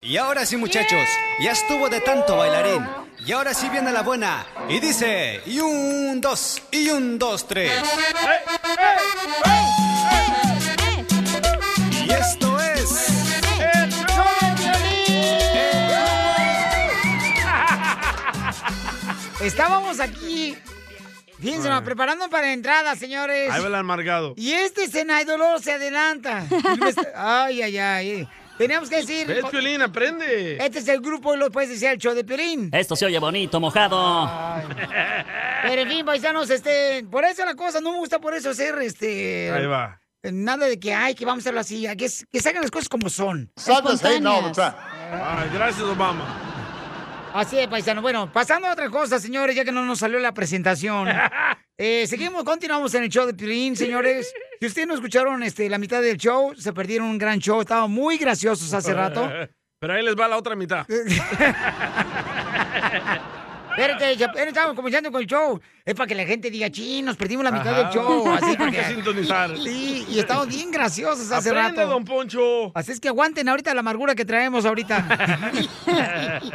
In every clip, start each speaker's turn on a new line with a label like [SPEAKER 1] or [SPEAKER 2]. [SPEAKER 1] Y ahora sí, muchachos, ya estuvo de tanto bailarín. Y ahora sí viene la buena. Y dice, y un, dos, y un, dos, tres. Y esto es...
[SPEAKER 2] Estábamos aquí, fíjense,
[SPEAKER 3] Ah.
[SPEAKER 2] preparando para la entrada, señores.
[SPEAKER 3] Ahí va el amargado.
[SPEAKER 2] Y este cena de dolor se adelanta. ay, ay, ay. Teníamos que decir.
[SPEAKER 3] Ves, Piolín, aprende.
[SPEAKER 2] Este es el grupo y lo puedes decir el show de Piolín.
[SPEAKER 4] Esto se oye bonito, mojado.
[SPEAKER 2] Pero en fin, paisanos, este, por eso la cosa, no me gusta por eso ser este.
[SPEAKER 4] Ahí va.
[SPEAKER 2] Nada de que, ay, que vamos a hacerlo así, hay que, s- que salgan las cosas como son.
[SPEAKER 3] Santos hating all the time. Ay, gracias, Obama.
[SPEAKER 2] Así es, paisano. Bueno, pasando a otra cosa, señores, ya que no nos salió la presentación. Eh, seguimos, continuamos en el show de Piolín, señores. Si ustedes no escucharon este, la mitad del show, se perdieron un gran show, estaban muy graciosos hace rato.
[SPEAKER 3] Pero ahí les va la otra mitad.
[SPEAKER 2] Espérate, ya apenas estamos comenzando con el show. Es para que la gente diga, sí, nos perdimos la mitad
[SPEAKER 3] Ajá.
[SPEAKER 2] del show. Así para
[SPEAKER 3] Hay que sintonizar.
[SPEAKER 2] Sí, y estamos bien graciosos hace
[SPEAKER 3] Aprenda,
[SPEAKER 2] rato.
[SPEAKER 3] don Poncho.
[SPEAKER 2] Así es que aguanten ahorita la amargura que traemos ahorita.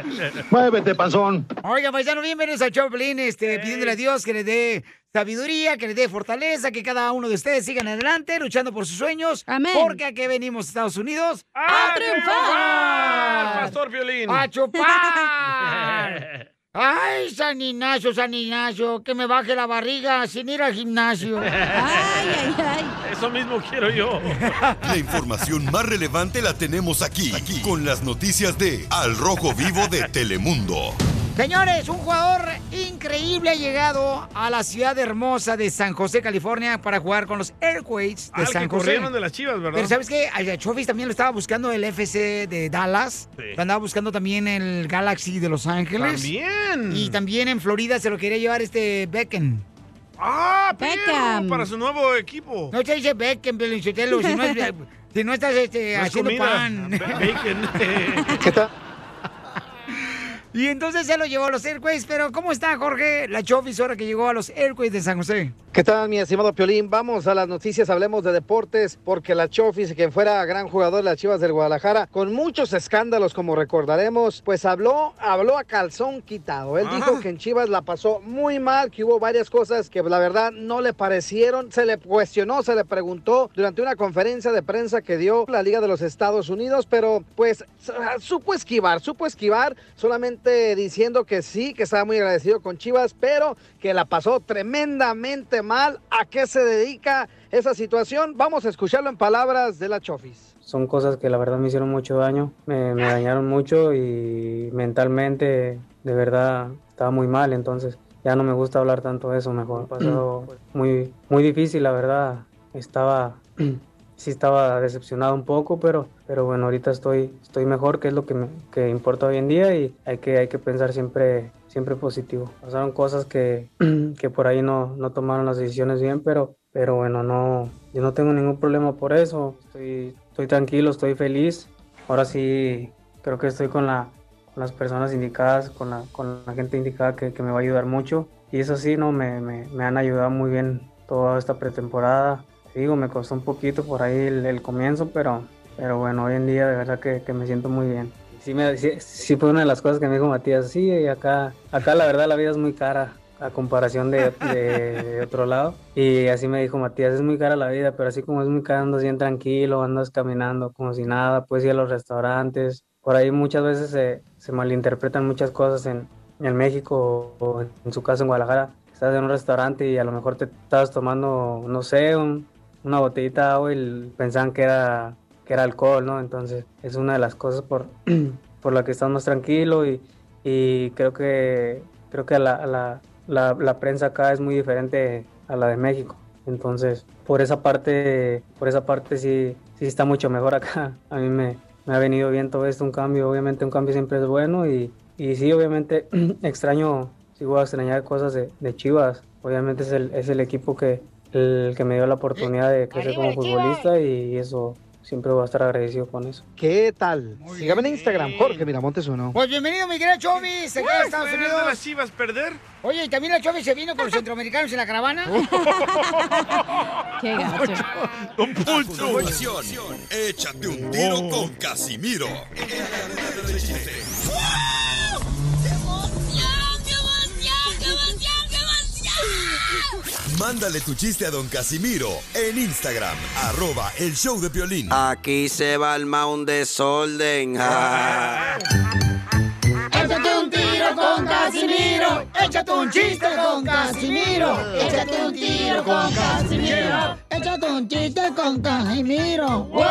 [SPEAKER 5] Muévete, panzón.
[SPEAKER 2] Oiga, paisano, bienvenidos al show, Pelín, este, pidiéndole a Dios que le dé sabiduría, que le dé fortaleza, que cada uno de ustedes sigan adelante, luchando por sus sueños. Amén. Porque aquí venimos, Estados Unidos, a,
[SPEAKER 3] Ah,
[SPEAKER 2] triunfar.
[SPEAKER 3] Pastor Piolín.
[SPEAKER 2] A chupar. Ay, San Ignacio, San Ignacio, que me baje la barriga sin ir al gimnasio.
[SPEAKER 3] Ay, Eso mismo quiero yo.
[SPEAKER 6] La información más relevante la tenemos aquí, aquí, con las noticias de Al Rojo Vivo de Telemundo.
[SPEAKER 2] Señores, un jugador increíble ha llegado a la ciudad hermosa de San José, California, para jugar con los Airways de
[SPEAKER 3] Al
[SPEAKER 2] San
[SPEAKER 3] Ah, que
[SPEAKER 2] José.
[SPEAKER 3] corrieron de las chivas, ¿verdad?
[SPEAKER 2] Pero ¿sabes qué? A Yachovis también lo estaba buscando el FC de Dallas.
[SPEAKER 3] Sí.
[SPEAKER 2] Lo andaba buscando también el Galaxy de Los Ángeles.
[SPEAKER 3] También.
[SPEAKER 2] Y también en Florida se lo quería llevar este Beckham.
[SPEAKER 3] ¡Ah, perro, Para su nuevo equipo.
[SPEAKER 2] No se dice Beckham, Belinchotelo, si no, es- si no estás este,
[SPEAKER 3] No es
[SPEAKER 2] haciendo
[SPEAKER 3] comida.
[SPEAKER 2] pan.
[SPEAKER 3] Be- Bacon.
[SPEAKER 2] Y entonces se lo llevó a los Airways. Pero ¿cómo está Jorge la Chovis ahora que llegó a los Airways de San José?
[SPEAKER 7] ¿Qué tal, mi estimado Piolín? Vamos a las noticias, hablemos de deportes, porque la Chofis, quien fuera gran jugador de las Chivas del Guadalajara, con muchos escándalos, como recordaremos, pues habló, habló a calzón quitado. Él dijo que en Chivas la pasó muy mal, que hubo varias cosas que la verdad no le parecieron. Se le cuestionó, se le preguntó durante una conferencia de prensa que dio la Liga de los Estados Unidos, pero pues supo esquivar, supo esquivar, solamente diciendo que sí, que estaba muy agradecido con Chivas, pero que la pasó tremendamente mal. ¿A qué se dedica esa situación? Vamos a escucharlo en palabras de la Chofis.
[SPEAKER 8] son cosas que la verdad me hicieron mucho daño, me, me dañaron mucho y mentalmente de verdad estaba muy mal, entonces ya no me gusta hablar tanto de eso, mejor pasado muy, muy difícil, la verdad, estaba, sí estaba decepcionado un poco, pero, pero bueno, ahorita estoy, estoy mejor, que es lo que, me- que importa hoy en día y hay que, hay que pensar siempre, siempre positivo. Pasaron cosas que, que por ahí no, no tomaron las decisiones bien, pero, pero bueno, no, yo no tengo ningún problema por eso. Estoy, estoy tranquilo, estoy feliz. Ahora sí, creo que estoy con, la, con las personas indicadas, con la, con la gente indicada que, que me va a ayudar mucho. Y eso sí, ¿no? Me, me, me han ayudado muy bien toda esta pretemporada. Te digo, me costó un poquito por ahí el, el comienzo, pero, pero bueno, hoy en día de verdad que, que me siento muy bien. Sí, me, sí, sí fue una de las cosas que me dijo Matías, sí, y acá, acá la verdad la vida es muy cara a comparación de, de- de otro lado. Y así me dijo Matías, es muy cara la vida, pero así como es muy cara, andas bien tranquilo, andas caminando como si nada, puedes ir a los restaurantes. Por ahí muchas veces se, se malinterpretan muchas cosas en, en México o en, en su caso en Guadalajara. Estás en un restaurante y a lo mejor te estás tomando, no sé, un- una botellita de agua y pensaban que era, que era alcohol, ¿no? Entonces es una de las cosas por, por la que estás más tranquilo y, y creo que creo que la, la- la- la prensa acá es muy diferente a la de México. Entonces, por esa parte, por esa parte sí, sí está mucho mejor acá. A mí me, me ha venido bien todo esto, un cambio, obviamente un cambio siempre es bueno y, y sí, obviamente extraño, sí voy a extrañar cosas de, de Chivas. Obviamente es el, es el equipo que, el que me dio la oportunidad de crecer como futbolista y eso, siempre voy a estar agradecido con eso.
[SPEAKER 7] ¿Qué tal? Sígame en Instagram, Jorge Miramontes uno.
[SPEAKER 2] Pues bienvenido, mi querido Chovis. Se queda en Estados
[SPEAKER 3] ¿Fueras
[SPEAKER 2] Unidos.
[SPEAKER 3] de las chivas perder?
[SPEAKER 2] Oye, y también el Chovis se vino por los centroamericanos en la caravana. Qué gacho.
[SPEAKER 6] A continuación, échate un tiro
[SPEAKER 3] Oh.
[SPEAKER 6] con Casimiro. Mándale tu chiste a don Casimiro en Instagram, arroba el show de violín.
[SPEAKER 9] Aquí se va el mound desorden.
[SPEAKER 2] Échate un tiro con Casimiro. Échate un chiste con Casimiro. Échate un tiro con Casimiro. Échate un chiste con Casimiro. ¡Eh, ¡Wow!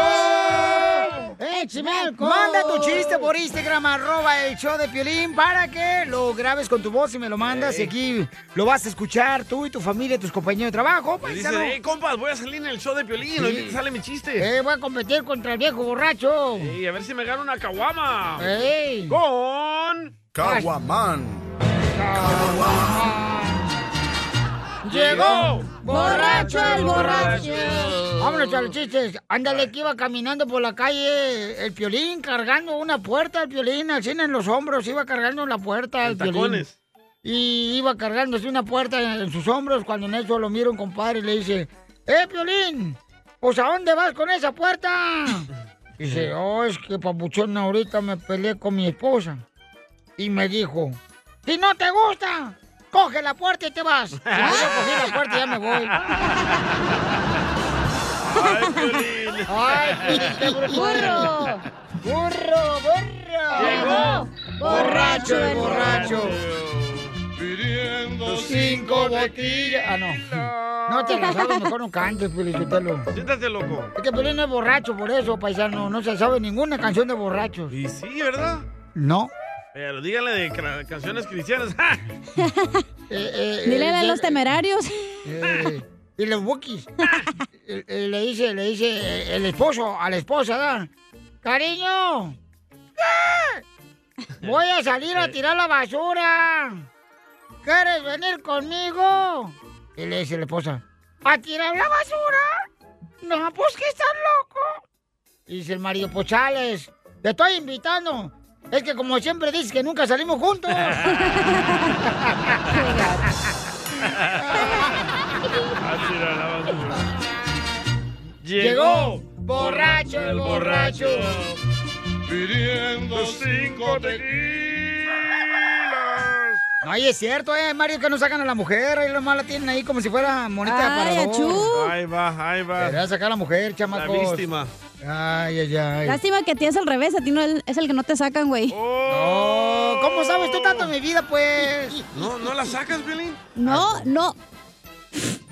[SPEAKER 2] Manda tu chiste por Instagram, arroba el show de Piolín, para que lo grabes con tu voz y me lo mandas. Y aquí lo vas a escuchar tú y tu familia, tus compañeros de trabajo.
[SPEAKER 3] Le dices,
[SPEAKER 2] paisano.
[SPEAKER 3] hey, compas, voy a salir en el show de Piolín,
[SPEAKER 2] Sí.
[SPEAKER 3] "Eh, ahorita sale mi chiste.
[SPEAKER 2] Eh, voy a competir contra el viejo borracho.
[SPEAKER 3] Y a ver si me gano una caguama.
[SPEAKER 2] Eh. Ey.
[SPEAKER 3] Con...
[SPEAKER 10] Caguamán.
[SPEAKER 2] Llegó
[SPEAKER 10] borracho el borracho.
[SPEAKER 2] Vámonos a los chistes. Ándale que iba caminando por la calle el piolín cargando una puerta el piolín, así en los hombros, iba cargando la puerta el piolín.
[SPEAKER 3] tacones.
[SPEAKER 2] Y iba cargándose una puerta en, en sus hombros cuando en eso lo mira un compadre y le dice, ¡Eh, piolín! Pues a dónde vas con esa puerta? Dice, oh, es que papuchón ahorita me peleé con mi esposa. Y me dijo, si no te gusta, coge la puerta y te vas. Y yo cogí la puerta y ya me voy. ¡Ay, qué
[SPEAKER 10] Burro.
[SPEAKER 2] ¡Burro, burro!
[SPEAKER 10] Llegó borracho el borracho.
[SPEAKER 2] Pidiendo cinco botillas. Ah, no. No te la sabes, mejor no cantes, Felicitelo.
[SPEAKER 3] Siéntate, loco.
[SPEAKER 2] Es que Pelín es borracho, por eso, paisano. No se sabe ninguna canción de borrachos.
[SPEAKER 3] Y sí, ¿verdad?
[SPEAKER 2] No.
[SPEAKER 3] Pero díganle de cra- canciones cristianas.
[SPEAKER 2] eh,
[SPEAKER 11] Dile a los temerarios.
[SPEAKER 2] y los bookies. Eh, eh, le dice, le dice eh, el esposo a la esposa, ¿verdad? Cariño. ¡Ah! Voy a salir a tirar la basura. ¿Quieres venir conmigo? Y le dice la esposa, ¿a tirar la basura? No, pues que estás loco. Y dice el marido, pues chales, te estoy invitando. Es que como siempre dices que nunca salimos juntos.
[SPEAKER 3] Ah, tira la basura.
[SPEAKER 10] Llegó
[SPEAKER 2] borracho el borracho.
[SPEAKER 10] Pidiendo cinco tequilas.
[SPEAKER 2] No, ahí es cierto, eh, Mario, que no sacan a la mujer, ahí nomás la tienen ahí como si fuera monita de
[SPEAKER 11] Ay,
[SPEAKER 2] aparador.
[SPEAKER 11] achú.
[SPEAKER 3] Ahí va, ahí va.
[SPEAKER 2] Debería sacar a la mujer, chamacos.
[SPEAKER 3] víctima.
[SPEAKER 2] Ay, ay, ay.
[SPEAKER 11] Lástima que a ti es al revés, a ti no el- es el que no te sacan, güey.
[SPEAKER 2] No, ¿cómo sabes tú tanto de mi vida, pues?
[SPEAKER 3] ¿No, ¿No la sacas, Piolín? Ah,
[SPEAKER 11] No, no.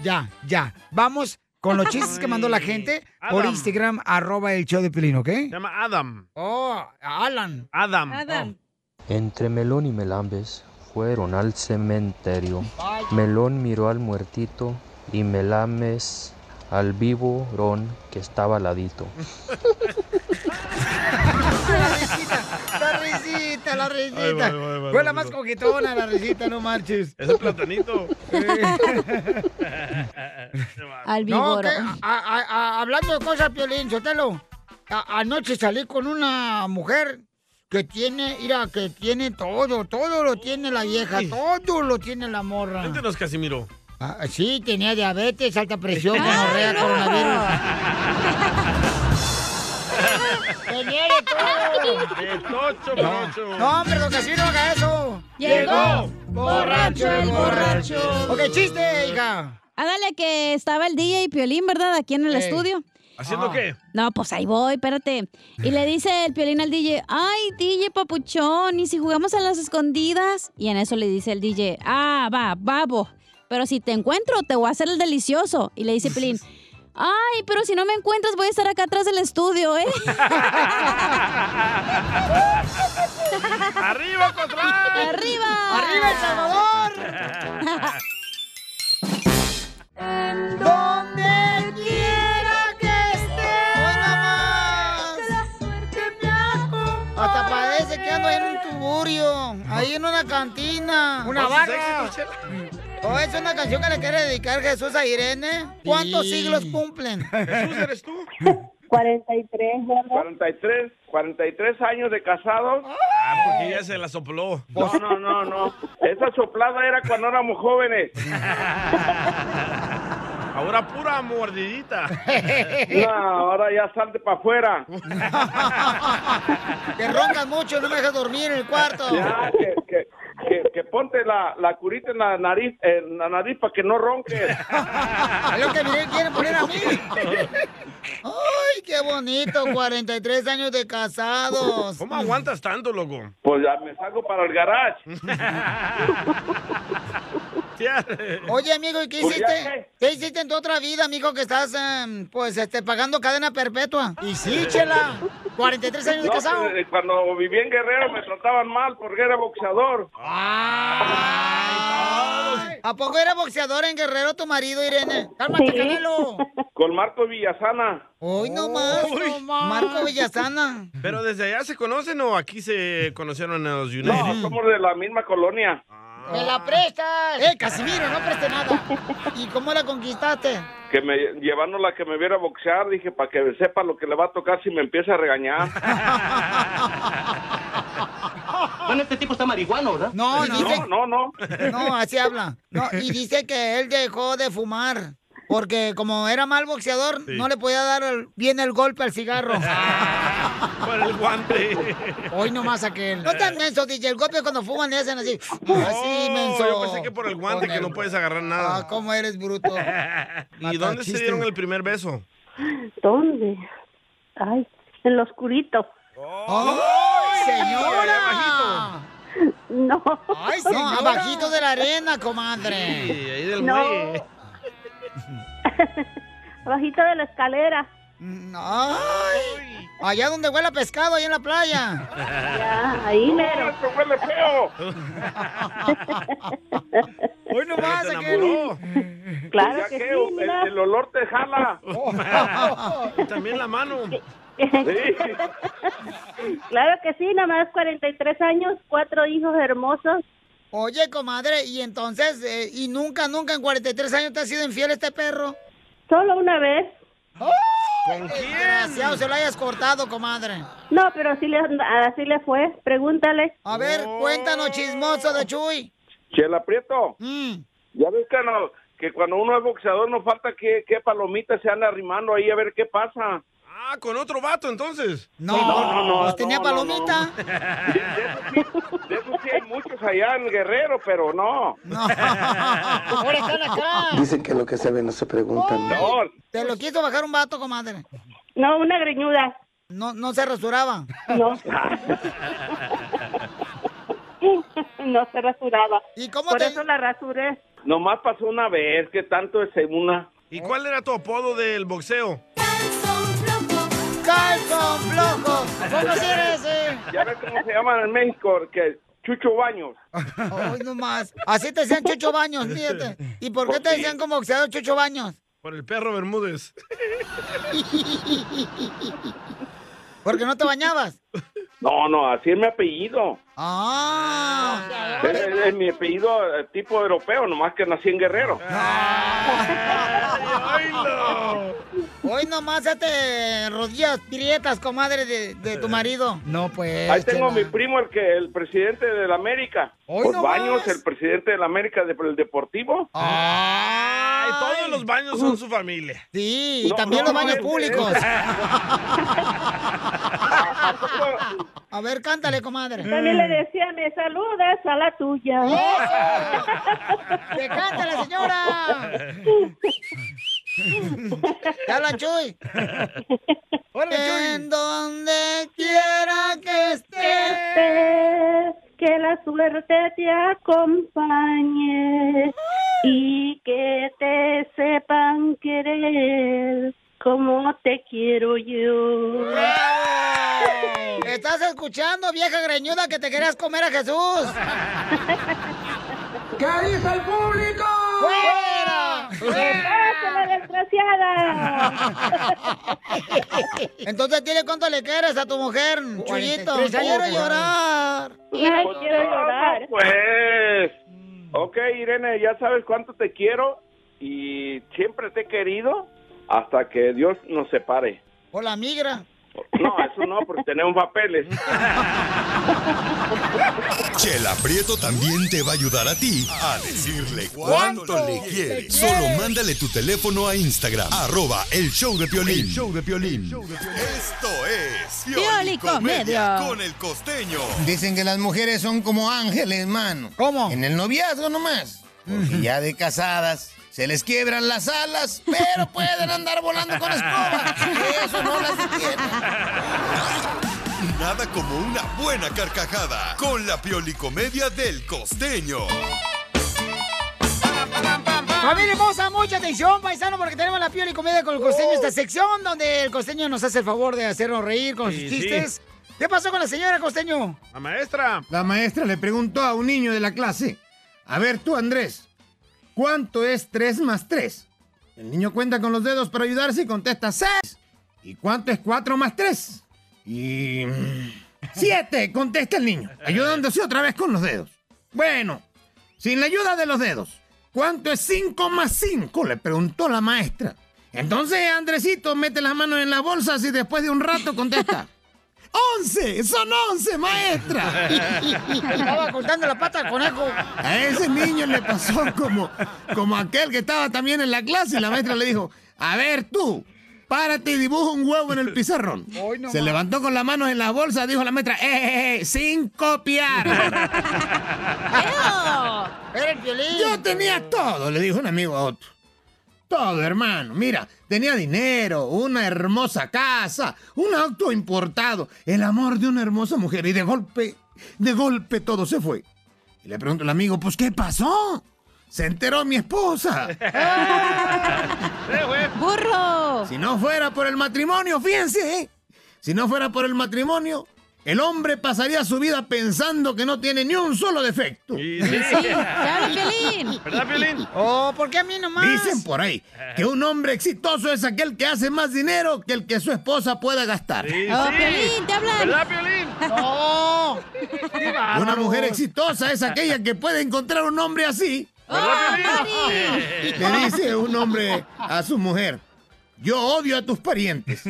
[SPEAKER 2] Ya, ya. Vamos con los chistes que mandó la gente por
[SPEAKER 3] Adam.
[SPEAKER 2] Instagram, arroba el show de Pelín, ¿ok?
[SPEAKER 3] Se llama Adam.
[SPEAKER 2] Oh, Alan.
[SPEAKER 3] Adam.
[SPEAKER 2] Adam.
[SPEAKER 12] Entre Melón y Melambes fueron al cementerio.
[SPEAKER 2] Vaya.
[SPEAKER 12] Melón miró al muertito y Melambes al vivorón que estaba al ladito.
[SPEAKER 2] La risita, la risita, la risita.
[SPEAKER 10] Ahí va, ahí va, ahí va,
[SPEAKER 2] Fue la
[SPEAKER 10] ahí
[SPEAKER 2] más
[SPEAKER 10] va.
[SPEAKER 2] coquetona, la risita, no marches.
[SPEAKER 3] Ese platanito.
[SPEAKER 11] Al
[SPEAKER 2] No,
[SPEAKER 11] víboro.
[SPEAKER 2] que, a- a- a- hablando de cosas, Piolín, Sotelo, a- anoche salí con una mujer que tiene, mira, que tiene todo, todo lo tiene la vieja, todo lo tiene la morra.
[SPEAKER 3] Cuéntanos, Casimiro.
[SPEAKER 2] Ah, sí, tenía diabetes, alta presión, gonorrea, coronavirus. Tenía de todo.
[SPEAKER 3] De tocho,
[SPEAKER 2] No.
[SPEAKER 3] mocho.
[SPEAKER 2] No, hombre, don Casimiro, haga eso.
[SPEAKER 11] Llegó
[SPEAKER 2] borracho el borracho. Ok, chiste, hija.
[SPEAKER 11] Ándale Ah, que estaba el DJ Piolín, ¿verdad? Aquí en el
[SPEAKER 2] Ey.
[SPEAKER 11] estudio.
[SPEAKER 3] ¿Haciendo qué?
[SPEAKER 11] No, pues ahí voy, espérate. Y le dice el Piolín al DJ, ay, DJ Papuchón, ¿y si jugamos a las escondidas? Y en eso le dice el DJ, ah, va, babo, pero si te encuentro, te voy a hacer el delicioso. Y le dice Piolín, ay, pero si no me encuentras, voy a estar acá atrás del estudio, ¿eh?
[SPEAKER 10] ¡Arriba, Cotlán!
[SPEAKER 11] ¡Arriba!
[SPEAKER 10] ¡Arriba, El Salvador!
[SPEAKER 2] Donde quiera que Hasta parece que ando ahí en un tuburio, ahí en una cantina. Una
[SPEAKER 10] ¿Vas a hacer
[SPEAKER 2] barra. Oh, es una canción que le quiere dedicar Jesús a Irene. ¿Cuántos
[SPEAKER 10] Sí.
[SPEAKER 2] siglos cumplen?
[SPEAKER 10] ¿Jesús eres
[SPEAKER 3] tú?
[SPEAKER 13] 43, gordo.
[SPEAKER 14] 43, 43 años de casados.
[SPEAKER 3] Ah, porque ella se la sopló.
[SPEAKER 14] No, no, no, no. Esa soplada era cuando éramos jóvenes.
[SPEAKER 2] ah.
[SPEAKER 3] Ahora pura mordidita.
[SPEAKER 14] No, ahora ya salte para afuera.
[SPEAKER 2] Te roncas mucho, no me dejas dormir en el cuarto.
[SPEAKER 14] Ya, que, que, que, que ponte la, la curita en la nariz, en la nariz para que no ronques.
[SPEAKER 2] Es Ah, lo que me quiere poner a mí. Ay, qué bonito, 43 años de casados.
[SPEAKER 3] ¿Cómo aguantas tanto, loco?
[SPEAKER 14] Pues ya me salgo para el garage.
[SPEAKER 2] Oye, amigo, ¿y qué
[SPEAKER 14] Pues ya
[SPEAKER 2] hiciste? ¿Qué hiciste en tu otra vida, amigo, que estás, em, pues, este, pagando cadena perpetua? Y sí, chela, 43 años de
[SPEAKER 14] No,
[SPEAKER 2] casado.
[SPEAKER 14] pues, eh, Cuando viví en Guerrero me trataban mal porque era boxeador.
[SPEAKER 2] ¿A poco era boxeador en Guerrero tu marido, Irene? Cálmate,
[SPEAKER 14] Sí.
[SPEAKER 2] Canelo.
[SPEAKER 14] Con Marco Villasana.
[SPEAKER 2] Hoy no más, no más. Marco Villasana.
[SPEAKER 3] ¿Pero desde allá se conocen o aquí se conocieron en los United?
[SPEAKER 14] No, somos de la misma colonia.
[SPEAKER 2] ¡Me la prestas! ¡Eh, Casimiro, no preste nada! ¿Y cómo la conquistaste?
[SPEAKER 14] Que me llevaron la que me viera boxear, dije, para que sepa lo que le va a tocar si me empieza a regañar.
[SPEAKER 2] Bueno, este tipo está marihuano, ¿verdad? No,
[SPEAKER 14] No,
[SPEAKER 2] no, no. Pues No, así habla. No, y dice que él dejó de fumar. Porque como era mal boxeador,
[SPEAKER 10] Sí.
[SPEAKER 2] no le podía dar el- bien el golpe al cigarro.
[SPEAKER 3] Por el guante.
[SPEAKER 2] Hoy nomás aquel. No tan menso, DJ. El golpe cuando fuman le hacen así. Así, menso.
[SPEAKER 3] Oh, Yo pensé que por el guante que no puedes agarrar nada.
[SPEAKER 2] Ah, cómo eres bruto.
[SPEAKER 3] ¿Y dónde se dieron el primer beso?
[SPEAKER 13] ¿Dónde? Ay, en lo oscurito.
[SPEAKER 2] ¡Ay, señora!
[SPEAKER 13] No.
[SPEAKER 2] ¡Ay, señora! No, abajito de la arena, comadre.
[SPEAKER 3] Sí, ahí del
[SPEAKER 13] No.
[SPEAKER 3] muelle.
[SPEAKER 13] Abajito de la escalera.
[SPEAKER 2] Mm, ¡Ay! Allá donde huele a pescado, ahí en la playa.
[SPEAKER 13] Ya, ahí mero.
[SPEAKER 2] ¡Eso huele feo!
[SPEAKER 14] Hoy
[SPEAKER 2] no
[SPEAKER 14] más,
[SPEAKER 13] Claro
[SPEAKER 14] ya
[SPEAKER 13] que
[SPEAKER 14] que
[SPEAKER 13] sí,
[SPEAKER 14] el-
[SPEAKER 13] mira.
[SPEAKER 14] el, olor te jala.
[SPEAKER 3] Y también la mano.
[SPEAKER 13] Claro que sí, nada más 43 años, cuatro hijos hermosos.
[SPEAKER 2] Oye, comadre, y entonces, eh, y nunca, nunca en 43 años te ha sido infiel este perro.
[SPEAKER 13] Solo una vez.
[SPEAKER 2] ¿Con quién? Desgraciado, se lo hayas cortado, comadre.
[SPEAKER 13] No, pero así le, así le fue. Pregúntale.
[SPEAKER 2] A ver, cuéntanos, chismoso de Chuy. Mm.
[SPEAKER 14] Chela Prieto. Ya ves que, no- que cuando uno es boxeador no falta que, que palomitas se anda arrimando ahí a ver qué pasa.
[SPEAKER 3] Ah, con otro vato entonces.
[SPEAKER 2] No,
[SPEAKER 14] no, no.
[SPEAKER 2] pues tenía
[SPEAKER 14] no,
[SPEAKER 2] palomita.
[SPEAKER 14] De esos sí hay muchos allá en Guerrero, pero no.
[SPEAKER 2] Ahora están acá.
[SPEAKER 15] Dicen que lo que se ve no se pregunta.
[SPEAKER 16] Oh,
[SPEAKER 14] No,
[SPEAKER 2] Te lo quiso bajar un vato, comadre.
[SPEAKER 13] No, una greñuda.
[SPEAKER 2] No, no se rasuraba.
[SPEAKER 13] No. no se rasuraba.
[SPEAKER 2] ¿Y cómo
[SPEAKER 13] Por
[SPEAKER 2] te-
[SPEAKER 13] eso la rasuré.
[SPEAKER 14] nomás pasó una vez, que tanto es una.
[SPEAKER 3] ¿Y cuál era tu apodo del boxeo?
[SPEAKER 2] ¡Calzón flojo! ¿Cómo se eres, eh?
[SPEAKER 14] Ya ves cómo se llaman en México, que Chucho Baños.
[SPEAKER 2] Ay, no más. Así te decían Chucho Baños, fíjate. ¿Y por qué te decían como boxeador Chucho Baños?
[SPEAKER 3] Por el perro Bermúdez.
[SPEAKER 2] Porque no te bañabas.
[SPEAKER 14] No, no, así es mi apellido.
[SPEAKER 2] Ah.
[SPEAKER 14] Es, es- es mi apellido eh, tipo europeo, nomás que nací en Guerrero.
[SPEAKER 2] Ah, Hoy nomás te rodillas prietas, comadre de, de tu marido. Eh. No, pues.
[SPEAKER 14] Ahí tengo a
[SPEAKER 2] chela.
[SPEAKER 14] mi primo, el que el presidente de la América. Por
[SPEAKER 2] no Ah.
[SPEAKER 14] Baños, el presidente de la América de- del Deportivo.
[SPEAKER 3] Ay, todos los baños son su familia.
[SPEAKER 2] Sí,
[SPEAKER 14] y No, también no, los baños no, es- públicos.
[SPEAKER 2] A ver, cántale, comadre.
[SPEAKER 13] También le decía, me saludas a la tuya.
[SPEAKER 2] ¿Eh? ¡Que cante la señora! ¡Ya la Chuy! En donde quiera que
[SPEAKER 13] estés, Este, que la suerte te acompañe y que te sepan querer como te quiero yo.
[SPEAKER 2] ¿Estás escuchando, vieja greñuda, que te querías comer a Jesús? ¿Qué dice el público? ¡Fuera!
[SPEAKER 13] ¡Fuera, la desgraciada!
[SPEAKER 2] Entonces dile cuánto le quieres a tu mujer,
[SPEAKER 13] 43
[SPEAKER 2] Chuyito.
[SPEAKER 13] años,
[SPEAKER 2] Quiero
[SPEAKER 13] comadre.
[SPEAKER 2] llorar.
[SPEAKER 13] Ay, quiero
[SPEAKER 14] Ah,
[SPEAKER 13] llorar.
[SPEAKER 14] Pues, ok, Irene, ya sabes cuánto te quiero y siempre te he querido hasta que Dios nos separe.
[SPEAKER 2] O la migra.
[SPEAKER 13] No, eso no, porque tenemos papeles.
[SPEAKER 6] Chela Prieto también te va a ayudar a ti a decirle cuánto le quieres. Solo mándale tu teléfono a Instagram, arroba el show de Piolín.
[SPEAKER 16] El
[SPEAKER 6] show de Piolín. Esto es Piolicomedia
[SPEAKER 16] Piolicomedia.
[SPEAKER 6] con el costeño.
[SPEAKER 16] Dicen que las mujeres son como ángeles, mano. ¿Cómo? En el noviazgo nomás. Porque ya de casadas se les quiebran las alas, pero pueden andar volando con escoba. Eso no las detiene.
[SPEAKER 6] Nada como una buena carcajada con la Piolicomedia del costeño.
[SPEAKER 2] Familia hermosa, mucha atención, paisano, porque tenemos la piel y comedia con el costeño, esta sección donde el costeño nos hace el favor de hacernos reír con
[SPEAKER 3] Sí,
[SPEAKER 2] sus
[SPEAKER 3] sí.
[SPEAKER 2] chistes. ¿Qué pasó con la señora costeño?
[SPEAKER 3] La maestra.
[SPEAKER 15] La maestra le preguntó a un niño de la clase, a ver tú Andrés, ¿cuánto es 3 más 3? El niño cuenta con los dedos para ayudarse y contesta 6. ¿Y cuánto es 4 más 3? Y... 7, contesta el niño, ayudándose otra vez con los dedos. Bueno, sin la ayuda de los dedos, ¿cuánto es 5 más 5? Le preguntó la maestra. Entonces Andresito mete las manos en las bolsas y después de un rato contesta. ¡Once! ¡Son once, maestra!
[SPEAKER 10] Estaba
[SPEAKER 2] cortando la pata al conejo.
[SPEAKER 15] A ese niño le pasó como, como aquel que estaba también en la clase. La maestra le dijo, a ver tú, párate y dibuja un huevo en el pizarrón.
[SPEAKER 10] Hoy no
[SPEAKER 15] Se
[SPEAKER 10] más.
[SPEAKER 15] levantó con las manos en la bolsa, dijo la maestra, ¡eh, eh, eh, sin copiar!
[SPEAKER 2] ¡Era el violín!
[SPEAKER 15] Yo tenía todo, le dijo un amigo a otro. Todo, hermano. Mira, tenía dinero, una hermosa casa, un auto importado, el amor de una hermosa mujer. Y de golpe, de golpe todo se fue. Y le pregunto al amigo, pues, ¿qué pasó? Se enteró mi esposa.
[SPEAKER 11] ¡Burro!
[SPEAKER 15] Si no fuera por el matrimonio, fíjense, ¿eh? Si no fuera por el matrimonio, el hombre pasaría su vida pensando que no tiene ni un solo defecto.
[SPEAKER 10] claro, Piolín. ¿Verdad, Piolín?
[SPEAKER 2] Oh, ¿por qué a mí nomás?
[SPEAKER 15] Dicen por ahí que un hombre exitoso es aquel que hace más dinero que el que su esposa pueda gastar.
[SPEAKER 10] Oh, sí. Piolín, te hablan. ¿Verdad, Piolín?
[SPEAKER 2] ¡No!
[SPEAKER 15] Una mujer exitosa es aquella que puede encontrar un hombre así. Le dice un hombre a su mujer, yo odio a tus parientes.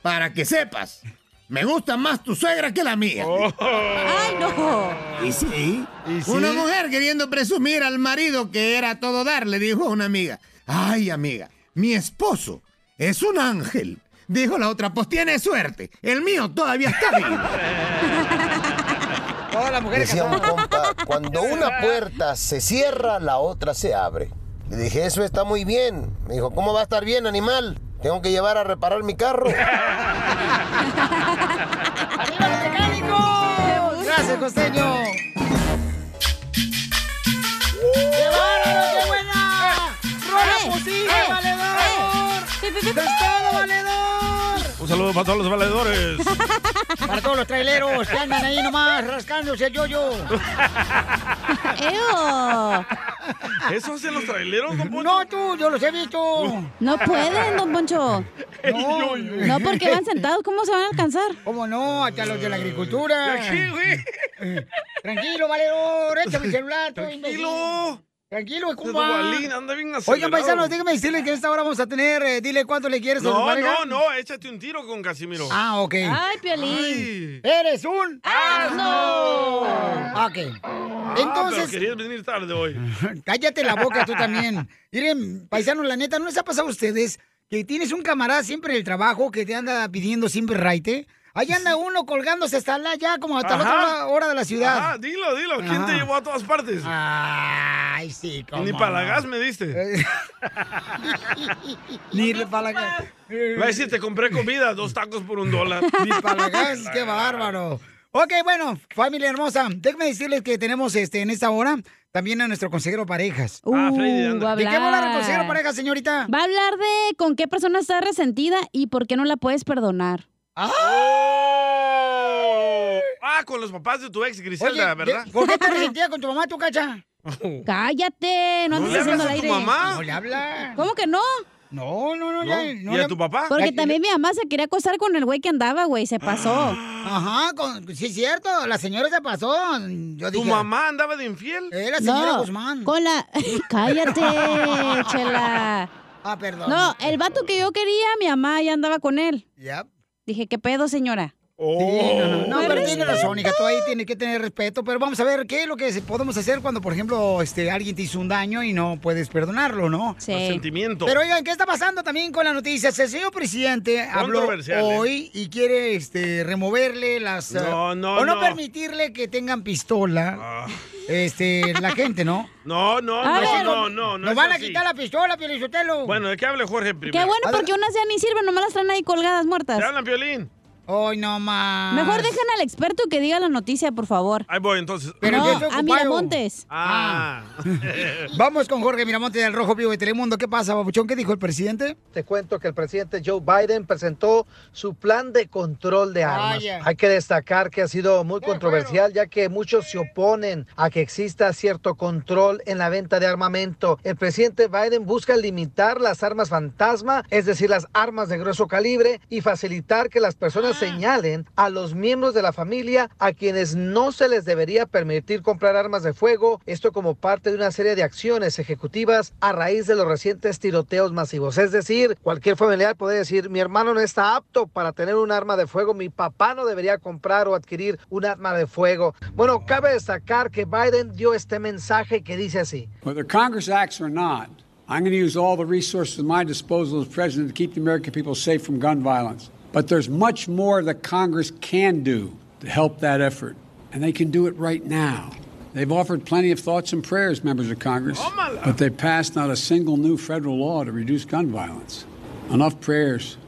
[SPEAKER 15] Para que sepas, me gusta más tu suegra que la mía.
[SPEAKER 10] ¡Ay,
[SPEAKER 15] no! Oh. ¿Y sí? Una mujer queriendo presumir al marido que era a todo dar, le dijo a una amiga, ay amiga, mi esposo es un ángel. Dijo la otra, pues tiene suerte, el mío todavía está vivo.
[SPEAKER 2] Todas las mujeres
[SPEAKER 17] Decía un compa, cuando una puerta se cierra, la otra se abre. Le dije, eso está muy bien. Me dijo, ¿cómo va a estar bien, animal? Tengo que llevar a reparar mi carro.
[SPEAKER 2] Gracias, costeño. ¡Qué bárbaro, qué buena!
[SPEAKER 10] Eh,
[SPEAKER 2] ¡Rola posible, valedor! ¡Estado valedor!
[SPEAKER 3] Un saludo para todos los valedores.
[SPEAKER 2] Para todos los traileros que andan ahí nomás rascándose el yoyo.
[SPEAKER 3] ¿Eso hacen los traileros, don Poncho?
[SPEAKER 2] No, tú, yo los he visto.
[SPEAKER 11] No pueden, don Poncho. No, no, porque van sentados, ¿cómo se van a alcanzar?
[SPEAKER 2] ¿Cómo no? Hasta los de la agricultura. Eh, Tranquilo, valedor, échame el celular. Tranquilo. Tranquilo, compa.
[SPEAKER 3] Dubalín, anda bien
[SPEAKER 2] Oigan,
[SPEAKER 3] acelerado.
[SPEAKER 2] paisanos, déjenme decirles que en esta hora vamos a tener, eh, dile cuánto le quieres a tu
[SPEAKER 3] No,
[SPEAKER 2] pareja.
[SPEAKER 3] no, no, échate un tiro con Casimiro.
[SPEAKER 2] Ah, ok.
[SPEAKER 3] Ay.
[SPEAKER 2] ¡Eres un asno! Ok.
[SPEAKER 3] Ah,
[SPEAKER 2] Entonces,
[SPEAKER 3] pero querías venir tarde hoy.
[SPEAKER 2] cállate la boca tú también. Miren, paisanos, la neta, ¿no les ha pasado a ustedes que tienes un camarada siempre en el trabajo que te anda pidiendo siempre raite? Ahí anda uno colgándose hasta la, ya como hasta la
[SPEAKER 3] Ajá.
[SPEAKER 2] otra hora de la ciudad.
[SPEAKER 3] Ah, dilo, dilo. ¿Quién
[SPEAKER 2] Ajá.
[SPEAKER 3] te llevó a todas partes?
[SPEAKER 2] Ay, sí, cómo
[SPEAKER 3] Ni para la
[SPEAKER 2] no.
[SPEAKER 3] gas me diste.
[SPEAKER 2] Ni para la gas.
[SPEAKER 3] Va a decir, te compré comida, dos tacos por un dólar.
[SPEAKER 2] Ni para la gas, qué bárbaro. Ok, bueno, familia hermosa, déjenme decirles que tenemos este en esta hora también a nuestro consejero parejas.
[SPEAKER 11] Ah, Freddy, anda. va a
[SPEAKER 2] ¿De qué va a hablar el
[SPEAKER 11] hablar.
[SPEAKER 2] consejero parejas, señorita?
[SPEAKER 11] Va a hablar de con qué persona está resentida y por qué no la puedes perdonar.
[SPEAKER 3] Ah, con los papás de tu ex, Griselda,
[SPEAKER 11] Oye,
[SPEAKER 3] ¿verdad?
[SPEAKER 2] ¿Por qué te resentía con tu mamá, tu cacha?
[SPEAKER 11] Cállate, no
[SPEAKER 3] ¿No
[SPEAKER 11] andes
[SPEAKER 3] le
[SPEAKER 11] haciendo
[SPEAKER 3] hablas
[SPEAKER 11] al
[SPEAKER 3] a tu
[SPEAKER 11] aire.
[SPEAKER 3] mamá? No
[SPEAKER 2] le habla.
[SPEAKER 11] ¿Cómo que no?
[SPEAKER 2] No, no, no,
[SPEAKER 3] ya- no ¿Y a le- tu papá?
[SPEAKER 11] Porque
[SPEAKER 3] Ya-
[SPEAKER 11] también mi mamá se quería acostar con el güey que andaba, güey, se pasó.
[SPEAKER 2] Ajá, con- sí es cierto, la señora se pasó. Yo
[SPEAKER 3] ¿Tu
[SPEAKER 2] dije,
[SPEAKER 3] mamá andaba de infiel?
[SPEAKER 2] Eh, la señora Guzmán.
[SPEAKER 11] Con la. Cállate, chela.
[SPEAKER 2] Ah, perdón.
[SPEAKER 11] No, el vato que yo quería, mi mamá ya andaba con él.
[SPEAKER 2] Ya.
[SPEAKER 11] Dije, ¿qué pedo, señora?
[SPEAKER 3] Oh.
[SPEAKER 2] Sí, no, no, no,
[SPEAKER 11] Me
[SPEAKER 2] pero tiene
[SPEAKER 11] respeto.
[SPEAKER 2] razón, hija, tú ahí tienes que tener respeto, pero vamos a ver qué es lo que se- podemos hacer cuando, por ejemplo, este, alguien te hizo un daño y no puedes perdonarlo, ¿no?
[SPEAKER 3] Consentimiento.
[SPEAKER 2] Pero oigan, ¿qué está pasando también con las noticias? El señor presidente habló
[SPEAKER 3] Controversial, ¿eh?
[SPEAKER 2] hoy y quiere este, removerle las... eh,
[SPEAKER 3] No, no,
[SPEAKER 2] o no,
[SPEAKER 3] no. Ah.
[SPEAKER 2] permitirle que tengan pistola este, la gente, ¿no?
[SPEAKER 3] No, no,
[SPEAKER 2] A
[SPEAKER 3] no,
[SPEAKER 2] ver.
[SPEAKER 3] no, no, no.
[SPEAKER 2] Nos
[SPEAKER 3] es
[SPEAKER 2] van a
[SPEAKER 3] así.
[SPEAKER 2] quitar la pistola, Pielichotelo.
[SPEAKER 3] Bueno, ¿de qué hable Jorge primero?
[SPEAKER 11] Qué bueno, porque unas ya ni sirven, nomás las traen ahí colgadas muertas.
[SPEAKER 3] ¿Te hablan, Piolín?
[SPEAKER 2] Hoy no más.
[SPEAKER 11] Mejor dejen al experto que diga la noticia, por favor.
[SPEAKER 3] Ahí voy, entonces.
[SPEAKER 11] no, a Miramontes.
[SPEAKER 3] Ah.
[SPEAKER 2] Vamos con Jorge Miramonte del Rojo Vivo de Telemundo. ¿Qué pasa, Babuchón? ¿Qué dijo el presidente?
[SPEAKER 7] Te cuento que el presidente Joe Biden presentó su plan de control de armas.
[SPEAKER 2] Vaya.
[SPEAKER 7] Hay que destacar que ha sido muy controversial ya que muchos se oponen a que exista cierto control en la venta de armamento. El presidente Biden busca limitar las armas fantasma, es decir, las armas de grueso calibre, y facilitar que las
[SPEAKER 2] Ah.
[SPEAKER 7] personas señalen a los miembros de la familia a quienes no se les debería permitir comprar armas de fuego, esto como parte de una serie de acciones ejecutivas a raíz de los recientes tiroteos masivos. Es decir, cualquier familiar puede decir, mi hermano no está apto para tener un arma de fuego, mi papá no debería comprar o adquirir un arma de fuego. Bueno, cabe destacar que Biden dio este mensaje que dice así.
[SPEAKER 18] Whether Congress acts or not, I'm going to use all the resources at my disposal as president to keep the American people safe from gun violence. But there's much more that Congress can do to help that effort, and they can do it right now. They've offered plenty of thoughts and prayers, members of Congress, but they've passed not a single new federal law to reduce gun violence. Enough prayers.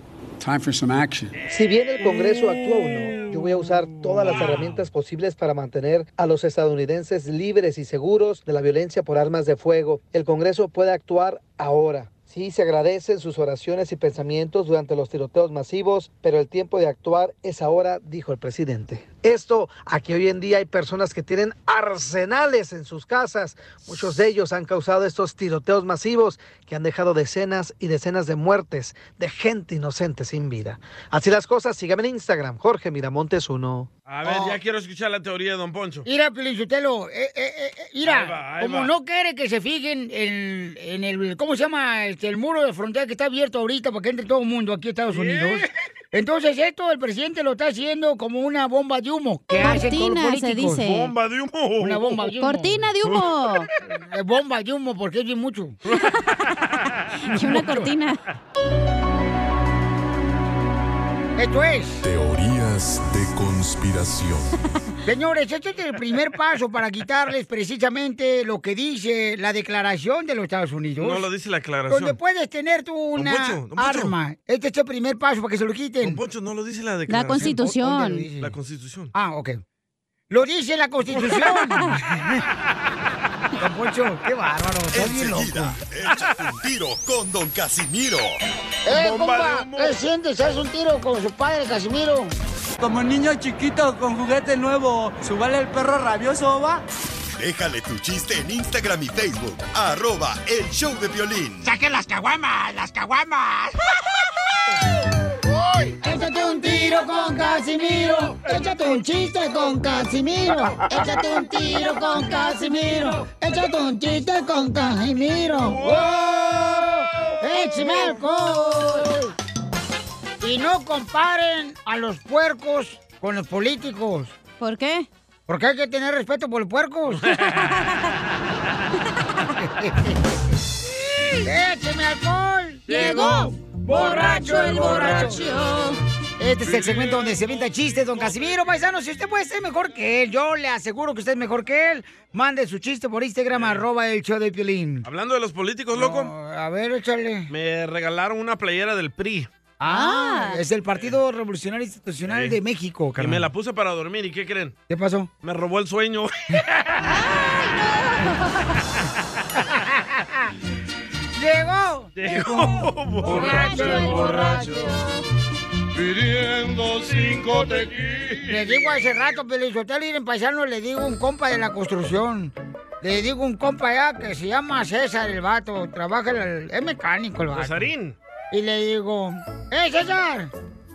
[SPEAKER 18] Time for some action.
[SPEAKER 7] Si bien el Congreso actúa o no, yo voy a usar todas las herramientas posibles para mantener a los estadounidenses libres y seguros de la violencia por armas de fuego. El Congreso puede actuar ahora. Sí, se agradecen sus oraciones y pensamientos durante los tiroteos masivos, pero el tiempo de actuar es ahora, dijo el presidente. Esto a que hoy en día hay personas que tienen arsenales en sus casas. Muchos de ellos han causado estos tiroteos masivos que han dejado decenas y decenas de muertes de gente inocente sin vida. Así las cosas, síganme en Instagram, Jorge Miramontes 1.
[SPEAKER 3] A ver, ya quiero escuchar la teoría de Don Poncho.
[SPEAKER 2] Oh. Mira, Pielichotelo, eh, eh, eh, eh, mira,
[SPEAKER 3] Ahí va, ahí
[SPEAKER 2] como
[SPEAKER 3] va.
[SPEAKER 2] no quiere que se fijen en, en el, ¿cómo se llama? Este, el muro de frontera que está abierto ahorita para que entre todo el mundo aquí a Estados Unidos. Entonces esto el presidente lo está haciendo como una bomba de humo que hace con los
[SPEAKER 11] Cortina, se
[SPEAKER 2] políticos.
[SPEAKER 11] dice. Bomba
[SPEAKER 3] de humo.
[SPEAKER 2] Una bomba de humo.
[SPEAKER 11] Cortina de humo.
[SPEAKER 2] Eh, bomba de humo porque es bien mucho.
[SPEAKER 11] Y una cortina.
[SPEAKER 2] Esto es.
[SPEAKER 6] Teorías de conspiración.
[SPEAKER 2] Señores, este es el primer paso para quitarles precisamente lo que dice la declaración de los Estados Unidos.
[SPEAKER 3] No lo dice la aclaración.
[SPEAKER 2] Donde puedes tener tú una
[SPEAKER 3] Poncho, don Poncho.
[SPEAKER 2] arma. Este es el primer paso para que se lo quiten.
[SPEAKER 3] Poncho, no lo dice la declaración.
[SPEAKER 2] Constitución. ¿Dónde lo dice?
[SPEAKER 3] La Constitución.
[SPEAKER 2] Ah, ok. Lo dice la Constitución. Don Poncho, qué bárbaro. Está bien loco.
[SPEAKER 6] Enseguida, échate un tiro con Don Casimiro.
[SPEAKER 2] ¡Eh, compa! ¿Qué sientes? ¿Haz un tiro con su padre, Casimiro?
[SPEAKER 19] Como niño chiquito con juguete nuevo, subale el perro rabioso, va.
[SPEAKER 6] Déjale tu chiste en Instagram y Facebook. Arroba el show de violín.
[SPEAKER 19] ¡Saquen las caguamas! ¡Las caguamas!
[SPEAKER 2] Échate un tiro con Casimiro. Échate un chiste con Casimiro. Échate un tiro con Casimiro. Échate un chiste con Casimiro. ¡Wow! ¡Échame alcohol! Y no comparen a los puercos con los políticos.
[SPEAKER 11] ¿Por qué?
[SPEAKER 2] Porque hay que tener respeto por los puercos. ¡Écheme alcohol!
[SPEAKER 10] Llegó borracho el borracho.
[SPEAKER 2] Este es el segmento donde se inventa chistes, don Casimiro, paisano. Si usted puede ser mejor que él, yo le aseguro que usted es mejor que él. Mande su chiste por Instagram, arroba el show de Piolín.
[SPEAKER 3] Hablando de los políticos, loco.
[SPEAKER 2] a ver, échale.
[SPEAKER 3] Me regalaron una playera del PRI.
[SPEAKER 2] Ah, es el Partido Revolucionario Institucional de México,
[SPEAKER 3] Y
[SPEAKER 2] carnal.
[SPEAKER 3] me la puse para dormir, ¿y qué creen?
[SPEAKER 2] ¿Qué pasó?
[SPEAKER 3] Me robó el sueño.
[SPEAKER 2] Llegó.
[SPEAKER 10] Llegó borracho el borracho.
[SPEAKER 2] Pidiendo cinco tequilas. Le digo hace rato, Pelizotelo, ir en paisano, le digo a un compa de la construcción. Le digo a un compa allá que se llama César el vato, trabaja en el, es mecánico el vato.
[SPEAKER 3] Cesarín.
[SPEAKER 2] Y le digo, ¡eh, César!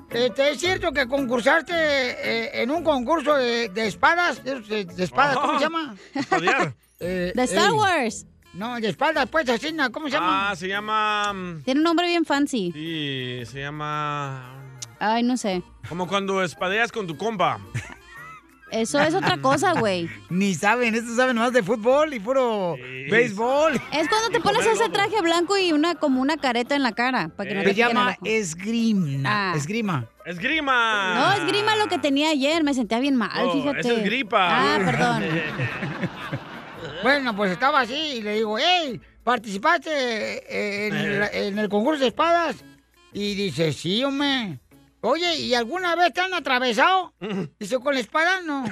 [SPEAKER 2] Este, ¿Es cierto que concursaste eh, en un concurso de, de espadas? De, de espadas, ¿Cómo se llama?
[SPEAKER 11] De Star
[SPEAKER 2] Eh, ey.
[SPEAKER 11] Wars.
[SPEAKER 2] No, de espalda, pues, así, ¿no? ¿cómo se llama?
[SPEAKER 3] Ah, se llama. mm,
[SPEAKER 11] Tiene un nombre bien fancy.
[SPEAKER 3] Sí, se llama. mm,
[SPEAKER 11] Ay, no sé.
[SPEAKER 3] Como cuando espadeas con tu compa.
[SPEAKER 11] Eso es otra cosa, güey.
[SPEAKER 2] Ni saben, estos saben más de fútbol y puro béisbol.
[SPEAKER 11] Es cuando te pones ese traje blanco y una como una careta en la cara. Para que
[SPEAKER 3] Eh,
[SPEAKER 11] no
[SPEAKER 2] Se
[SPEAKER 11] te piquen el
[SPEAKER 2] llama
[SPEAKER 11] ojo.
[SPEAKER 2] esgrima.
[SPEAKER 11] Ah.
[SPEAKER 2] Esgrima.
[SPEAKER 3] ¡Esgrima!
[SPEAKER 11] No, esgrima lo que Oh, tenía ayer. Me sentía bien mal,
[SPEAKER 3] No,
[SPEAKER 11] fíjate.
[SPEAKER 3] esa Oh, es gripa.
[SPEAKER 11] Ah, perdón.
[SPEAKER 2] Bueno, pues estaba así y le digo, hey, ¿participaste eh, en, la- en el concurso de espadas? Y dice, sí, hombre. Oye, ¿y alguna vez te han atravesado? Dice, con la espada no.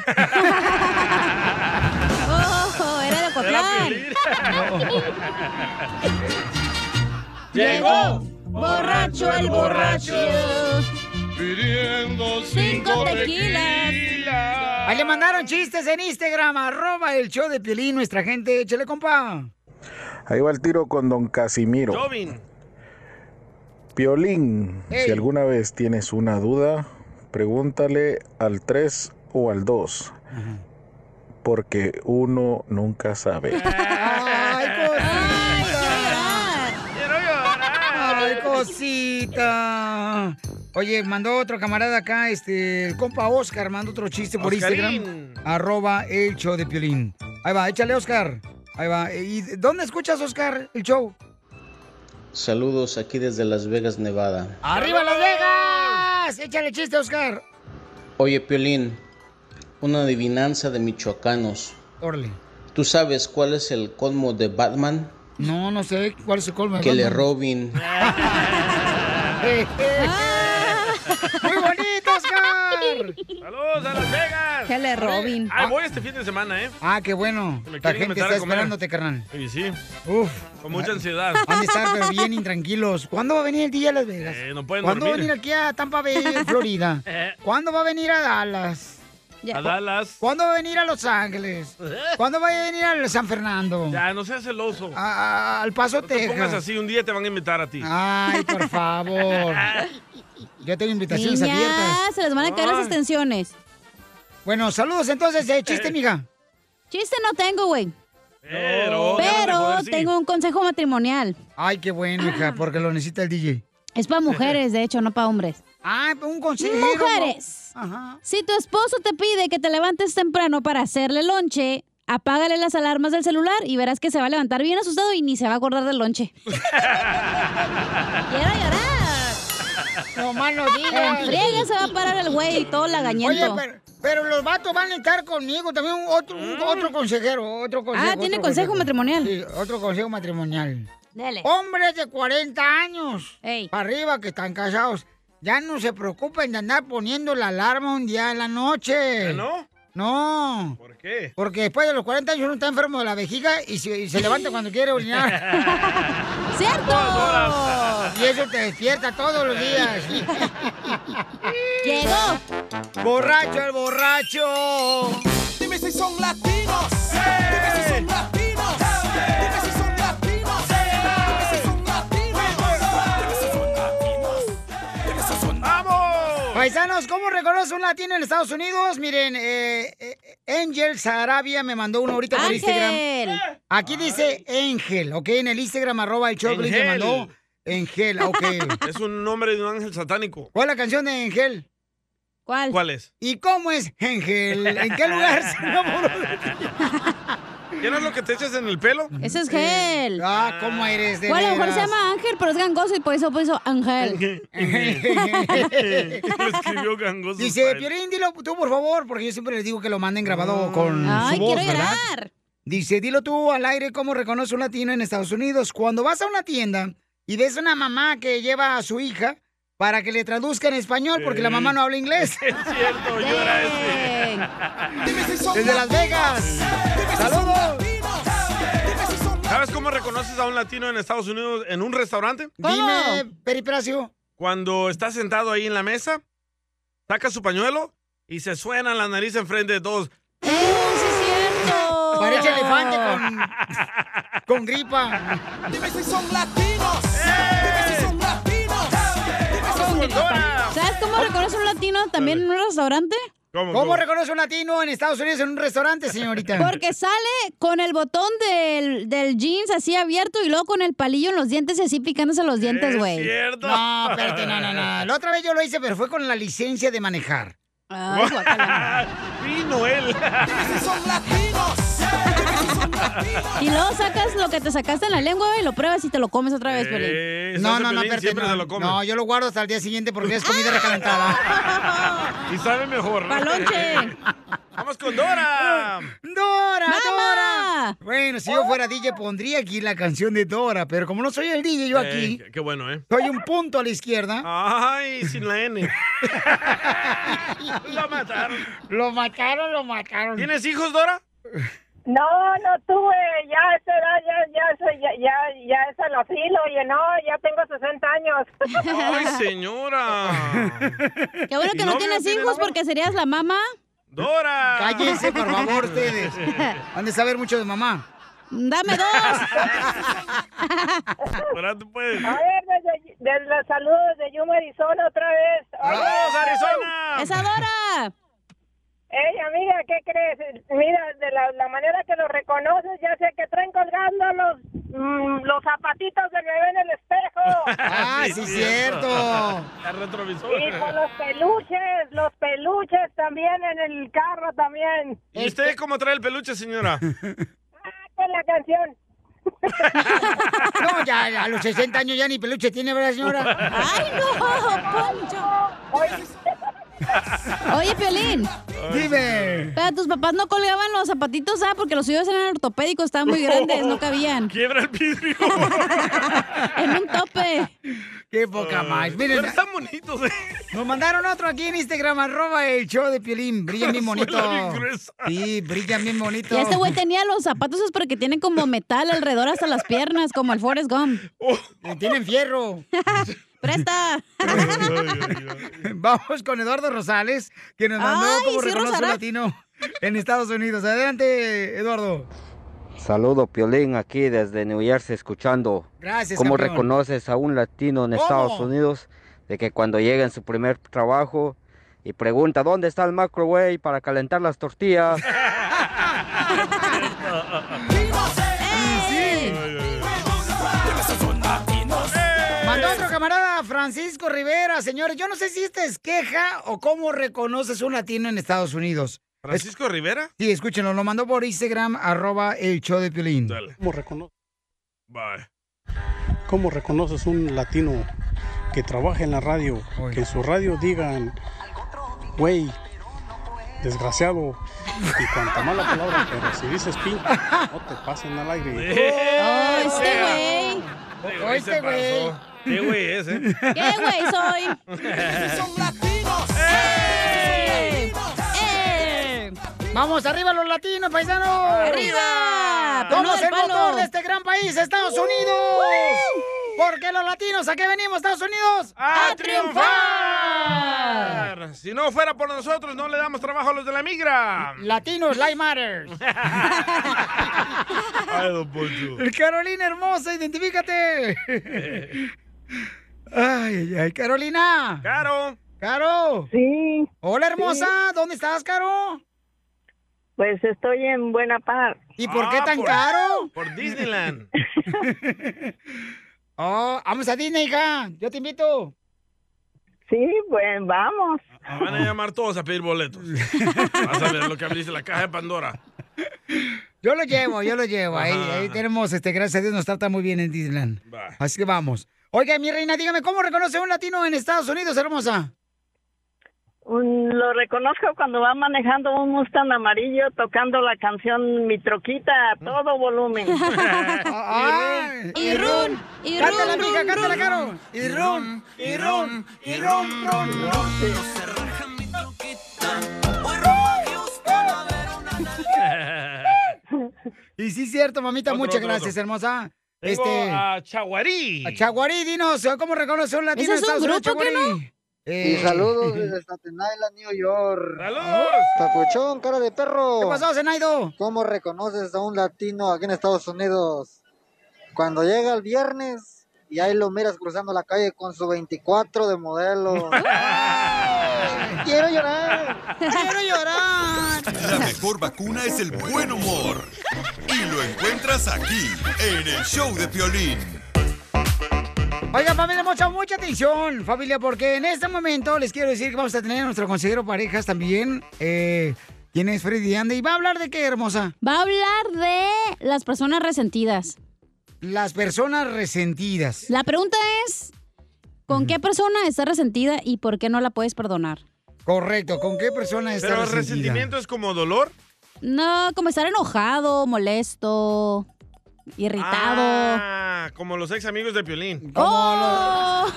[SPEAKER 11] ¡Oh, era de Ocotlán.
[SPEAKER 10] Llegó borracho el borracho.
[SPEAKER 2] Pidiendo
[SPEAKER 10] cinco tequilas.
[SPEAKER 2] Ahí le mandaron chistes en Instagram, arroba el show de Piolín, nuestra gente, échale compa.
[SPEAKER 20] Ahí va el tiro con don Casimiro.
[SPEAKER 3] Jovin.
[SPEAKER 20] Piolín,
[SPEAKER 2] Ey.
[SPEAKER 20] si alguna vez tienes una duda, pregúntale al 3 o al 2. Porque uno nunca sabe.
[SPEAKER 2] Ay, cosita. Oye, mandó otro camarada acá, este, el compa Oscar, mandó otro chiste por
[SPEAKER 10] Oscarín.
[SPEAKER 2] Instagram. Arroba el show de Piolín. Ahí va, échale Oscar. Ahí va. ¿Y dónde escuchas, Oscar, el show?
[SPEAKER 21] Saludos aquí desde Las Vegas, Nevada.
[SPEAKER 2] ¡Arriba Las Vegas! Échale chiste, Oscar.
[SPEAKER 21] Oye, Piolín, una adivinanza de michoacanos.
[SPEAKER 2] Orle.
[SPEAKER 21] ¿Tú sabes cuál es el colmo de Batman?
[SPEAKER 2] No, no sé cuál es el colmo. de
[SPEAKER 21] Que le
[SPEAKER 2] Batman?
[SPEAKER 21] robin.
[SPEAKER 2] ¡Muy bonito, Oscar!
[SPEAKER 3] ¡Saludos a Las Vegas!
[SPEAKER 2] Que le robin.
[SPEAKER 3] Ay, voy este fin de semana, ¿eh?
[SPEAKER 2] Ah, qué bueno.
[SPEAKER 3] Me
[SPEAKER 2] La
[SPEAKER 3] quieren
[SPEAKER 2] gente
[SPEAKER 3] invitar a
[SPEAKER 2] está
[SPEAKER 3] comer.
[SPEAKER 2] esperándote, carnal.
[SPEAKER 3] Y sí,
[SPEAKER 2] Uf.
[SPEAKER 3] con mucha ansiedad.
[SPEAKER 2] Van a estar pero bien intranquilos. ¿Cuándo va a venir el día de Las Vegas?
[SPEAKER 3] Eh, no pueden
[SPEAKER 2] ¿Cuándo va a
[SPEAKER 3] dormir.
[SPEAKER 2] venir aquí a Tampa Bay, Florida?
[SPEAKER 3] Eh.
[SPEAKER 2] ¿Cuándo va a venir a Dallas?
[SPEAKER 3] Ya. A Dallas.
[SPEAKER 2] ¿Cuándo va a venir a Los Ángeles? ¿Cuándo va a venir a San Fernando?
[SPEAKER 3] Ya, no seas celoso.
[SPEAKER 2] A- a- al Paso,
[SPEAKER 3] No te pongas
[SPEAKER 2] Texas.
[SPEAKER 3] así, un día te van a invitar a ti.
[SPEAKER 2] Ay, por favor. Ya tengo invitaciones
[SPEAKER 11] Niña,
[SPEAKER 2] abiertas.
[SPEAKER 11] se les van a caer las extensiones.
[SPEAKER 2] Bueno, saludos entonces. eh, chiste, mija.
[SPEAKER 11] Chiste no tengo, güey.
[SPEAKER 3] Pero,
[SPEAKER 11] Oh, Pero tengo un consejo matrimonial.
[SPEAKER 2] Ay, qué bueno, hija, porque lo necesita el DJ.
[SPEAKER 11] Es para mujeres, de hecho, no para hombres.
[SPEAKER 2] Ah, un consejo.
[SPEAKER 11] Mujeres, si tu esposo te pide que te levantes temprano para hacerle lonche, apágale las alarmas del celular y verás que se va a levantar bien asustado y ni se va a acordar del lonche.
[SPEAKER 10] Quiero
[SPEAKER 11] llorar.
[SPEAKER 2] No más no digas.
[SPEAKER 11] En friega se va a parar el güey y todo
[SPEAKER 2] Oye,
[SPEAKER 11] lagañento.
[SPEAKER 2] pero, pero los vatos van a estar conmigo, también un otro, un otro consejero, otro consejo.
[SPEAKER 11] Ah, tiene
[SPEAKER 2] otro
[SPEAKER 11] consejo matrimonial.
[SPEAKER 2] Sí, otro consejo matrimonial.
[SPEAKER 11] Dele.
[SPEAKER 2] Hombres de 40 años, para arriba que están casados, ya no se preocupen de andar poniendo la alarma un día en la noche.
[SPEAKER 3] no?
[SPEAKER 2] No. ¿Por
[SPEAKER 3] qué?
[SPEAKER 2] Porque después de los 40 años uno está enfermo de la vejiga y se, y se levanta cuando quiere orinar.
[SPEAKER 10] ¡Cierto!
[SPEAKER 2] Y eso te despierta todos los días.
[SPEAKER 10] Llegó.
[SPEAKER 2] Borracho el borracho.
[SPEAKER 10] Dime si son latinos. Dime si son latinos. Dime si son latinos. Dime si son latinos. Dime si son
[SPEAKER 3] ¡Vamos!
[SPEAKER 2] Paisanos, ¿cómo reconoce un latino en Estados Unidos? Miren, eh, eh, Angel Sarabia me mandó uno ahorita por
[SPEAKER 11] Ángel.
[SPEAKER 2] Instagram. Aquí dice Ángel, ¿ok? En el Instagram arroba el show que le
[SPEAKER 3] Ángel.
[SPEAKER 2] mandó Ángel, ok.
[SPEAKER 3] Es un nombre de un ángel satánico.
[SPEAKER 2] ¿Cuál es la canción de Ángel?
[SPEAKER 11] ¿Cuál?
[SPEAKER 3] ¿Cuál es?
[SPEAKER 2] ¿Y cómo es Ángel? ¿En qué lugar se enamoró?
[SPEAKER 3] ¿Qué no es lo que te echas en el pelo?
[SPEAKER 11] Ese es gel.
[SPEAKER 2] Ah, ¿cómo eres? de
[SPEAKER 11] O a lo mejor se
[SPEAKER 2] veras?
[SPEAKER 11] llama Ángel, pero es gangoso y por eso puso Ángel.
[SPEAKER 3] Lo escribió
[SPEAKER 10] Pues,
[SPEAKER 3] gangoso.
[SPEAKER 2] Dice, Piolín, dilo tú, por favor, porque yo siempre les digo que lo manden grabado con
[SPEAKER 11] Ay,
[SPEAKER 2] su voz,
[SPEAKER 11] quiero
[SPEAKER 2] ¿verdad? Dice, dilo tú al aire cómo reconoce un latino en Estados Unidos. Cuando vas a una tienda y ves una mamá que lleva a su hija para que le traduzca en español porque la mamá no habla inglés.
[SPEAKER 10] cierto, yo era ese. Dime si son
[SPEAKER 2] Desde Las Vegas. Saludos.
[SPEAKER 3] ¿Sabes cómo reconoces a un latino en Estados Unidos en un restaurante?
[SPEAKER 2] Dime, Peripracio.
[SPEAKER 3] Cuando está sentado ahí en la mesa, saca su pañuelo y se suena la nariz enfrente de todos.
[SPEAKER 2] Oh. Parece elefante con, con gripa.
[SPEAKER 10] Dime si son latinos. Dime si son latinos. Dime si son latinos.
[SPEAKER 11] ¿Sabes cómo reconoce un latino también en un restaurante?
[SPEAKER 2] ¿Cómo, reconoce un latino en Estados Unidos en un restaurante, señorita?
[SPEAKER 11] Porque sale con el botón del, del jeans así abierto y luego con el palillo en los dientes y así picándose los dientes, güey.
[SPEAKER 2] cierto. No, espérate, no, no, no. La otra vez yo lo hice, pero fue con la licencia de manejar.
[SPEAKER 11] Ay,
[SPEAKER 3] Vino él.
[SPEAKER 11] Y luego sacas lo que te sacaste en la lengua güey, y lo pruebas y te lo comes otra vez, Piolín.
[SPEAKER 3] Eh,
[SPEAKER 2] no, no, no, espérate, no, no, yo lo guardo hasta el día siguiente porque es comida recalentada.
[SPEAKER 3] Y sabe mejor.
[SPEAKER 2] Palonche.
[SPEAKER 3] Vamos con Dora.
[SPEAKER 2] ¡Dora, Dora! Bueno, si yo fuera DJ pondría aquí la canción de Dora, pero como no soy el DJ yo
[SPEAKER 3] Eh,
[SPEAKER 2] aquí,
[SPEAKER 3] qué- qué bueno, ¿eh?
[SPEAKER 2] soy un punto a la izquierda.
[SPEAKER 3] Ay, sin la N.
[SPEAKER 2] lo mataron. Lo mataron, lo mataron.
[SPEAKER 3] ¿Tienes hijos, Dora?
[SPEAKER 1] No, no tuve, ya a esa edad, ya, ya, soy- ya, ya, ya es al asilo, oye, no, ya tengo 60 años.
[SPEAKER 3] Ay, señora.
[SPEAKER 11] Qué bueno que no, tienes hijos porque serías la mamá.
[SPEAKER 3] Dora.
[SPEAKER 2] Cállense, por favor, ustedes. Han de saber mucho de mamá.
[SPEAKER 11] Dame dos.
[SPEAKER 3] Dora, tú
[SPEAKER 2] pues.
[SPEAKER 3] puedes.
[SPEAKER 1] A ver, desde, desde los saludos de Yuma, Arizona, otra vez.
[SPEAKER 3] ¡Saludos, Arizona!
[SPEAKER 1] ¡Esa Dora! Ey, amiga, ¿qué crees? Mira, de la, la manera que los reconoces, ya sé que traen colgando los, mm, los zapatitos del bebé en el espejo.
[SPEAKER 2] Ah, sí, cierto.
[SPEAKER 3] El retrovisor.
[SPEAKER 1] Y con los peluches, los peluches también en el carro también.
[SPEAKER 3] ¿Y usted cómo trae el peluche, señora?
[SPEAKER 1] Con la canción.
[SPEAKER 2] No, ya a los 60 años ya ni peluche tiene, ¿verdad, señora?
[SPEAKER 11] ¡Ay, no, Poncho! Oye, Piolín.
[SPEAKER 2] Dime.
[SPEAKER 11] Pero tus papás no colgaban los zapatitos, ¿ah? Porque los suyos eran ortopédicos, estaban muy grandes, no cabían.
[SPEAKER 3] Quiebra el vidrio.
[SPEAKER 11] en un tope.
[SPEAKER 2] Qué poca más. Miren,
[SPEAKER 11] pero eh.
[SPEAKER 2] están
[SPEAKER 3] bonitos,
[SPEAKER 2] Nos mandaron otro aquí en Instagram, arroba el show de Piolín. Brilla bien bonito.
[SPEAKER 11] Suena bien
[SPEAKER 2] Sí, brilla bien
[SPEAKER 11] Y
[SPEAKER 2] bonito.
[SPEAKER 11] este güey tenía los zapatos es porque tienen como metal alrededor hasta las piernas, como el Forrest Gump.
[SPEAKER 2] Oh. Tienen fierro.
[SPEAKER 11] ¡Presta!
[SPEAKER 2] Vamos con Eduardo Rosales, que nos mandó
[SPEAKER 11] Ay,
[SPEAKER 2] como
[SPEAKER 11] sí,
[SPEAKER 2] reconoce un
[SPEAKER 11] Rosará.
[SPEAKER 2] latino en Estados Unidos. Adelante, Eduardo.
[SPEAKER 4] Saludo Piolín aquí desde New Jersey escuchando.
[SPEAKER 2] Gracias,
[SPEAKER 4] ¿Cómo
[SPEAKER 2] campeón.
[SPEAKER 4] reconoces a un latino en
[SPEAKER 2] ¿Cómo?
[SPEAKER 4] Estados Unidos de que cuando llega en su primer trabajo y pregunta dónde está el microwave para calentar las tortillas?
[SPEAKER 11] ¡Eh!
[SPEAKER 2] Mandó otro camarada, Francisco Rivera. Señores, yo no sé si esta es queja o cómo reconoces un latino en Estados Unidos.
[SPEAKER 3] ¿Francisco Rivera?
[SPEAKER 2] Sí, escúchenlo, lo mandó por Instagram, arroba el show de Piolín.
[SPEAKER 22] ¿Cómo, recono- cómo reconoces un latino que trabaja en la radio? Que en su radio digan, güey, desgraciado. Y cuanta mala palabra, pero si dices pin, no te pasen al aire.
[SPEAKER 11] ¡Oh, este güey! Oh,
[SPEAKER 1] güey Oíste, se
[SPEAKER 11] este
[SPEAKER 1] güey. pasó.
[SPEAKER 3] ¿Qué güey es, eh?
[SPEAKER 11] ¿Qué güey soy?
[SPEAKER 1] ¡Eh!
[SPEAKER 11] ¡Eh!
[SPEAKER 2] Vamos, arriba los latinos, paisanos.
[SPEAKER 11] ¡Arriba! Palo
[SPEAKER 2] Somos
[SPEAKER 11] del
[SPEAKER 2] el
[SPEAKER 11] palo.
[SPEAKER 2] motor de este gran país, Estados Unidos. Porque los latinos, ¿a qué venimos, Estados Unidos?
[SPEAKER 3] ¡A triunfar! Si no fuera por nosotros, no le damos trabajo a los de la migra.
[SPEAKER 2] Latinos, life matters.
[SPEAKER 3] Ay, don Poncho.
[SPEAKER 2] Carolina hermosa, identifícate. Ay, ay, ay, Carolina.
[SPEAKER 3] Caro.
[SPEAKER 2] Caro.
[SPEAKER 1] Sí.
[SPEAKER 2] Hola, hermosa. ¿Dónde estás, Caro?
[SPEAKER 1] Pues estoy en Buena Par.
[SPEAKER 2] ¿Y por
[SPEAKER 1] Ah,
[SPEAKER 2] qué
[SPEAKER 1] pues.
[SPEAKER 2] tan caro?
[SPEAKER 3] Por Disneyland.
[SPEAKER 2] Oh, vamos a Disney, hija. Yo te invito.
[SPEAKER 1] Sí, pues vamos.
[SPEAKER 3] Ah, Van a llamar todos a pedir boletos. Vas a ver lo que abriste la caja de Pandora.
[SPEAKER 2] Yo lo llevo, yo lo llevo. Ahí, ahí tenemos, este, gracias a Dios, nos trata muy bien en Disneyland. Así que vamos. Oiga, mi reina, dígame, ¿cómo reconoce un latino en Estados Unidos, hermosa?
[SPEAKER 1] Un- lo reconozco cuando va manejando un Mustang amarillo tocando la canción Mi Troquita a todo volumen.
[SPEAKER 11] Ah. Y run, y run,
[SPEAKER 2] Cántala,
[SPEAKER 11] run,
[SPEAKER 2] mija, cántala,
[SPEAKER 11] run.
[SPEAKER 2] Caro. Y ron, y ron, y ron, ron, Y sí, cierto, mamita,
[SPEAKER 3] Otro,
[SPEAKER 2] muchas
[SPEAKER 3] otro,
[SPEAKER 2] gracias,
[SPEAKER 3] otro.
[SPEAKER 2] hermosa. Este,
[SPEAKER 3] Tengo a Chaguarí.
[SPEAKER 2] a Chaguarí, dinos, ¿cómo reconoce un
[SPEAKER 10] ¿Ese
[SPEAKER 2] latino
[SPEAKER 10] es
[SPEAKER 2] en Estados
[SPEAKER 10] un
[SPEAKER 2] Unidos,
[SPEAKER 10] grupo que
[SPEAKER 2] Chaguarí? eh,
[SPEAKER 10] Y saludos desde
[SPEAKER 2] Staten Island, New York.
[SPEAKER 3] ¡Saludos!
[SPEAKER 10] Papuchón, cara de perro.
[SPEAKER 2] ¿Qué pasó, Zenaido?
[SPEAKER 10] ¿Cómo reconoces a un latino aquí en Estados Unidos? Cuando llega el viernes y ahí lo miras cruzando la calle con su 24 de modelo. quiero llorar.
[SPEAKER 2] Quiero llorar.
[SPEAKER 6] La mejor vacuna es el buen humor. Y lo encuentras aquí, en el show de Piolín.
[SPEAKER 2] Oiga, familia, mucha, mucha atención, familia, porque en este momento les quiero decir que vamos a tener a nuestro consejero parejas también, eh, quien es Freddy Ande, y va a hablar de qué, hermosa.
[SPEAKER 11] Va a hablar de las personas resentidas.
[SPEAKER 2] Las personas resentidas.
[SPEAKER 11] La pregunta es, ¿con qué persona estás resentida y por qué no la puedes perdonar?
[SPEAKER 2] Correcto, ¿con qué persona está
[SPEAKER 3] Pero el
[SPEAKER 2] resentida?
[SPEAKER 3] resentimiento es como dolor.
[SPEAKER 11] No, como estar enojado, molesto, irritado. ¡Oh!
[SPEAKER 3] Ah, como los ex amigos de Piolín.
[SPEAKER 2] Como, lo-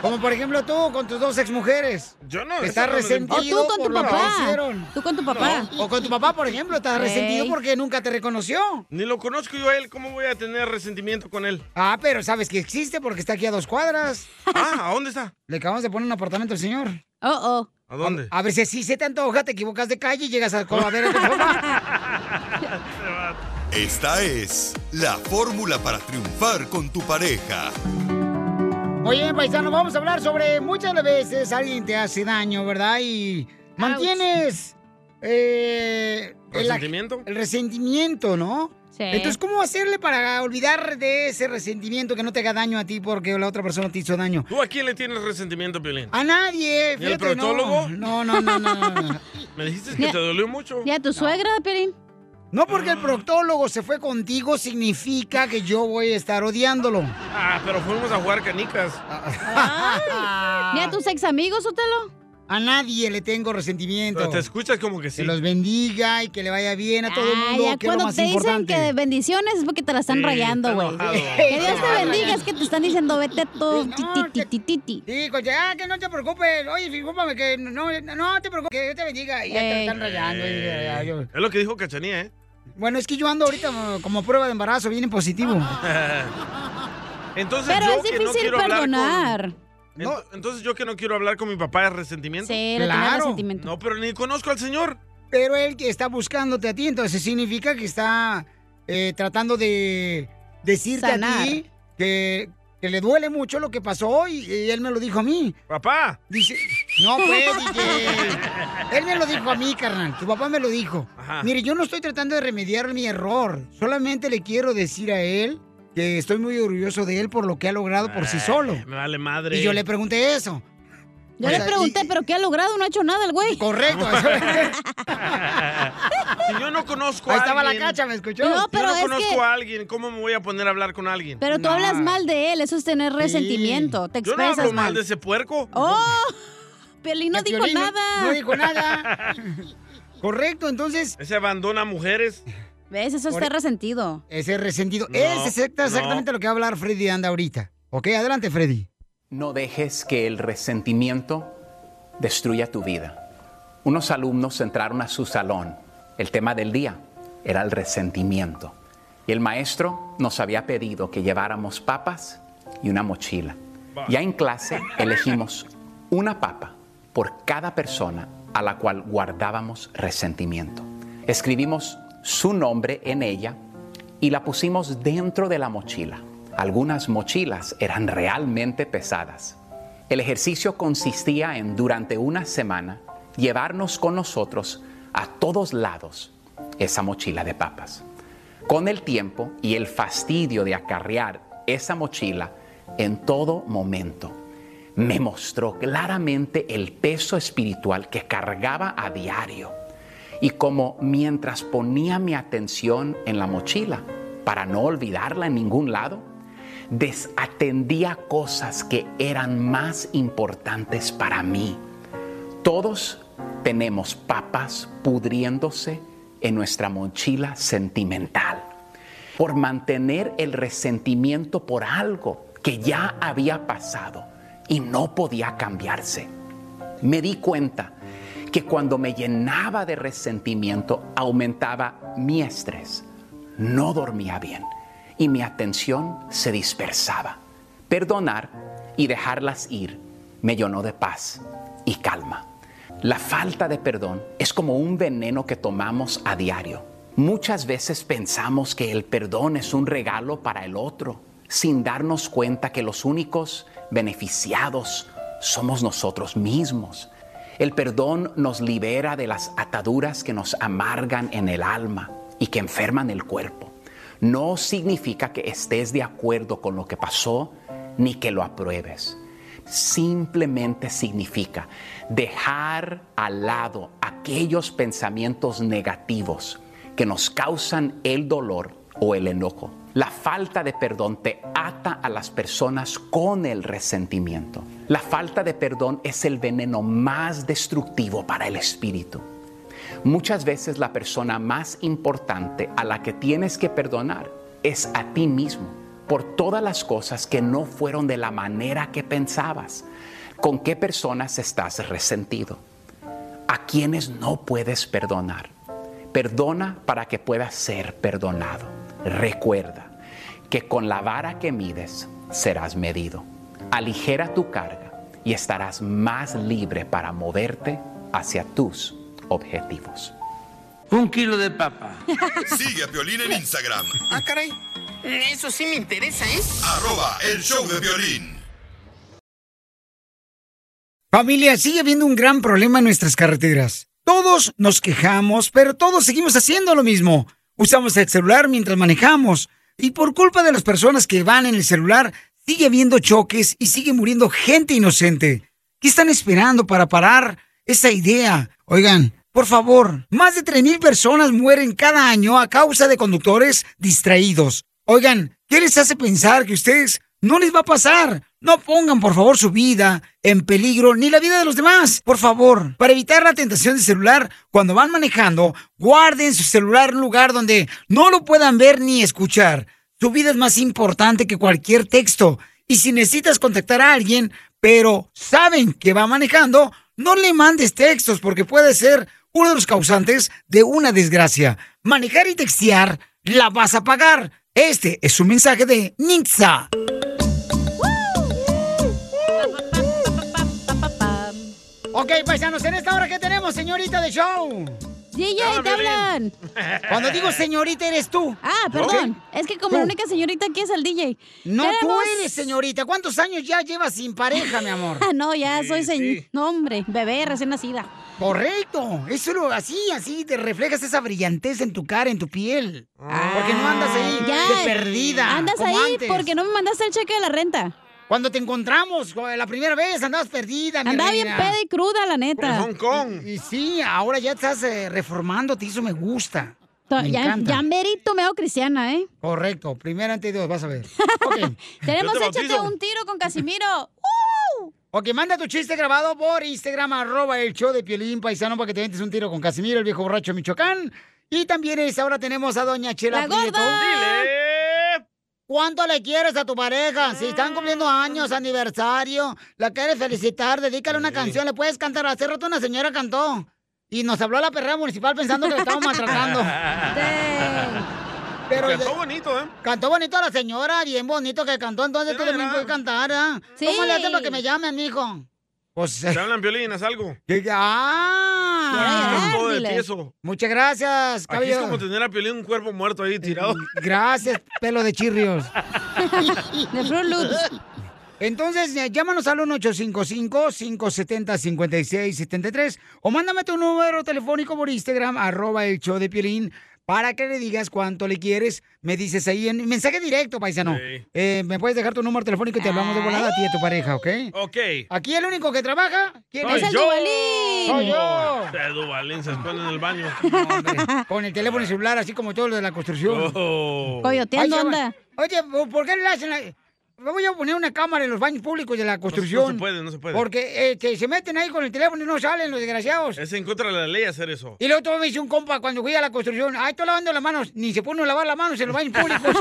[SPEAKER 2] como por ejemplo tú con tus dos exmujeres.
[SPEAKER 3] Yo no, eso
[SPEAKER 2] Estás
[SPEAKER 3] no lo-
[SPEAKER 2] resentido
[SPEAKER 3] O tú con
[SPEAKER 2] por
[SPEAKER 3] tu
[SPEAKER 2] lo que
[SPEAKER 3] papá.
[SPEAKER 2] hicieron.
[SPEAKER 11] Tú con tu papá.
[SPEAKER 2] O con tu papá, por ejemplo, estás
[SPEAKER 3] Ey.
[SPEAKER 2] resentido porque nunca te reconoció.
[SPEAKER 3] Ni lo conozco yo a él, ¿cómo voy a tener resentimiento con él?
[SPEAKER 2] Ah, pero sabes que existe porque está aquí a dos cuadras.
[SPEAKER 3] Ah, ¿a dónde está?
[SPEAKER 2] Le acabamos de poner un apartamento al señor.
[SPEAKER 11] Oh, oh.
[SPEAKER 3] ¿A dónde?
[SPEAKER 2] A ver si así se te antoja, te equivocas de calle y llegas a coladera de tu papá.
[SPEAKER 6] Esta es la fórmula para triunfar con tu pareja.
[SPEAKER 2] Oye, paisano, vamos a hablar sobre muchas de las veces alguien te hace daño, ¿verdad? Y mantienes eh, el ag-
[SPEAKER 3] ¿Resentimiento?
[SPEAKER 2] El, resentimiento, ¿no?
[SPEAKER 11] Sí.
[SPEAKER 2] Entonces, ¿cómo hacerle para olvidar de ese resentimiento que no te haga daño a ti porque la otra persona te hizo daño?
[SPEAKER 3] ¿Tú a quién le tienes resentimiento, Piolín?
[SPEAKER 2] A nadie,
[SPEAKER 3] ¿Ni al
[SPEAKER 2] Ah, fíjate, no.
[SPEAKER 3] proctólogo?
[SPEAKER 2] No, no, no, no, no, no.
[SPEAKER 3] Me dijiste que te dolió mucho.
[SPEAKER 11] ¿Y a tu suegra, Piolín?
[SPEAKER 2] No, porque el proctólogo se fue contigo significa que yo voy a estar odiándolo.
[SPEAKER 3] Ah, pero fuimos a jugar canicas.
[SPEAKER 2] Ah,
[SPEAKER 11] ¿Ni a tus ex amigos, Otelo?
[SPEAKER 2] A nadie le tengo resentimiento.
[SPEAKER 3] Pero te escuchas como que sí.
[SPEAKER 2] Que los bendiga y que le vaya bien a todo el
[SPEAKER 11] Ah,
[SPEAKER 2] mundo,
[SPEAKER 11] ya
[SPEAKER 2] que es lo
[SPEAKER 11] cuando
[SPEAKER 2] más
[SPEAKER 11] te dicen
[SPEAKER 2] importante.
[SPEAKER 11] que bendiciones es porque te la están
[SPEAKER 2] Sí,
[SPEAKER 11] rayando,
[SPEAKER 2] está
[SPEAKER 11] güey.
[SPEAKER 2] enojado.
[SPEAKER 11] Que Dios te bendiga, es que te están diciendo vete tú, tititititi.
[SPEAKER 2] Sí, con que, ah, que no te preocupes. Oye, discúlpame, que no, no, no te preocupes, que Dios te bendiga. Y ya te lo están rayando. y Ah, ya, ya, yo-
[SPEAKER 3] Es lo que dijo Cachanía, ¿eh?
[SPEAKER 2] Bueno, es que yo ando ahorita como prueba de embarazo, viene positivo.
[SPEAKER 3] Entonces
[SPEAKER 2] Pero
[SPEAKER 3] yo
[SPEAKER 2] es
[SPEAKER 3] que no
[SPEAKER 2] difícil
[SPEAKER 3] quiero hablar con-
[SPEAKER 2] perdonar.
[SPEAKER 3] Ento- Entonces yo que no quiero hablar con mi papá es resentimiento.
[SPEAKER 11] Sí, le tengo Claro. resentimiento.
[SPEAKER 3] No, pero ni conozco al señor.
[SPEAKER 2] Pero él que está buscándote a ti, entonces significa que está eh, tratando de decirte a
[SPEAKER 11] Sanar.
[SPEAKER 2] ti que, que le duele mucho lo que pasó y, y él me lo dijo a mí.
[SPEAKER 3] Papá.
[SPEAKER 2] Dice, no fue, DJ. Él me lo dijo a mí, carnal. Tu papá me lo dijo.
[SPEAKER 10] Ajá.
[SPEAKER 2] Mire, yo no estoy tratando de remediar mi error. Solamente le quiero decir a él que estoy muy orgulloso de él por lo que ha logrado por sí solo.
[SPEAKER 3] Eh, me vale madre.
[SPEAKER 2] Y yo le pregunté eso.
[SPEAKER 11] Yo
[SPEAKER 2] O
[SPEAKER 11] le
[SPEAKER 2] sea,
[SPEAKER 11] pregunté, ¿pero qué ha logrado? No ha hecho nada el güey.
[SPEAKER 2] Correcto.
[SPEAKER 3] Si yo no conozco
[SPEAKER 2] Ahí
[SPEAKER 3] a
[SPEAKER 2] estaba la
[SPEAKER 3] alguien-
[SPEAKER 2] cacha, ¿me escuchó?
[SPEAKER 11] No,
[SPEAKER 3] Yo
[SPEAKER 11] pero
[SPEAKER 3] no
[SPEAKER 11] es
[SPEAKER 3] conozco
[SPEAKER 11] que-
[SPEAKER 3] a alguien, ¿cómo me voy a poner a hablar con alguien?
[SPEAKER 11] Pero tú hablas mal de él, eso es tener resentimiento. Te
[SPEAKER 3] Yo no
[SPEAKER 11] expresas
[SPEAKER 3] hablo mal
[SPEAKER 11] mal.
[SPEAKER 3] de ese puerco.
[SPEAKER 11] ¡Oh! Piolín no dijo
[SPEAKER 2] Piolín no-
[SPEAKER 11] nada.
[SPEAKER 2] no dijo nada. Correcto, entonces.
[SPEAKER 3] Ese abandona mujeres.
[SPEAKER 11] ¿Ves? Eso está
[SPEAKER 2] Por-
[SPEAKER 11] resentido.
[SPEAKER 2] Ese resentido.
[SPEAKER 11] No,
[SPEAKER 2] Ese es exacta-
[SPEAKER 11] no.
[SPEAKER 2] exactamente lo que va a hablar Freddy Anda ahorita. Ok, adelante, Freddy.
[SPEAKER 5] No dejes que el resentimiento destruya tu vida. Unos alumnos entraron a su salón. El tema del día era el resentimiento. Y el maestro nos había pedido que lleváramos papas y una mochila. Ya en clase elegimos una papa por cada persona a la cual guardábamos resentimiento. Escribimos su nombre en ella y la pusimos dentro de la mochila. Algunas mochilas eran realmente pesadas. El ejercicio consistía en, durante una semana, llevarnos con nosotros a todos lados esa mochila de papas. Con el tiempo y el fastidio de acarrear esa mochila en todo momento, me mostró claramente el peso espiritual que cargaba a diario y como mientras ponía mi atención en la mochila para no olvidarla en ningún lado, desatendía cosas que eran más importantes para mí. Todos tenemos papas pudriéndose en nuestra mochila sentimental por mantener el resentimiento por algo que ya había pasado y no podía cambiarse. Me di cuenta que cuando me llenaba de resentimiento aumentaba mi estrés, no dormía bien y mi atención se dispersaba. Perdonar y dejarlas ir me llenó de paz y calma. La falta de perdón es como un veneno que tomamos a diario. Muchas veces pensamos que el perdón es un regalo para el otro, sin darnos cuenta que los únicos beneficiados somos nosotros mismos. El perdón nos libera de las ataduras que nos amargan en el alma y que enferman el cuerpo. No significa que estés de acuerdo con lo que pasó ni que lo apruebes. Simplemente significa dejar al lado aquellos pensamientos negativos que nos causan el dolor o el enojo. La falta de perdón te ata a las personas con el resentimiento. La falta de perdón es el veneno más destructivo para el espíritu. Muchas veces la persona más importante a la que tienes que perdonar es a ti mismo por todas las cosas que no fueron de la manera que pensabas. ¿Con qué personas estás resentido? ¿A quienes no puedes perdonar? Perdona para que puedas ser perdonado. Recuerda que con la vara que mides serás medido. Aligera tu carga y estarás más libre para moverte hacia tus objetivos.
[SPEAKER 8] Un kilo de papa.
[SPEAKER 6] Sigue a Piolín en Instagram.
[SPEAKER 8] Ah, caray. Mm, Eso sí me interesa, ¿eh?
[SPEAKER 6] Arroba el show de violín.
[SPEAKER 2] Familia, sigue habiendo un gran problema en nuestras carreteras. Todos nos quejamos, pero todos seguimos haciendo lo mismo. Usamos el celular mientras manejamos. Y por culpa de las personas que van en el celular, sigue habiendo choques y sigue muriendo gente inocente. ¿Qué están esperando para parar esa idea? Oigan, por favor, más de 3.000 personas mueren cada año a causa de conductores distraídos. Oigan, ¿qué les hace pensar que a ustedes no les va a pasar? No pongan, por favor, su vida en peligro ni la vida de los demás. Por favor, para evitar la tentación de celular, cuando van manejando, guarden su celular en un lugar donde no lo puedan ver ni escuchar. Tu vida es más importante que cualquier texto. Y si necesitas contactar a alguien, pero saben que va manejando, no le mandes textos porque puede ser uno de los causantes de una desgracia. Manejar y textear la vas a pagar. Este es un mensaje de Nitza. Ok, paisanos, en esta hora que tenemos, señorita de show.
[SPEAKER 11] DJ, te hablan.
[SPEAKER 2] Cuando digo señorita, eres tú.
[SPEAKER 11] Ah, perdón. Es que como la única señorita aquí es el DJ.
[SPEAKER 2] No, tú
[SPEAKER 11] Queremos-
[SPEAKER 2] eres señorita. ¿Cuántos años ya llevas sin pareja, mi amor?
[SPEAKER 11] Ah, no, ya soy señor. No, hombre, bebé recién nacida.
[SPEAKER 2] Correcto. Eso lo así, así te reflejas esa brillantez en tu cara, en tu piel. Porque no andas ahí de perdida.
[SPEAKER 11] Ah. Andas
[SPEAKER 2] como
[SPEAKER 11] ahí
[SPEAKER 2] antes.
[SPEAKER 11] porque no me mandaste el cheque de la renta.
[SPEAKER 2] Cuando te encontramos jo, la primera vez andabas perdida, mi
[SPEAKER 11] Andaba bien
[SPEAKER 2] reina.
[SPEAKER 11] peda y cruda, la neta.
[SPEAKER 2] Por Hong Y, y sí, ahora ya estás eh, reformando, te hizo me gusta.
[SPEAKER 11] To-
[SPEAKER 2] Me
[SPEAKER 11] ya,
[SPEAKER 2] encanta.
[SPEAKER 11] ya merito me hago cristiana, ¿eh?
[SPEAKER 2] Correcto, primero ante Dios, vas a ver.
[SPEAKER 11] Tenemos
[SPEAKER 2] Yo te
[SPEAKER 11] échate
[SPEAKER 2] bautizo.
[SPEAKER 11] un tiro con Casimiro.
[SPEAKER 2] Ok, manda tu chiste grabado por Instagram, arroba el show de Piolín Paisano, para que te ventes un tiro con Casimiro, el viejo borracho de Michoacán. Y también es, ahora tenemos a doña Chela
[SPEAKER 10] ¡La
[SPEAKER 2] Prieto.
[SPEAKER 10] gorda! Dile.
[SPEAKER 2] ¿Cuánto le quieres a tu pareja? Si están cumpliendo
[SPEAKER 10] Ah.
[SPEAKER 2] años, aniversario, la quieres felicitar, dedícale una canción, le puedes cantar. Hace rato una señora cantó y nos habló la perrera municipal pensando que la estábamos maltratando. Pero
[SPEAKER 3] Cantó
[SPEAKER 2] ya-
[SPEAKER 3] bonito, ¿eh?
[SPEAKER 2] Cantó bonito la señora, bien bonito que cantó, entonces tú también puedes cantar, ¿ah? ¿Cómo le hacen para que me llamen, hijo? Pues,
[SPEAKER 3] Te hablan violín, haz algo.
[SPEAKER 2] ¡Ah!
[SPEAKER 3] Estás todo de tieso.
[SPEAKER 2] Muchas gracias,
[SPEAKER 3] Aquí es como
[SPEAKER 2] cabello.
[SPEAKER 3] tener a Piolín un cuerpo muerto ahí tirado.
[SPEAKER 2] Gracias, pelo de chirrios.
[SPEAKER 11] De Fruit Loops.
[SPEAKER 2] Entonces, eh, llámanos al 1-855-570-5673 o mándame tu número telefónico por Instagram, arroba el show de Piolín, para que le digas cuánto le quieres. Me dices ahí en mensaje directo, paisano.
[SPEAKER 3] Sí.
[SPEAKER 2] Eh, me puedes dejar tu número telefónico y te hablamos de volada a ti y a tu pareja, ¿ok?
[SPEAKER 3] Ok.
[SPEAKER 2] Aquí el único que trabaja ¿quién
[SPEAKER 3] Soy yo.
[SPEAKER 2] Soy yo.
[SPEAKER 3] El Duvalín se esconde en el baño.
[SPEAKER 2] Con el teléfono y celular, así como todo lo de la construcción.
[SPEAKER 3] Oh.
[SPEAKER 11] Coyoteando
[SPEAKER 2] Ay, chaval.
[SPEAKER 11] anda.
[SPEAKER 2] Oye, ¿por- ¿por qué le hacen la... Me voy a poner una cámara en los baños públicos de la construcción.
[SPEAKER 3] se puede, no se puede.
[SPEAKER 2] Porque este, se meten ahí con el teléfono y no salen los desgraciados.
[SPEAKER 3] Es en contra de la ley hacer eso.
[SPEAKER 2] Y luego todo me dice un compa cuando fui a la construcción, ay, estoy lavando las manos, ni se pone a lavar las manos en los baños públicos.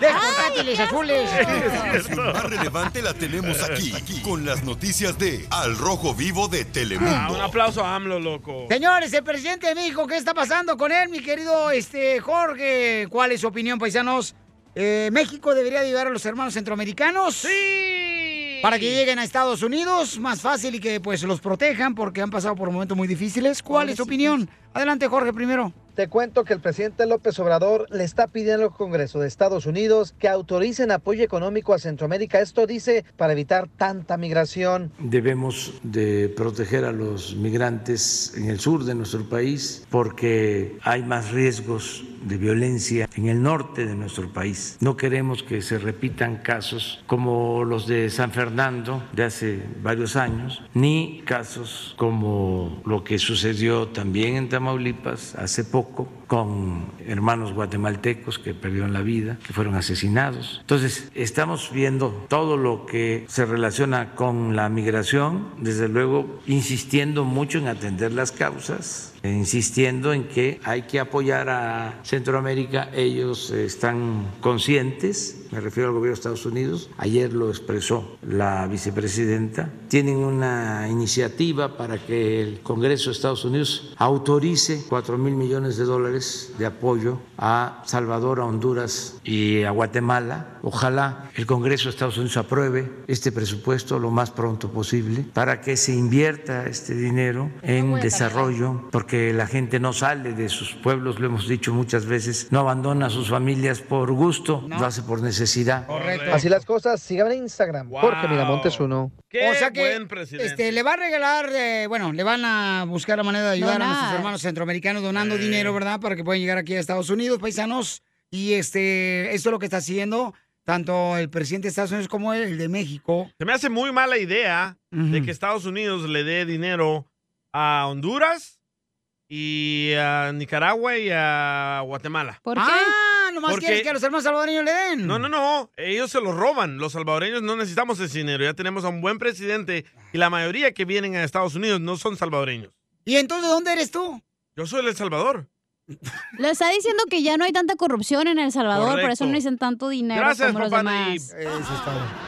[SPEAKER 2] Descontátiles azules.
[SPEAKER 6] Información más relevante la tenemos aquí, aquí, con las noticias de Al Rojo Vivo de
[SPEAKER 3] Ah, un
[SPEAKER 6] Telemundo.
[SPEAKER 3] aplauso a AMLO, loco.
[SPEAKER 2] Señores, el presidente de México, ¿qué está pasando con él, mi querido este, Jorge? ¿Cuál es su opinión, paisanos? Eh, ¿México debería ayudar a los hermanos centroamericanos? ¡Sí! Para que lleguen a Estados Unidos más fácil y que pues los protejan porque han pasado por momentos muy difíciles. ¿Cuál es su opinión? Adelante, Jorge, primero.
[SPEAKER 7] Te cuento que el presidente López Obrador le está pidiendo al Congreso de Estados Unidos que autoricen apoyo económico a Centroamérica. Esto dice para evitar tanta migración.
[SPEAKER 9] Debemos de proteger a los migrantes en el sur de nuestro país porque hay más riesgos de violencia en el norte de nuestro país. No queremos que se repitan casos como los de San Fernando de hace varios años, ni casos como lo que sucedió también en Tamaulipas hace poco con hermanos guatemaltecos que perdieron la vida, que fueron asesinados. Entonces, estamos viendo todo lo que se relaciona con la migración, desde luego insistiendo mucho en atender las causas, e insistiendo en que hay que apoyar a Centroamérica, ellos están conscientes, me refiero al gobierno de Estados Unidos, ayer lo expresó la vicepresidenta, tienen una iniciativa para que el Congreso de Estados Unidos autorice 4 mil millones de dólares de apoyo a Salvador, a Honduras y a Guatemala. Ojalá el Congreso de Estados Unidos apruebe este presupuesto lo más pronto posible para que se invierta este dinero en desarrollo, porque la gente no sale de sus pueblos, lo hemos dicho muchas veces, no abandona a sus familias por gusto, lo hace por necesidad.
[SPEAKER 7] Así las cosas, síganme en Instagram, Jorge Miramontes uno.
[SPEAKER 2] o sea que este, le va a regalar, eh, bueno, le van a buscar la manera de ayudar a
[SPEAKER 11] Donar.
[SPEAKER 2] nuestros hermanos centroamericanos donando dinero, ¿verdad? Para que puedan llegar aquí a Estados Unidos, paisanos. Y este, esto es lo que está haciendo tanto el presidente de Estados Unidos como el de México.
[SPEAKER 3] Se me hace muy mala idea de que Estados Unidos le dé dinero a Honduras y a Nicaragua y a Guatemala.
[SPEAKER 2] Ah, nomás
[SPEAKER 3] Porque-
[SPEAKER 2] quieres que a los hermanos salvadoreños le den.
[SPEAKER 3] No, no, no. Ellos se lo roban. Los salvadoreños no necesitamos ese dinero. Ya tenemos a un buen presidente y la mayoría que vienen a Estados Unidos no son salvadoreños.
[SPEAKER 2] ¿Y entonces dónde eres tú?
[SPEAKER 3] Yo soy de El Salvador.
[SPEAKER 11] Le está diciendo que ya no hay tanta corrupción en El Salvador, por
[SPEAKER 3] Correcto.
[SPEAKER 11] eso no dicen tanto dinero
[SPEAKER 3] Gracias,
[SPEAKER 11] como los
[SPEAKER 3] papá. Nayib.
[SPEAKER 11] demás.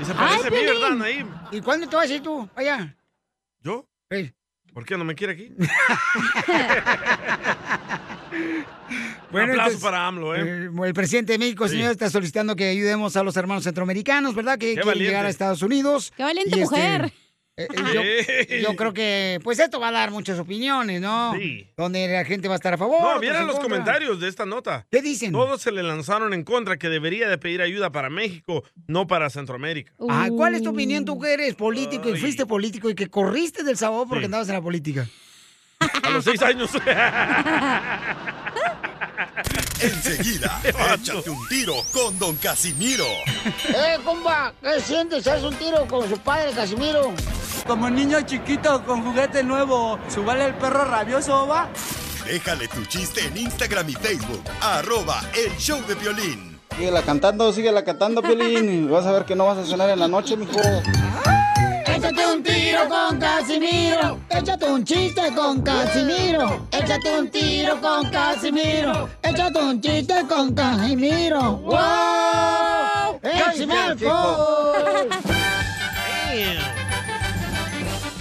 [SPEAKER 3] Y se parece a mí, ¿verdad, Nayib?
[SPEAKER 2] ¿Y cuándo te vas a ir tú? Allá.
[SPEAKER 3] ¿Yo? ¿Por qué no me quiere aquí? Un aplauso
[SPEAKER 2] entonces,
[SPEAKER 3] para AMLO, ¿eh?
[SPEAKER 2] eh, El presidente de México,
[SPEAKER 3] Sí.
[SPEAKER 2] señor, está solicitando que ayudemos a los hermanos centroamericanos, ¿verdad? Que quieren
[SPEAKER 3] valiente.
[SPEAKER 2] llegar a Estados Unidos.
[SPEAKER 11] ¡Qué valiente mujer!
[SPEAKER 2] eh, eh, yo, yo creo que, pues esto va a dar muchas opiniones, ¿no?
[SPEAKER 3] Sí.
[SPEAKER 2] Donde la gente va a estar a favor.
[SPEAKER 3] No,
[SPEAKER 2] otros en
[SPEAKER 3] vieran los
[SPEAKER 2] contra.
[SPEAKER 3] comentarios de esta nota.
[SPEAKER 2] ¿Qué dicen?
[SPEAKER 3] Todos se le lanzaron en contra que debería de pedir ayuda para México, no para Centroamérica.
[SPEAKER 2] Ah, ¿Cuál es tu opinión? Tú que eres político y fuiste político y que corriste del Salvador porque
[SPEAKER 3] Sí.
[SPEAKER 2] andabas en la política.
[SPEAKER 3] A los seis años.
[SPEAKER 6] Enseguida, échate un tiro con Don Casimiro.
[SPEAKER 10] ¡Eh, comba! ¿Qué sientes? ¿Haz un tiro con su padre, Casimiro?
[SPEAKER 19] Como niño chiquito con juguete nuevo, ¿subale el perro rabioso, va?
[SPEAKER 6] Déjale tu chiste en Instagram y Facebook, arroba el show de violín.
[SPEAKER 12] Síguela cantando, síguela cantando, Piolín. Vas a ver que no vas a cenar en la noche, mijo.
[SPEAKER 10] Échate un tiro con Casimiro. Échate un chiste con Casimiro. Échate un tiro con Casimiro. Échate un chiste con Casimiro. ¡Wow! ¡Échame alcohol!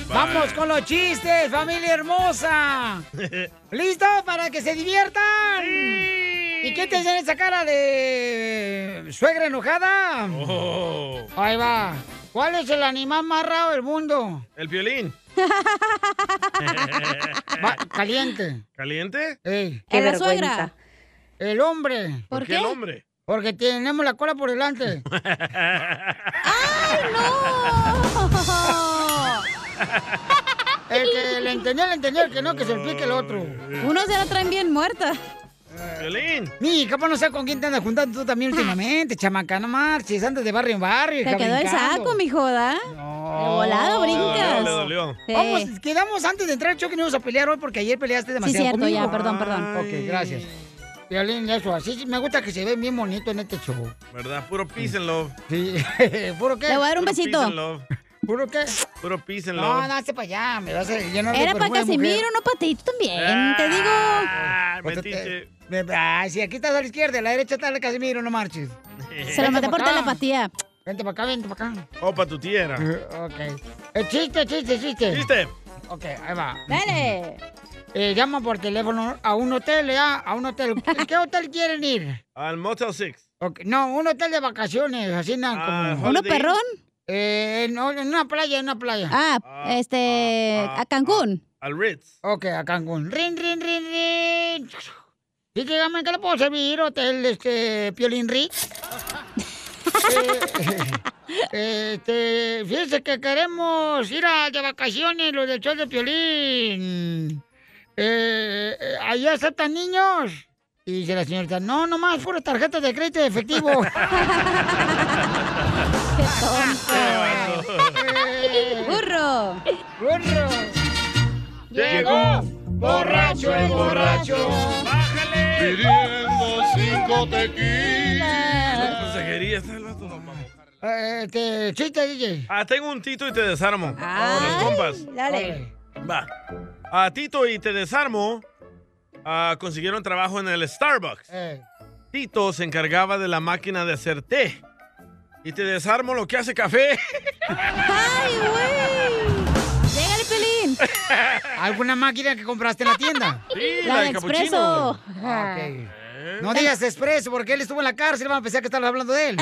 [SPEAKER 2] Vamos con los chistes, familia hermosa. ¿Listos para que se diviertan? ¿Y qué te hacen esa cara de suegra enojada? Ahí va. ¿Cuál es el animal más raro del mundo?
[SPEAKER 3] El violín.
[SPEAKER 2] Va- caliente.
[SPEAKER 3] ¿Caliente?
[SPEAKER 2] Ey.
[SPEAKER 3] Qué vergüenza.
[SPEAKER 2] El hombre.
[SPEAKER 3] ¿Por qué el qué? hombre?
[SPEAKER 2] Porque tenemos la cola por delante. El que le entendió, le entendió, el que no, que se explique el otro.
[SPEAKER 11] Unos se la traen bien muerta.
[SPEAKER 3] Violín.
[SPEAKER 2] Ni, capaz no sé con quién te andas juntando tú también últimamente, chamaca, no marches, andas de barrio en barrio.
[SPEAKER 11] Te
[SPEAKER 2] hija,
[SPEAKER 11] quedó el
[SPEAKER 2] brincando.
[SPEAKER 11] saco, mijo, ¿verdad? De volado brincas.
[SPEAKER 3] Le dolió.
[SPEAKER 11] Sí.
[SPEAKER 2] Vamos, quedamos antes de entrar al choque y no íbamos a pelear hoy porque ayer peleaste demasiado
[SPEAKER 11] cierto,
[SPEAKER 2] conmigo.
[SPEAKER 11] ya, perdón, perdón.
[SPEAKER 2] Ok, gracias. Violín, eso, así me gusta que se ve bien bonito en este show.
[SPEAKER 3] ¿Verdad? Puro peace and love.
[SPEAKER 2] Sí. ¿Puro qué?
[SPEAKER 11] Te voy a dar un
[SPEAKER 3] Puro
[SPEAKER 11] besito.
[SPEAKER 3] peace and love.
[SPEAKER 2] ¿Puro qué?
[SPEAKER 3] Puro peace and
[SPEAKER 2] No,
[SPEAKER 3] love.
[SPEAKER 2] no, hazte para allá, me vas a llenar de
[SPEAKER 11] Era para
[SPEAKER 2] perfume,
[SPEAKER 11] Casimiro,
[SPEAKER 2] mujer. pues,
[SPEAKER 11] no para ti, tú también, te digo.
[SPEAKER 3] Ah, metiche.
[SPEAKER 2] eh, Me- Ay, si aquí estás a la izquierda, a la derecha está el Casimiro, no marches.
[SPEAKER 11] Se lo maté por
[SPEAKER 2] telepatía. Vente para acá, vente para acá.
[SPEAKER 3] O para Oh, tu tierra. Este.
[SPEAKER 2] Ok. Eh, chiste, chiste, chiste.
[SPEAKER 3] Chiste.
[SPEAKER 2] Ok, ahí va.
[SPEAKER 11] Dale.
[SPEAKER 2] Eh, llama por teléfono a un hotel, ¿eh? A un hotel. ¿Qué- ¿Qué hotel quieren ir?
[SPEAKER 3] Al Motel 6.
[SPEAKER 2] Ok, No, un hotel de vacaciones, así nada
[SPEAKER 3] Ah,
[SPEAKER 2] como...
[SPEAKER 3] ¿Uno Holiday Inn. perrón?
[SPEAKER 2] Eh, no, en una playa, en una playa.
[SPEAKER 11] Ah, este, a Cancún.
[SPEAKER 3] Al Ritz.
[SPEAKER 2] Eh, Ok, a Cancún. Rin, rin, rin, rin. Sí, dígame, ¿qué le puedo servir? Hotel, este, Piolín Rick. Eh, este, fíjese que queremos ir a, de vacaciones los del show de Piolín. Eh, eh, ¿Ahí aceptan niños? Y dice la señorita, no, nomás pura tarjeta de crédito de efectivo.
[SPEAKER 11] ¡Burro!
[SPEAKER 2] ¡Burro!
[SPEAKER 10] Llegó borracho el borracho. Bájale. Pidiendo cinco tequilas.
[SPEAKER 3] Consejería, está el vato.
[SPEAKER 2] Este, chiste, DJ.
[SPEAKER 3] Ah, tengo un Tito y te desarmo. Con los compas.
[SPEAKER 11] Dale.
[SPEAKER 3] Va. A Tito y te desarmo ah, consiguieron trabajo en el Starbucks.
[SPEAKER 2] Eh.
[SPEAKER 3] Tito se encargaba de la máquina de hacer té. Y te desarmo lo que hace café.
[SPEAKER 11] ¡Ay, güey! ¡Légale, Pelín!
[SPEAKER 2] ¿Alguna máquina que compraste en la tienda?
[SPEAKER 11] Sí, La la de de Cappuccino. Expresso.
[SPEAKER 2] Ah, ok. No digas expreso, porque él estuvo en la cárcel, vamos a pensar que estabas hablando de él.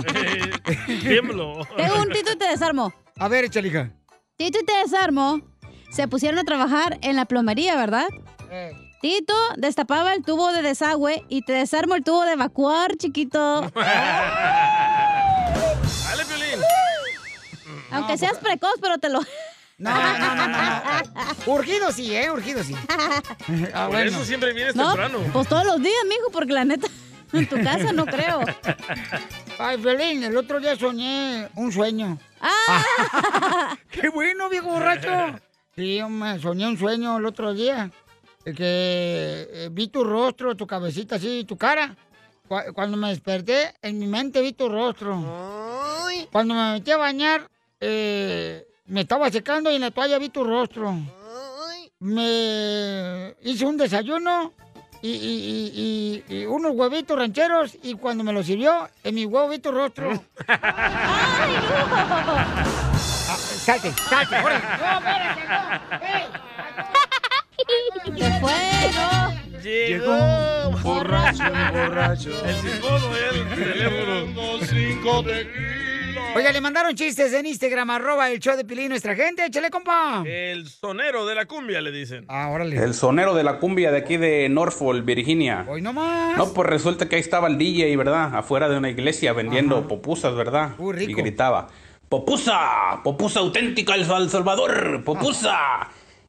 [SPEAKER 3] Tiemblo.
[SPEAKER 11] Tengo un tito y te desarmo.
[SPEAKER 2] A ver, Chalija.
[SPEAKER 11] Tito y te desarmo se pusieron a trabajar en la plomería, ¿verdad?
[SPEAKER 2] Eh.
[SPEAKER 11] Tito destapaba el tubo de desagüe y te desarmo el tubo de evacuar, chiquito.
[SPEAKER 3] Dale, Piolín.
[SPEAKER 11] Aunque seas
[SPEAKER 2] pues,
[SPEAKER 11] precoz, pero te lo...
[SPEAKER 2] No, no, no, Ah, no. Urgido sí, ¿eh? Urgido sí.
[SPEAKER 3] Por eso siempre vienes
[SPEAKER 11] No,
[SPEAKER 3] temprano.
[SPEAKER 11] Pues todos los días, mijo, porque la neta, en tu casa no creo.
[SPEAKER 2] Ay, Belén, el otro día soñé un sueño. ¡Qué bueno, viejo borracho! Sí, hombre, soñé un sueño el otro día. eh, Que eh, vi tu rostro, tu cabecita así, tu cara. Cu- Cuando me desperté, en mi mente vi tu rostro. Cuando me metí a bañar, eh, me estaba secando y en la toalla vi tu rostro. Me hice un desayuno y, y- y- y- y unos huevitos rancheros y cuando me lo sirvió, en mi huevo vi tu rostro. Ah, salte, salte, órale.
[SPEAKER 10] ¡Se
[SPEAKER 11] fue!
[SPEAKER 10] Llegó borracho, borracho.
[SPEAKER 3] El silbono el teléfono.
[SPEAKER 10] Cinco tequilas.
[SPEAKER 2] Oiga, le mandaron chistes en Instagram, arroba el show de Pilín, nuestra gente. Échale, compa.
[SPEAKER 3] El sonero de la cumbia, le dicen.
[SPEAKER 2] Ah, órale.
[SPEAKER 23] El sonero de la cumbia de aquí de Norfolk, Virginia.
[SPEAKER 2] Hoy nomás.
[SPEAKER 23] No, pues resulta que ahí estaba el DJ, ¿verdad? Afuera de una iglesia vendiendo popusas, ¿verdad? Y gritaba, ¡Popusa! ¡Popusa auténtica El Sal- Salvador! ¡Popusa!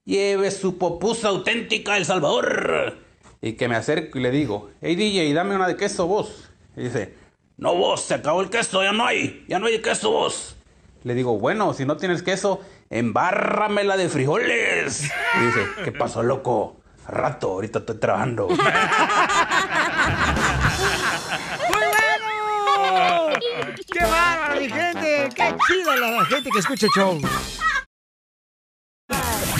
[SPEAKER 23] ¡Lleve su popusa auténtica El Salvador! Y que me acerco y le digo, hey DJ, dame una de queso vos. Y dice, no vos, se acabó el queso, ya no hay, ya no hay queso vos. Le digo, bueno, si no tienes queso, embárramela de frijoles. Y dice, ¿qué pasó, loco? Al rato, ahorita estoy trabajando.
[SPEAKER 2] ¡Muy bueno! ¡Qué bárbaro, mi gente! ¡Qué chido la gente que escucha el show!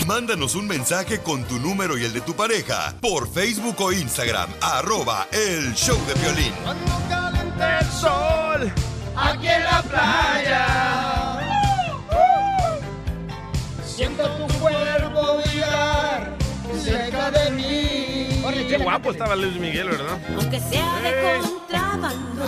[SPEAKER 6] Mándanos un mensaje con tu número y el de tu pareja por Facebook o Instagram, arroba el show de violín.
[SPEAKER 10] Del sol. Aquí en la playa. Siento tu cuerpo vibrar cerca de mí.
[SPEAKER 3] Qué guapo estaba Luis Miguel, ¿verdad?
[SPEAKER 10] Aunque sea de contrabando.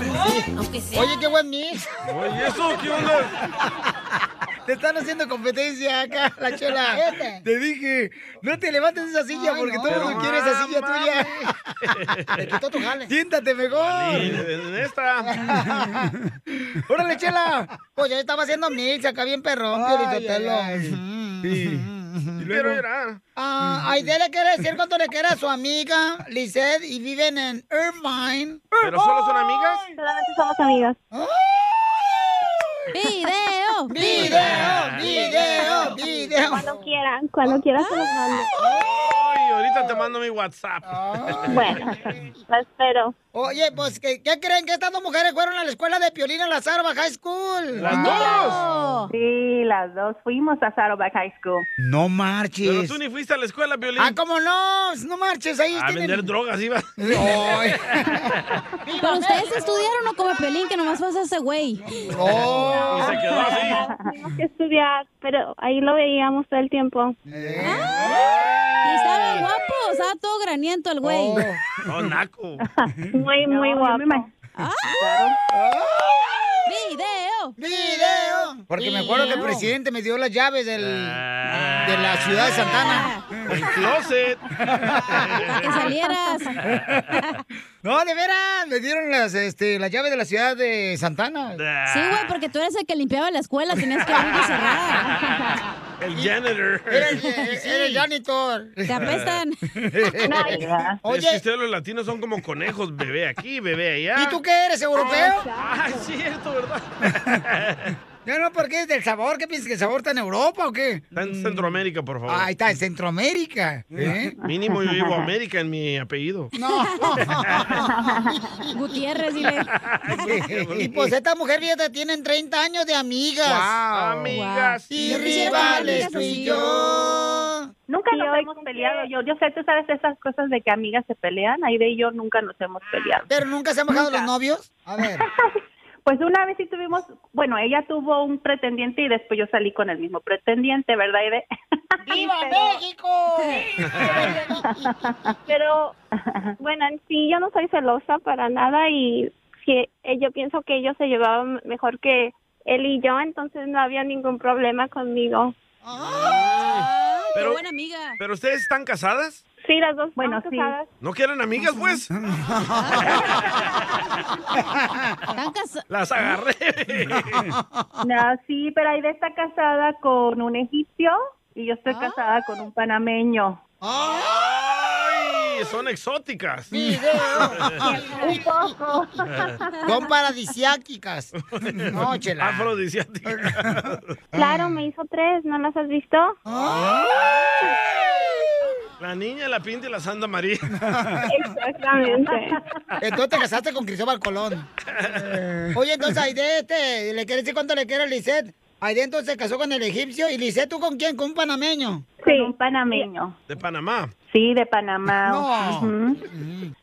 [SPEAKER 10] Aunque sea.
[SPEAKER 2] Oye, qué buen mix.
[SPEAKER 3] Oye, ¿eso qué onda?
[SPEAKER 2] Te están haciendo competencia acá, la chela. Te dije, no te levantes de esa silla porque todo el mundo quiere esa silla tuya. Te quitó tu jale. Siéntate mejor.
[SPEAKER 3] En esta.
[SPEAKER 2] Órale, chela. Pues ya estaba haciendo mix acá bien perrón,
[SPEAKER 10] Ay,
[SPEAKER 2] Piolitotelo.
[SPEAKER 10] ay,
[SPEAKER 2] Quiero
[SPEAKER 3] llorar.
[SPEAKER 2] Ah, Aide le quiere decir cuánto le quiere a su amiga Lizeth y viven en Irvine.
[SPEAKER 3] ¿Pero solo son amigas?
[SPEAKER 2] Solamente somos amigas.
[SPEAKER 11] ¡Video!
[SPEAKER 2] ¡Video! ¡Video! ¡Video!
[SPEAKER 13] Cuando quieran, cuando quieran se los mando.
[SPEAKER 3] Ay, ahorita te mando mi WhatsApp.
[SPEAKER 13] Bueno, la espero.
[SPEAKER 2] Oye, pues, ¿qué, qué creen que estas dos mujeres fueron a la escuela de Piolina Lazarba High School?
[SPEAKER 13] ¡Las
[SPEAKER 2] dos!
[SPEAKER 13] Sí, las dos fuimos a Saddleback High School.
[SPEAKER 2] No marches.
[SPEAKER 3] Pero tú ni fuiste a la escuela, Violín.
[SPEAKER 2] Ah, ¿cómo no? No marches, ahí
[SPEAKER 3] A
[SPEAKER 2] tienen...
[SPEAKER 3] vender drogas iba.
[SPEAKER 11] Pero ustedes estudiaron o como Pelín, que nomás vas a ese güey.
[SPEAKER 2] Oh.
[SPEAKER 13] se quedó así. Tuvimos que estudiar, pero ahí lo veíamos todo el tiempo.
[SPEAKER 11] Y Ah, estaba guapo, estaba todo graniento el güey.
[SPEAKER 2] Oh.
[SPEAKER 11] Oh.
[SPEAKER 3] No,
[SPEAKER 13] Oh,
[SPEAKER 3] naco.
[SPEAKER 11] Ah.
[SPEAKER 13] Muy, muy guapo.
[SPEAKER 11] ¡Video! ¡Video!
[SPEAKER 2] Porque me acuerdo que el presidente me dio las llaves del, de la ciudad de Santana.
[SPEAKER 3] El closet.
[SPEAKER 11] Para que salieras.
[SPEAKER 2] No, de veras, me dieron las, este, las llaves de la ciudad de Santana.
[SPEAKER 11] Sí, güey, porque tú eres el que limpiaba la escuela, tenías que abrir y cerrar.
[SPEAKER 3] El janitor.
[SPEAKER 2] Era el, era el eh, janitor.
[SPEAKER 11] Te apestan.
[SPEAKER 3] Oye. Es que ustedes los latinos son como conejos, bebé aquí, bebé allá.
[SPEAKER 2] ¿Y tú qué eres, europeo?
[SPEAKER 3] Ah, es cierto, ¿verdad?
[SPEAKER 2] No, no, ¿por qué? ¿Del sabor? ¿Qué piensas? ¿Que el sabor está en Europa o qué?
[SPEAKER 3] Está en Centroamérica, por favor.
[SPEAKER 2] Ahí está, en Centroamérica. ¿eh?
[SPEAKER 3] Mínimo yo vivo América en mi apellido.
[SPEAKER 2] No.
[SPEAKER 11] Gutiérrez, dile.
[SPEAKER 2] Y pues esta mujer, fíjate, tienen 30 años de amigas.
[SPEAKER 3] Wow. Amigas.
[SPEAKER 2] Y rivales tú y yo.
[SPEAKER 13] Nunca nos hemos peleado. Yo, yo sé, tú sabes esas cosas de que amigas se pelean. Aide y yo nunca nos hemos peleado.
[SPEAKER 2] Pero nunca se han bajado los novios. A ver.
[SPEAKER 13] Pues una vez sí tuvimos, bueno, ella tuvo un pretendiente y después yo salí con el mismo pretendiente, ¿verdad, Aide?
[SPEAKER 10] ¡Viva México!
[SPEAKER 13] Pero, bueno, en sí, yo no soy celosa para nada y sí, eh, yo pienso que ellos se llevaban mejor que él y yo, entonces no había ningún problema conmigo.
[SPEAKER 3] Pero-
[SPEAKER 11] buena amiga.
[SPEAKER 3] ¿Pero ustedes están casadas?
[SPEAKER 13] Sí, las dos bueno, sí.
[SPEAKER 3] ¿No quieren amigas, pues? Las agarré.
[SPEAKER 13] No, sí, pero Aide está casada con un egipcio y yo
[SPEAKER 2] Ah.
[SPEAKER 13] estoy casada con un panameño.
[SPEAKER 3] ¡Ay! Son exóticas.
[SPEAKER 13] Un poco.
[SPEAKER 2] Son paradisiáquicas. No, chela.
[SPEAKER 3] Afrodisiáticas.
[SPEAKER 13] Claro, me hizo tres, ¿no las has visto?
[SPEAKER 11] Ah.
[SPEAKER 3] La niña, la pinta y la Santa María.
[SPEAKER 13] Exactamente.
[SPEAKER 2] Entonces te casaste con Cristóbal Colón.
[SPEAKER 3] Eh.
[SPEAKER 2] Oye, entonces Aide, este, ¿le quieres decir cuánto le quiere a Lisette? Aide entonces se casó con el egipcio. ¿Y Lisette tú con quién? ¿Con un panameño?
[SPEAKER 13] Sí. Un panameño.
[SPEAKER 3] De Panamá.
[SPEAKER 13] Sí, de Panamá.
[SPEAKER 2] No.
[SPEAKER 13] Ujú.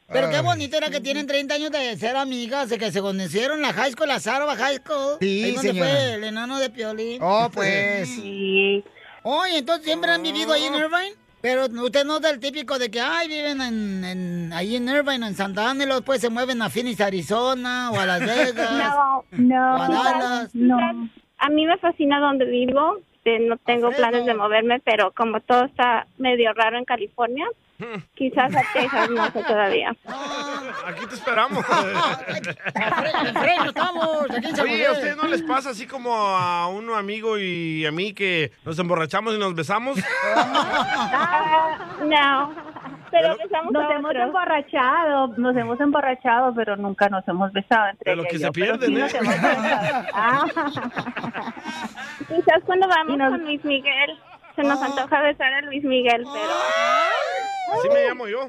[SPEAKER 2] Pero qué bonito era que tienen 30 años de ser amigas, de que se conocieron en la high school, la Sarva High School.
[SPEAKER 10] Sí,
[SPEAKER 2] Ahí donde
[SPEAKER 10] señora.
[SPEAKER 2] fue el enano de Piolín.
[SPEAKER 10] Oh, pues.
[SPEAKER 13] Sí.
[SPEAKER 2] Oye, entonces siempre han vivido ahí en
[SPEAKER 13] Oh.
[SPEAKER 2] Irvine. Pero usted no es del típico de que, ay, viven en, en- ahí en Irvine, o en Santa Ana, y luego después se mueven a Phoenix, Arizona, o a Las Vegas.
[SPEAKER 13] No, no.
[SPEAKER 2] Bananas.
[SPEAKER 13] No. A mí me fascina donde vivo. eh, No tengo
[SPEAKER 2] Alfredo.
[SPEAKER 13] planes de moverme, pero como todo está medio raro en California, quizás a Texas no sé todavía.
[SPEAKER 3] Aquí te esperamos.
[SPEAKER 2] Alfredo, estamos, aquí en San
[SPEAKER 3] Oye,
[SPEAKER 2] José.
[SPEAKER 3] ¿a ustedes no les pasa así como a un amigo y a mí que nos emborrachamos y nos besamos?
[SPEAKER 13] No. Pero besamos
[SPEAKER 24] Nos
[SPEAKER 13] a
[SPEAKER 24] hemos
[SPEAKER 13] otros.
[SPEAKER 24] emborrachado, nos hemos emborrachado, pero nunca nos hemos besado entre
[SPEAKER 3] De los
[SPEAKER 24] ella
[SPEAKER 3] que
[SPEAKER 24] y
[SPEAKER 3] se
[SPEAKER 24] yo, pero
[SPEAKER 3] pierden,
[SPEAKER 24] sí
[SPEAKER 3] ¿eh?
[SPEAKER 24] nos hemos Ah. besado.
[SPEAKER 13] Quizás cuando vamos con Luis Miguel, se nos antoja besar a Luis Miguel, pero...
[SPEAKER 3] Así me llamo yo.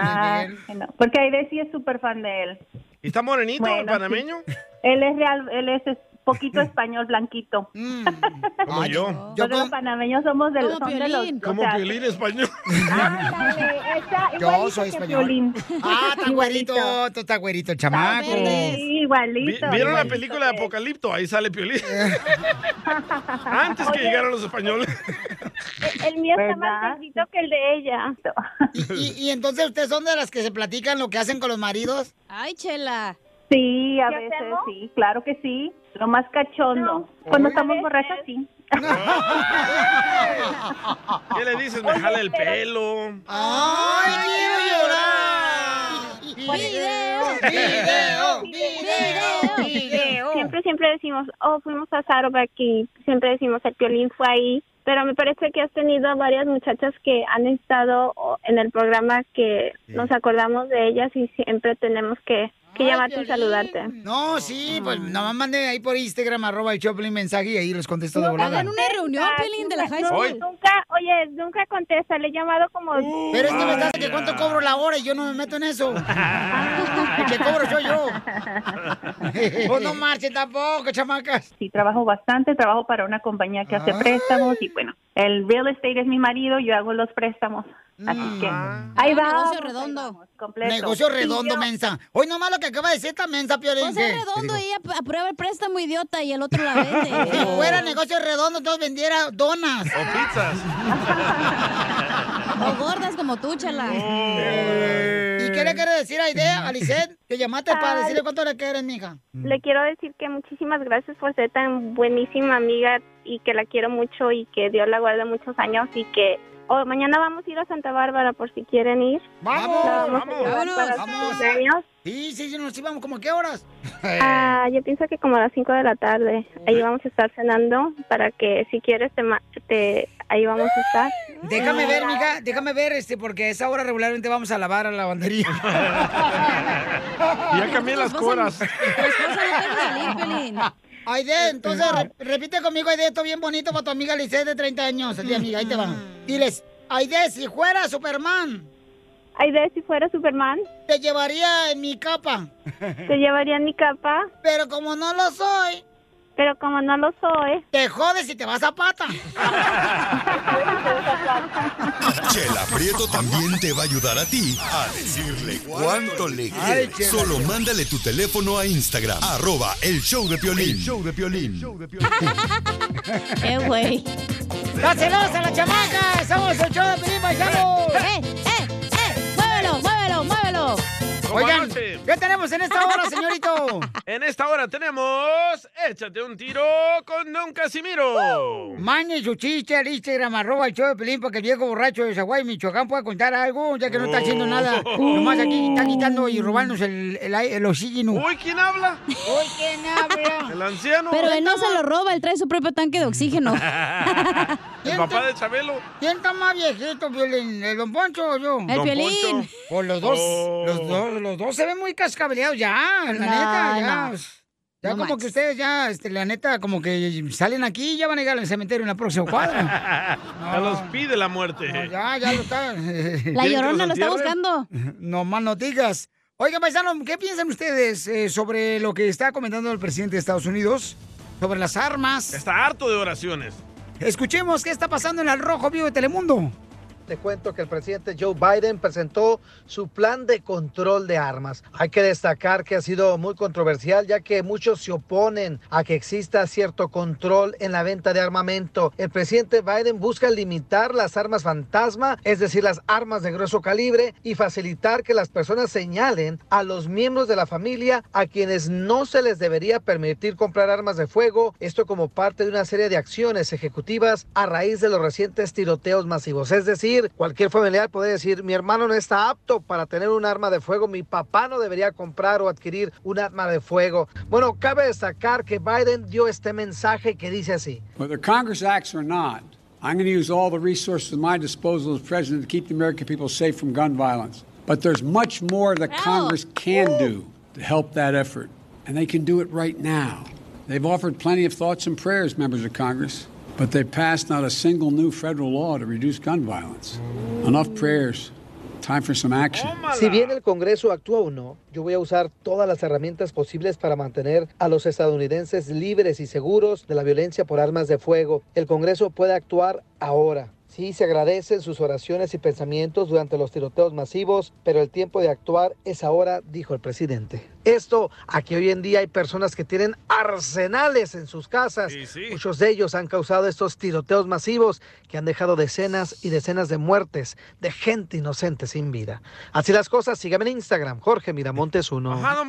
[SPEAKER 24] Ah, bueno, porque Aide sí es súper fan de él.
[SPEAKER 3] ¿Y está morenito el
[SPEAKER 24] Bueno,
[SPEAKER 3] panameño?
[SPEAKER 24] sí. Él es real, él es es- poquito español blanquito.
[SPEAKER 3] Como Mm, yo.
[SPEAKER 24] Los los panameños somos de,
[SPEAKER 11] Como
[SPEAKER 24] son de los...
[SPEAKER 11] Piolín.
[SPEAKER 24] o
[SPEAKER 3] Como
[SPEAKER 24] sea,
[SPEAKER 3] violín español.
[SPEAKER 24] ándale, está
[SPEAKER 2] Yo
[SPEAKER 24] igualito
[SPEAKER 2] soy
[SPEAKER 24] que
[SPEAKER 2] español.
[SPEAKER 24] Piolín.
[SPEAKER 2] Ah, está güerito, tú estás güerito, el chamaco.
[SPEAKER 24] Sí,
[SPEAKER 3] Vi-
[SPEAKER 24] igualito.
[SPEAKER 3] ¿Vieron la
[SPEAKER 24] igualito
[SPEAKER 3] película de
[SPEAKER 24] que él.
[SPEAKER 3] Apocalipto? Ahí sale Piolín. Antes que
[SPEAKER 24] Oye.
[SPEAKER 3] llegaran los españoles.
[SPEAKER 13] El, el mío está más gordito que el de ella.
[SPEAKER 2] ¿Y, y entonces ustedes son de las que se platican lo que hacen con los maridos?
[SPEAKER 11] Ay, chela.
[SPEAKER 24] Sí, a
[SPEAKER 13] ¿Sí
[SPEAKER 24] veces
[SPEAKER 13] hacemos?
[SPEAKER 24] sí, claro que sí. Lo más cachondo. Cuando estamos borrachos, sí.
[SPEAKER 3] ¿Qué le dices? Me jala el pelo.
[SPEAKER 2] ¡Ay, quiero llorar!
[SPEAKER 10] ¡Video!
[SPEAKER 2] ¡Video!
[SPEAKER 10] ¡Video! ¡Video!
[SPEAKER 13] Siempre, siempre decimos, oh, fuimos a Sarovac y siempre decimos, el violín fue ahí. Pero me parece que has tenido a varias muchachas que han estado oh, en el programa que nos acordamos de ellas y siempre tenemos que, que llamarte y saludarte.
[SPEAKER 2] No, sí, pues
[SPEAKER 13] Ah.
[SPEAKER 2] nomás mandé ahí por Instagram, arroba el Choplin mensaje y ahí los contesto de volada.
[SPEAKER 11] Hagan una reunión, Piolín, de la high
[SPEAKER 13] No,
[SPEAKER 11] school.
[SPEAKER 13] nunca, oye, nunca contesta, le he llamado como...
[SPEAKER 2] Pero es que me estás de que
[SPEAKER 13] Ah.
[SPEAKER 2] cuánto cobro la hora y yo no me meto en eso. El que cobro soy yo. Vos no marchen tampoco, chamacas.
[SPEAKER 24] Sí, trabajo bastante, trabajo para una compañía que hace préstamos y bueno, el real estate es mi marido, yo hago los préstamos. Así que
[SPEAKER 11] Ah.
[SPEAKER 24] ahí va.
[SPEAKER 11] Negocio redondo.
[SPEAKER 24] completo.
[SPEAKER 2] Negocio
[SPEAKER 24] Y
[SPEAKER 2] redondo,
[SPEAKER 24] yo-
[SPEAKER 2] mensa. Hoy nomás lo que acaba de decir esta mensa, Piolín.
[SPEAKER 11] Pues es
[SPEAKER 2] ¿qué?
[SPEAKER 11] redondo, ella ap- aprueba el préstamo idiota y el otro la vende.
[SPEAKER 2] Si fuera negocio redondo, entonces vendiera donas.
[SPEAKER 3] O pizzas.
[SPEAKER 11] O gordas como tú, chela.
[SPEAKER 2] ¿Y
[SPEAKER 10] qué le quieres decir a Idea, a Lisette? Que llamaste para
[SPEAKER 13] Ay.
[SPEAKER 10] decirle cuánto le quieres, mija.
[SPEAKER 13] Le quiero decir que muchísimas gracias por ser tan buenísima amiga y que la quiero mucho y que Dios la guarde muchos años y que oh, mañana vamos a ir a Santa Bárbara por si quieren ir.
[SPEAKER 10] ¡Vamos!
[SPEAKER 13] La vamos a
[SPEAKER 10] ¡Vamos!
[SPEAKER 13] llevar
[SPEAKER 10] ¡Vámonos!
[SPEAKER 13] para su
[SPEAKER 10] ¡Vamos!
[SPEAKER 13] cumpleaños.
[SPEAKER 10] Sí, sí, sí, nos íbamos como qué horas.
[SPEAKER 13] Ah, yo pienso que como a las 5 de la tarde. Ahí vamos a estar cenando para que si quieres te, ma- te ahí vamos a estar.
[SPEAKER 2] Déjame ver, mija, déjame ver, este, porque a esa hora regularmente vamos a lavar a la lavandería.
[SPEAKER 3] Ya cambié las coras.
[SPEAKER 13] Este,
[SPEAKER 10] Aide, entonces re- repite conmigo, Aide, esto bien bonito para tu amiga Lisette de 30 años. Así, amiga, ahí te va.
[SPEAKER 13] Mm.
[SPEAKER 10] Diles, Aide, si fuera Superman.
[SPEAKER 13] Aide, si fuera Superman.
[SPEAKER 10] Te llevaría en mi capa.
[SPEAKER 13] Te llevaría en mi capa.
[SPEAKER 10] Pero como no lo soy.
[SPEAKER 13] Pero como no lo soy.
[SPEAKER 10] Te jodes y te vas a pata.
[SPEAKER 6] Chela Prieto también te va a ayudar a ti a decirle cuánto le
[SPEAKER 16] Ay,
[SPEAKER 6] quieres.
[SPEAKER 16] Chela.
[SPEAKER 6] Solo mándale tu teléfono a Instagram, arroba el show de Piolín.
[SPEAKER 11] Eh, güey.
[SPEAKER 10] ¡La celosa, la chamaca! ¡Somos el show de Pelín Paisanos!
[SPEAKER 11] ¡Eh, eh, eh! ¡Muévelo, muévelo, muévelo!
[SPEAKER 2] Oigan,
[SPEAKER 3] anoche.
[SPEAKER 2] ¿qué tenemos en esta hora, señorito?
[SPEAKER 3] En esta hora tenemos Échate un tiro con Don
[SPEAKER 2] Uh.
[SPEAKER 3] Casimiro.
[SPEAKER 2] Mande su chiste al Instagram, arroba el show de Pelín, para que el viejo borracho de Zaguay, Michoacán, pueda contar algo, ya que no está haciendo nada.
[SPEAKER 11] Oh.
[SPEAKER 2] Nomás aquí está quitando y robándonos el, el, ai- el oxígeno.
[SPEAKER 3] Uy, ¿quién habla?
[SPEAKER 10] Uy, ¿quién habla?
[SPEAKER 3] El anciano.
[SPEAKER 11] Pero él no se lo roba, él trae su propio tanque de oxígeno.
[SPEAKER 3] El papá de Chabelo.
[SPEAKER 10] ¿Quién está
[SPEAKER 2] Ah,
[SPEAKER 10] más viejito, Violín? ¿El Don Poncho o yo?
[SPEAKER 11] El Don Piolín. Poncho.
[SPEAKER 2] Pues los dos,
[SPEAKER 11] Oh.
[SPEAKER 2] los dos, los dos se ven muy cascabeleados ya, la
[SPEAKER 10] No,
[SPEAKER 2] neta, ya.
[SPEAKER 10] no. No
[SPEAKER 2] Ya como
[SPEAKER 10] manches.
[SPEAKER 2] que ustedes ya, este, la neta, como que salen aquí y ya van a llegar al cementerio en la próxima cuadra.
[SPEAKER 3] Ya los pide la muerte.
[SPEAKER 2] Ya, ya lo está.
[SPEAKER 3] ¿Quieren que Llorona los lo está entierren?
[SPEAKER 2] No más no digas. Oigan, paisano, ¿qué piensan ustedes eh, sobre lo que está comentando el presidente de Estados Unidos? Sobre las armas.
[SPEAKER 3] Está harto de oraciones.
[SPEAKER 2] Escuchemos qué está pasando en el Rojo Vivo de Telemundo.
[SPEAKER 7] Te cuento que el presidente Joe Biden presentó su plan de control de armas. Hay que destacar que ha sido muy controversial ya que muchos se oponen a que exista cierto control en la venta de armamento. El presidente Biden busca limitar las armas fantasma, es decir, las armas de grueso calibre, y facilitar que las personas señalen a los miembros de la familia a quienes no se les debería permitir comprar armas de fuego, esto como parte de una serie de acciones ejecutivas a raíz de los recientes tiroteos masivos. Es decir, cualquier familiar puede decir, mi hermano no está apto para tener un arma de fuego, mi papá no debería comprar o adquirir un arma de fuego. Bueno, cabe destacar que Biden dio este mensaje que dice así.
[SPEAKER 18] Whether Congress acts or not, I'm going to use all the resources at my disposal as president to keep the American people safe from gun violence. But there's much more that Congress can do to help that effort, and they can do it right now. They've offered plenty of thoughts and prayers, members of Congress, but they've passed not a single new federal law to reduce gun violence. Enough prayers. Time for some action.
[SPEAKER 7] Si bien el Congreso actúa o no, yo voy a usar todas las herramientas posibles para mantener a los estadounidenses libres y seguros de la violencia por armas de fuego. El Congreso puede actuar ahora. Sí, se agradecen sus oraciones y pensamientos durante los tiroteos masivos, pero el tiempo de actuar es ahora, dijo el presidente. Esto a que hoy en día hay personas que tienen arsenales en sus casas. Muchos de ellos han causado estos tiroteos masivos que han dejado decenas y decenas de muertes de gente inocente sin vida. Así las cosas, síganme en Instagram, Jorge Miramontes 1.
[SPEAKER 2] Bueno,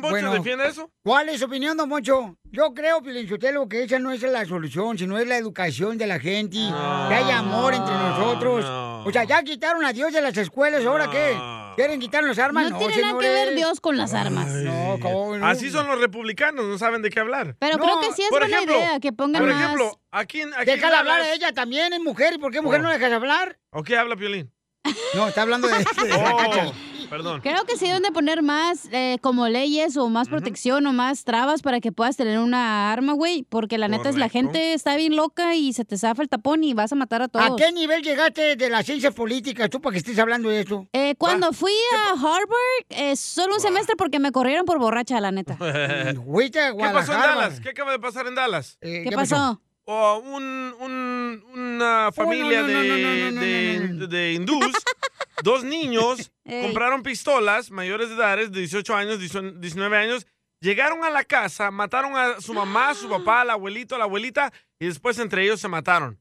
[SPEAKER 2] ¿Cuál es su opinión, don Moncho? Yo creo, Pilinchotelo, que esa no es la solución, sino es la educación de la gente, que haya amor entre nosotros. O sea, ya quitaron a Dios de las escuelas, ¿ahora qué? ¿Quieren quitar las armas?
[SPEAKER 11] No tiene nada que ver Dios con las armas.
[SPEAKER 2] No, ¿cómo no?
[SPEAKER 3] Así son los republicanos, no saben de qué hablar.
[SPEAKER 11] Pero creo que sí es
[SPEAKER 3] Por
[SPEAKER 11] buena
[SPEAKER 3] ejemplo,
[SPEAKER 11] idea que pongan
[SPEAKER 3] Por
[SPEAKER 11] más-
[SPEAKER 3] ejemplo, aquí en. aquí en
[SPEAKER 2] Déjala hablar
[SPEAKER 3] Dallas-
[SPEAKER 2] a ella también, es mujer. ¿Y por qué mujer no la dejas hablar?
[SPEAKER 3] ¿O qué habla Piolín?
[SPEAKER 2] No, está hablando de... de-
[SPEAKER 3] Oh, perdón.
[SPEAKER 11] Creo que sí deben de poner más eh, como leyes o más protección o más trabas para que puedas tener una arma, güey. Porque la neta es la
[SPEAKER 2] Correcto.
[SPEAKER 11] gente está bien loca y se te zafa el tapón y vas a matar a todos.
[SPEAKER 2] ¿A qué nivel llegaste de las ciencias políticas tú para que estés hablando de esto?
[SPEAKER 11] Eh, cuando fui a Harvard, eh, solo un semestre porque me corrieron por borracha, la neta.
[SPEAKER 3] ¿Qué pasó en
[SPEAKER 11] Guadalajara. Eh,
[SPEAKER 3] Dallas? ¿Qué acaba de pasar en Dallas?
[SPEAKER 11] ¿Qué ¿qué pasó? pasó?
[SPEAKER 3] Oh, un, un- una familia
[SPEAKER 11] Oh, no, no, no, no,
[SPEAKER 3] de, de- de hindús, dos niños,
[SPEAKER 11] Ey.
[SPEAKER 3] compraron pistolas mayores de edades, de 18 años, 18, 19 años, llegaron a la casa, mataron a su mamá, a su
[SPEAKER 11] ¡Ah!
[SPEAKER 3] papá, al abuelito, a la abuelita, y después entre ellos se mataron.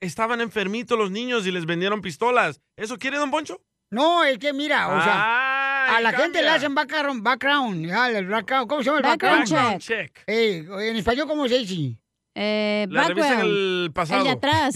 [SPEAKER 3] Estaban enfermitos los niños y les vendieron pistolas. ¿Eso quiere, don Poncho? Ah,
[SPEAKER 2] No, es que mira, Ah, o sea, a la gente le hacen background, background, ya, el background, ¿cómo se llama el
[SPEAKER 11] Background
[SPEAKER 2] background?
[SPEAKER 11] Background
[SPEAKER 3] check.
[SPEAKER 2] Ey, en español, ¿cómo se dice?
[SPEAKER 11] Eh,
[SPEAKER 2] La revisan
[SPEAKER 11] background.
[SPEAKER 2] el pasado.
[SPEAKER 11] El de atrás.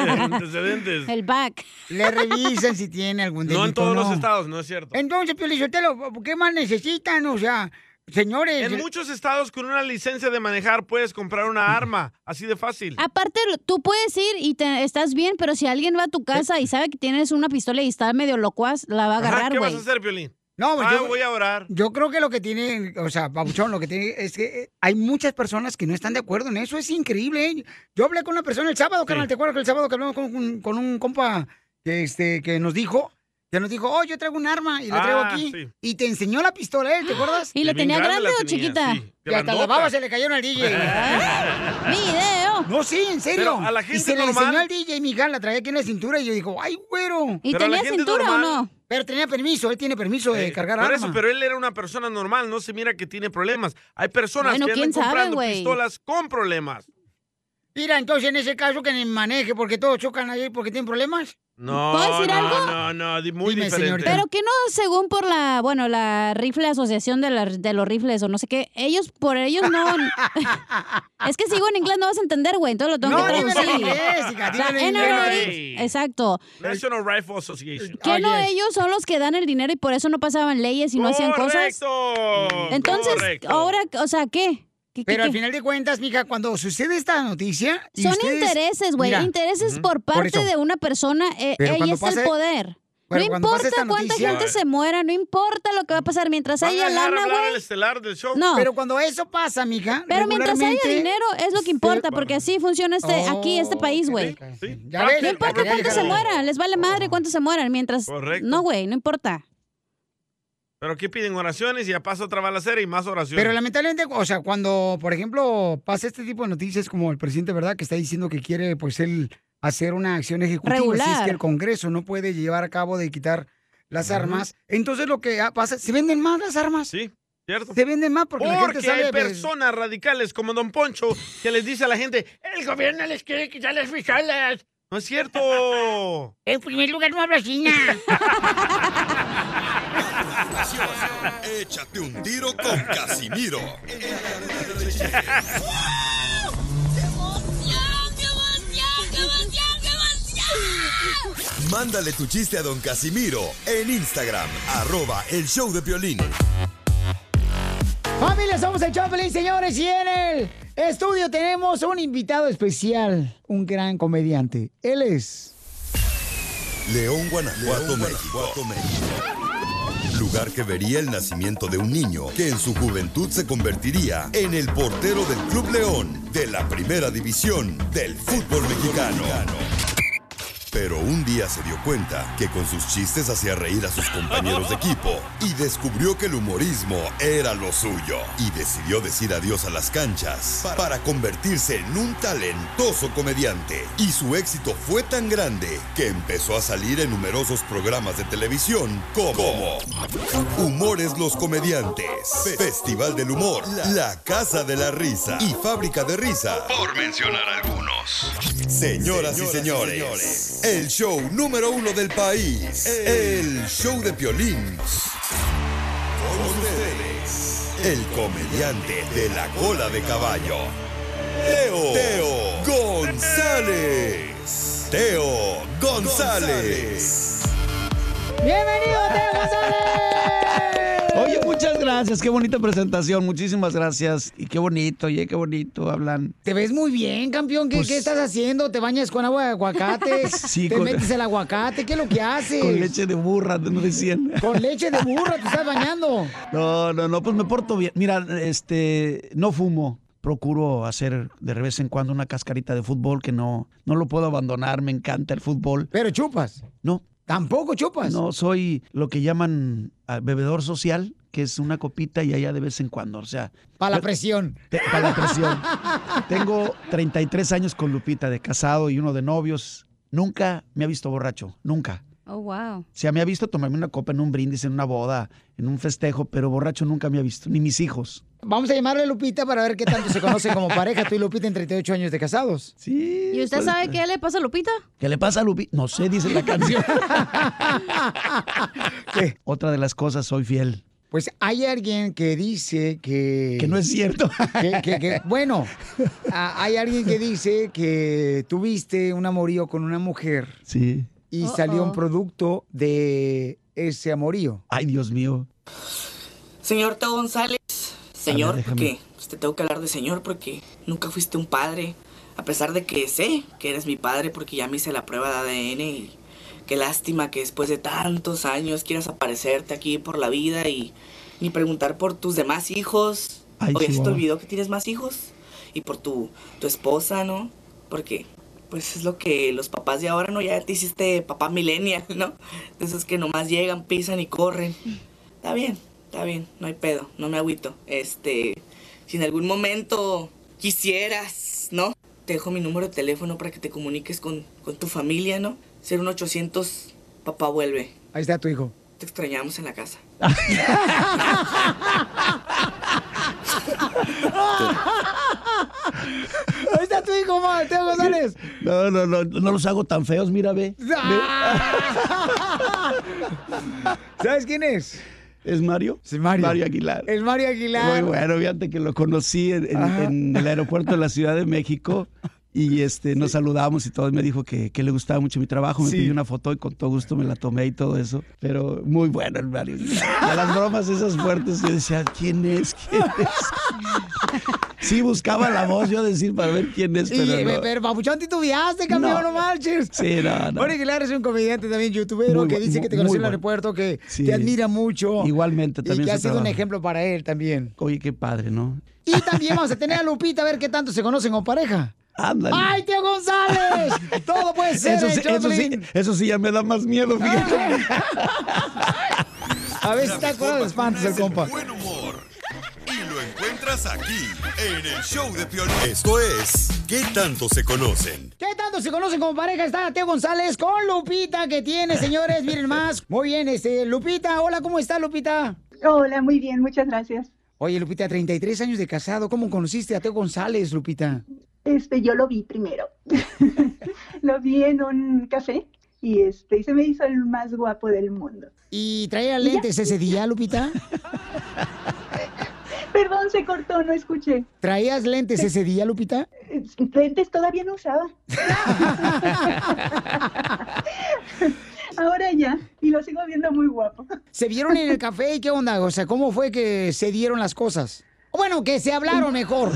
[SPEAKER 3] Antecedentes.
[SPEAKER 11] el back.
[SPEAKER 2] Le revisan si tiene algún delito.
[SPEAKER 3] No en todos
[SPEAKER 2] o
[SPEAKER 3] los estados, no es cierto.
[SPEAKER 2] Entonces, Pio Lizotelo, ¿qué más necesitan? O sea, señores.
[SPEAKER 3] En muchos estados con una licencia de manejar puedes comprar una arma, así de
[SPEAKER 2] Ah,
[SPEAKER 3] fácil.
[SPEAKER 11] Aparte, lo- tú puedes ir y te- estás bien, pero si alguien va a tu casa y sabe que tienes una pistola y está medio locuaz, la va a
[SPEAKER 3] Ajá,
[SPEAKER 11] agarrar,
[SPEAKER 3] ¿Qué vas
[SPEAKER 11] güey.
[SPEAKER 3] a hacer, Piolín?
[SPEAKER 2] No, pues
[SPEAKER 3] Ah,
[SPEAKER 2] yo
[SPEAKER 3] voy a orar.
[SPEAKER 2] Yo creo que lo que tiene, o sea, Pabuchón, lo que tiene es que eh, hay muchas personas que no están de acuerdo en eso. Es increíble. ¿eh? Yo hablé con una persona el sábado, carnal, ¿te acuerdas que el sábado que hablamos con, un- con un compa que, este, que nos dijo? Que nos dijo, oh, yo traigo un arma y la traigo
[SPEAKER 10] Ah,
[SPEAKER 2] aquí.
[SPEAKER 10] sí.
[SPEAKER 2] Y te enseñó la pistola, ¿eh?
[SPEAKER 3] Ah,
[SPEAKER 2] ¿Te acuerdas?
[SPEAKER 10] ¿Y la Bien tenía grande grande la o tenía, chiquita? sí,
[SPEAKER 2] Y hasta las
[SPEAKER 10] grandota.
[SPEAKER 2] babas se le cayeron al DJ.
[SPEAKER 11] ¡Video!
[SPEAKER 2] No, sí, en serio.
[SPEAKER 3] Pero a la
[SPEAKER 2] y
[SPEAKER 3] gente
[SPEAKER 2] se le
[SPEAKER 3] normal-
[SPEAKER 2] enseñó al DJ, mi hija, la traía aquí en la cintura. Y yo digo, ay, güero.
[SPEAKER 3] ¿Y Pero a la tenía gente cintura o normal- no?
[SPEAKER 2] Pero tenía permiso, él tiene permiso de cargar
[SPEAKER 3] Eh, Por
[SPEAKER 2] arma.
[SPEAKER 3] eso, pero él era una persona normal, no se mira que tiene problemas. Hay personas
[SPEAKER 2] Bueno,
[SPEAKER 3] que
[SPEAKER 2] ¿quién
[SPEAKER 3] andan
[SPEAKER 2] sabe,
[SPEAKER 3] comprando
[SPEAKER 2] güey?
[SPEAKER 3] pistolas con problemas.
[SPEAKER 2] Mira, entonces en ese caso que ni maneje, porque todos chocan ahí porque tienen problemas.
[SPEAKER 3] No,
[SPEAKER 11] ¿Puedo decir
[SPEAKER 3] no,
[SPEAKER 11] algo?
[SPEAKER 3] no, no, di- muy
[SPEAKER 2] Dime,
[SPEAKER 3] diferente.
[SPEAKER 11] Pero que no, según por la, bueno, la rifle asociación de, la- de los rifles o no sé qué, ellos, por ellos no. es que si digo en inglés no vas a entender, güey, entonces lo tengo
[SPEAKER 3] No,
[SPEAKER 11] que
[SPEAKER 3] dímelo en
[SPEAKER 11] traducir.
[SPEAKER 3] inglés, hija,
[SPEAKER 11] La
[SPEAKER 3] dímelo en
[SPEAKER 11] NRA,
[SPEAKER 3] inglés.
[SPEAKER 11] Exacto.
[SPEAKER 3] National Rifle Association.
[SPEAKER 11] Que no, ellos son los que dan el dinero y por eso no pasaban leyes y no hacían cosas.
[SPEAKER 3] Correcto,
[SPEAKER 11] Entonces,
[SPEAKER 3] correcto.
[SPEAKER 11] ahora, o sea, ¿qué? ¿Qué- qué-
[SPEAKER 2] Pero al final de cuentas, mija, cuando sucede esta noticia. y
[SPEAKER 11] Son
[SPEAKER 2] ustedes-
[SPEAKER 11] intereses, güey.
[SPEAKER 2] Mira,
[SPEAKER 11] Intereses por parte
[SPEAKER 2] eso.
[SPEAKER 11] de una persona. Eh,
[SPEAKER 2] Pero
[SPEAKER 11] ella
[SPEAKER 2] cuando
[SPEAKER 11] es
[SPEAKER 2] pase-
[SPEAKER 11] el poder.
[SPEAKER 2] pero
[SPEAKER 11] no
[SPEAKER 2] cuando pase
[SPEAKER 11] importa
[SPEAKER 2] esta
[SPEAKER 11] cuánta
[SPEAKER 2] noticia-
[SPEAKER 11] gente se muera, no importa lo que va a pasar. Mientras
[SPEAKER 3] ¿Van a
[SPEAKER 11] haya
[SPEAKER 3] dejar
[SPEAKER 11] lana,
[SPEAKER 3] hablar
[SPEAKER 11] güey.
[SPEAKER 3] al estelar del show?
[SPEAKER 11] No.
[SPEAKER 2] Pero cuando eso pasa, mija.
[SPEAKER 11] Pero mientras haya
[SPEAKER 2] regularmente- Oh,
[SPEAKER 11] dinero, es lo que importa, porque así funciona este, aquí, este país, güey.
[SPEAKER 2] Ya ves,
[SPEAKER 11] No importa
[SPEAKER 2] quería
[SPEAKER 11] cuánto se
[SPEAKER 2] llegar.
[SPEAKER 11] muera, les vale madre cuánto se mueran, mientras...
[SPEAKER 3] Correcto.
[SPEAKER 11] No, güey, no importa.
[SPEAKER 3] Pero aquí piden oraciones y ya pasa otra balacera y más oraciones.
[SPEAKER 2] Pero lamentablemente, o sea, cuando, por ejemplo, pasa este tipo de noticias como el presidente, ¿verdad? Que está diciendo que quiere, pues, él hacer una acción ejecutiva.
[SPEAKER 11] Regular.
[SPEAKER 2] Si es que el Congreso no puede llevar a cabo de quitar las
[SPEAKER 3] Ajá.
[SPEAKER 2] armas. Entonces lo que ah, pasa, se venden más las armas.
[SPEAKER 3] Sí, cierto.
[SPEAKER 2] Se venden más porque, la gente
[SPEAKER 3] Porque
[SPEAKER 2] sale...
[SPEAKER 3] hay
[SPEAKER 2] pues,
[SPEAKER 3] personas radicales como Don Poncho que les dice a la gente, el gobierno les quiere quitar las pistolas. No es cierto.
[SPEAKER 2] En primer lugar, no habla china.
[SPEAKER 6] Échate un tiro con Casimiro. Mándale tu chiste a don Casimiro en Instagram, arroba el show de violín.
[SPEAKER 2] Familia, somos el Choplin, señores, y en el estudio tenemos un invitado especial, un gran comediante. Él es...
[SPEAKER 6] León, Guanajuato, México. Lugar que vería el nacimiento de un niño que en su juventud se convertiría en el portero del Club León de la primera división del fútbol mexicano. Pero un día se dio cuenta que con sus chistes hacía reír a sus compañeros de equipo y descubrió que el humorismo era lo suyo y decidió decir adiós a las canchas pa- para convertirse en un talentoso comediante. Y su éxito fue tan grande que empezó a salir en numerosos programas de televisión como Humores los Comediantes, Fe- Festival del Humor, La Casa de la Risa y Fábrica de Risa.
[SPEAKER 16] Por mencionar algunos.
[SPEAKER 6] Señoras y señores, el show número uno del país, el show de Piolín. Con ustedes, el comediante de la cola de caballo, Teo, Teo González. Teo González.
[SPEAKER 2] ¡Bienvenido, Teo González!
[SPEAKER 16] Oye, muchas gracias, qué bonita presentación, muchísimas gracias. Y qué bonito, oye, qué bonito hablan.
[SPEAKER 2] Te ves muy bien, campeón. ¿Qué,
[SPEAKER 16] Pues-
[SPEAKER 2] qué estás haciendo? ¿Te bañas con agua de aguacate?
[SPEAKER 16] Sí,
[SPEAKER 2] ¿Te
[SPEAKER 16] con-
[SPEAKER 2] metes el aguacate? ¿Qué es lo que haces?
[SPEAKER 16] Con leche de burra, no decían.
[SPEAKER 2] Con leche de burra, te estás bañando.
[SPEAKER 16] No, no, no, pues me porto bien. Mira, este, no fumo. Procuro hacer de vez en cuando una cascarita de fútbol que no, no lo puedo abandonar, me encanta el fútbol.
[SPEAKER 2] ¿Pero chupas?
[SPEAKER 16] No.
[SPEAKER 2] ¿Tampoco chupas?
[SPEAKER 16] No, soy lo que llaman ah, bebedor social, que es una copita y allá de vez en cuando, o sea.
[SPEAKER 2] Para la
[SPEAKER 16] yo-
[SPEAKER 2] presión.
[SPEAKER 16] te- para la presión. Tengo 33 años con Lupita de casado y uno de novios. Nunca me ha visto borracho, nunca.
[SPEAKER 11] Oh, wow.
[SPEAKER 16] O sea, me ha visto tomarme una copa en un brindis, en una boda, en un festejo, pero borracho nunca me ha visto, ni mis hijos.
[SPEAKER 2] Vamos a llamarle a Lupita para ver qué tanto se conocen como pareja. Tú y Lupita en 38 años de casados.
[SPEAKER 16] Sí.
[SPEAKER 11] ¿Y
[SPEAKER 2] pues,
[SPEAKER 11] usted sabe qué le pasa a Lupita?
[SPEAKER 16] ¿Qué le pasa a Lupi? No sé, dice la canción. ¿Qué? Otra de las cosas, soy fiel.
[SPEAKER 2] Pues hay alguien que dice que...
[SPEAKER 16] Que no es cierto.
[SPEAKER 2] que- que- que- bueno, a- hay alguien que dice que tuviste un amorío con una mujer
[SPEAKER 16] Sí.
[SPEAKER 2] y
[SPEAKER 16] Uh-oh.
[SPEAKER 2] salió un producto de ese amorío.
[SPEAKER 16] Ay, Dios mío.
[SPEAKER 15] Señor Teo González,
[SPEAKER 16] A
[SPEAKER 15] señor,
[SPEAKER 16] ver,
[SPEAKER 15] porque
[SPEAKER 16] déjame.
[SPEAKER 15] pues, te tengo que hablar de señor porque nunca fuiste un padre, a pesar de que sé que eres mi padre porque ya me hice la prueba de ADN y qué lástima que después de tantos años quieras aparecerte aquí por la vida y ni preguntar por tus demás hijos.
[SPEAKER 16] Ay,
[SPEAKER 15] Oye, ¿se te
[SPEAKER 16] Chihuahua.
[SPEAKER 15] olvidó que tienes más hijos? Y por tu, tu esposa, ¿no? Porque pues es lo que los papás de ahora, ¿no? Ya te hiciste papá millennial, ¿no? De esos que nomás llegan, pisan y corren. Está bien, está bien, no hay pedo, no me agüito. Este, si en algún momento quisieras, ¿no? Te dejo mi número de teléfono para que te comuniques con, con tu familia, ¿no? Ser un 800, papá vuelve.
[SPEAKER 2] Ahí está tu hijo.
[SPEAKER 15] Te extrañamos en la casa.
[SPEAKER 2] Ahí está tu hijo, Mateo González.
[SPEAKER 16] No, no, no, no los hago tan feos, mira, ve.
[SPEAKER 2] ¿Sabes quién es?
[SPEAKER 16] ¿Es Mario?
[SPEAKER 2] Sí, Mario.
[SPEAKER 16] Mario Aguilar.
[SPEAKER 2] Es Mario Aguilar.
[SPEAKER 16] Muy bueno, fíjate que lo conocí en, en-
[SPEAKER 2] Ajá.
[SPEAKER 16] en el aeropuerto de la Ciudad de México y este nos saludamos y todo. y Me dijo que, que le gustaba mucho mi trabajo, me
[SPEAKER 2] Sí.
[SPEAKER 16] pidió una foto y con todo gusto me la tomé y todo eso. Pero muy bueno el Mario. Aguilar. Y a las bromas esas fuertes yo decía, ¿quién es? ¿Quién es?". Sí, buscaba la voz yo decir para ver quién es,
[SPEAKER 2] Y,
[SPEAKER 16] pero
[SPEAKER 2] eh,
[SPEAKER 16] no.
[SPEAKER 2] pero papuchón titubeaste, campeón, no,
[SPEAKER 16] No.
[SPEAKER 2] marches.
[SPEAKER 16] Sí, no, no.
[SPEAKER 2] Mario Aguilar es un comediante también, youtubero,
[SPEAKER 16] Muy
[SPEAKER 2] que
[SPEAKER 16] bu-
[SPEAKER 2] dice que te
[SPEAKER 16] muy
[SPEAKER 2] conoció en el
[SPEAKER 16] bueno.
[SPEAKER 2] aeropuerto, que
[SPEAKER 16] Sí.
[SPEAKER 2] te admira mucho.
[SPEAKER 16] Igualmente también
[SPEAKER 2] Y que
[SPEAKER 16] su
[SPEAKER 2] ha sido un
[SPEAKER 16] trabajo.
[SPEAKER 2] ejemplo para él también.
[SPEAKER 16] Oye, qué padre, ¿no?
[SPEAKER 2] Y también vamos a tener a Lupita a ver qué tanto se conocen como pareja.
[SPEAKER 16] Ándale.
[SPEAKER 2] ¡Ay, tío González! Todo puede ser.
[SPEAKER 16] Eso
[SPEAKER 2] ¿eh, Ah.
[SPEAKER 16] sí, eso, sí,
[SPEAKER 2] Choplin?
[SPEAKER 16] eso sí ya me da más miedo, fíjate.
[SPEAKER 2] A veces está curado de espantos el compa.
[SPEAKER 6] Lo encuentras aquí, en el show de Piolín. Esto es ¿Qué tanto se conocen?
[SPEAKER 2] ¿Qué tanto se conocen como pareja? Está Teo González con Lupita que tiene, señores, miren más. Muy bien, este, Lupita, hola, ¿cómo está Lupita?
[SPEAKER 17] Hola, muy bien, muchas gracias.
[SPEAKER 2] Oye, Lupita, 33 años de casado, ¿cómo conociste a Teo González, Lupita?
[SPEAKER 17] Este, yo lo vi primero. lo vi en un café y este, y se me hizo el más guapo del mundo.
[SPEAKER 2] ¿Y traía lentes ese día, Lupita?
[SPEAKER 17] Perdón, se cortó, no escuché.
[SPEAKER 2] ¿Traías lentes ese día, Lupita?
[SPEAKER 17] Eh, Lentes todavía no usaba. Ahora ya, y lo sigo viendo muy guapo.
[SPEAKER 2] ¿Se vieron en el café y qué onda? O sea, ¿cómo fue que se dieron las cosas? O Bueno, que se hablaron mejor.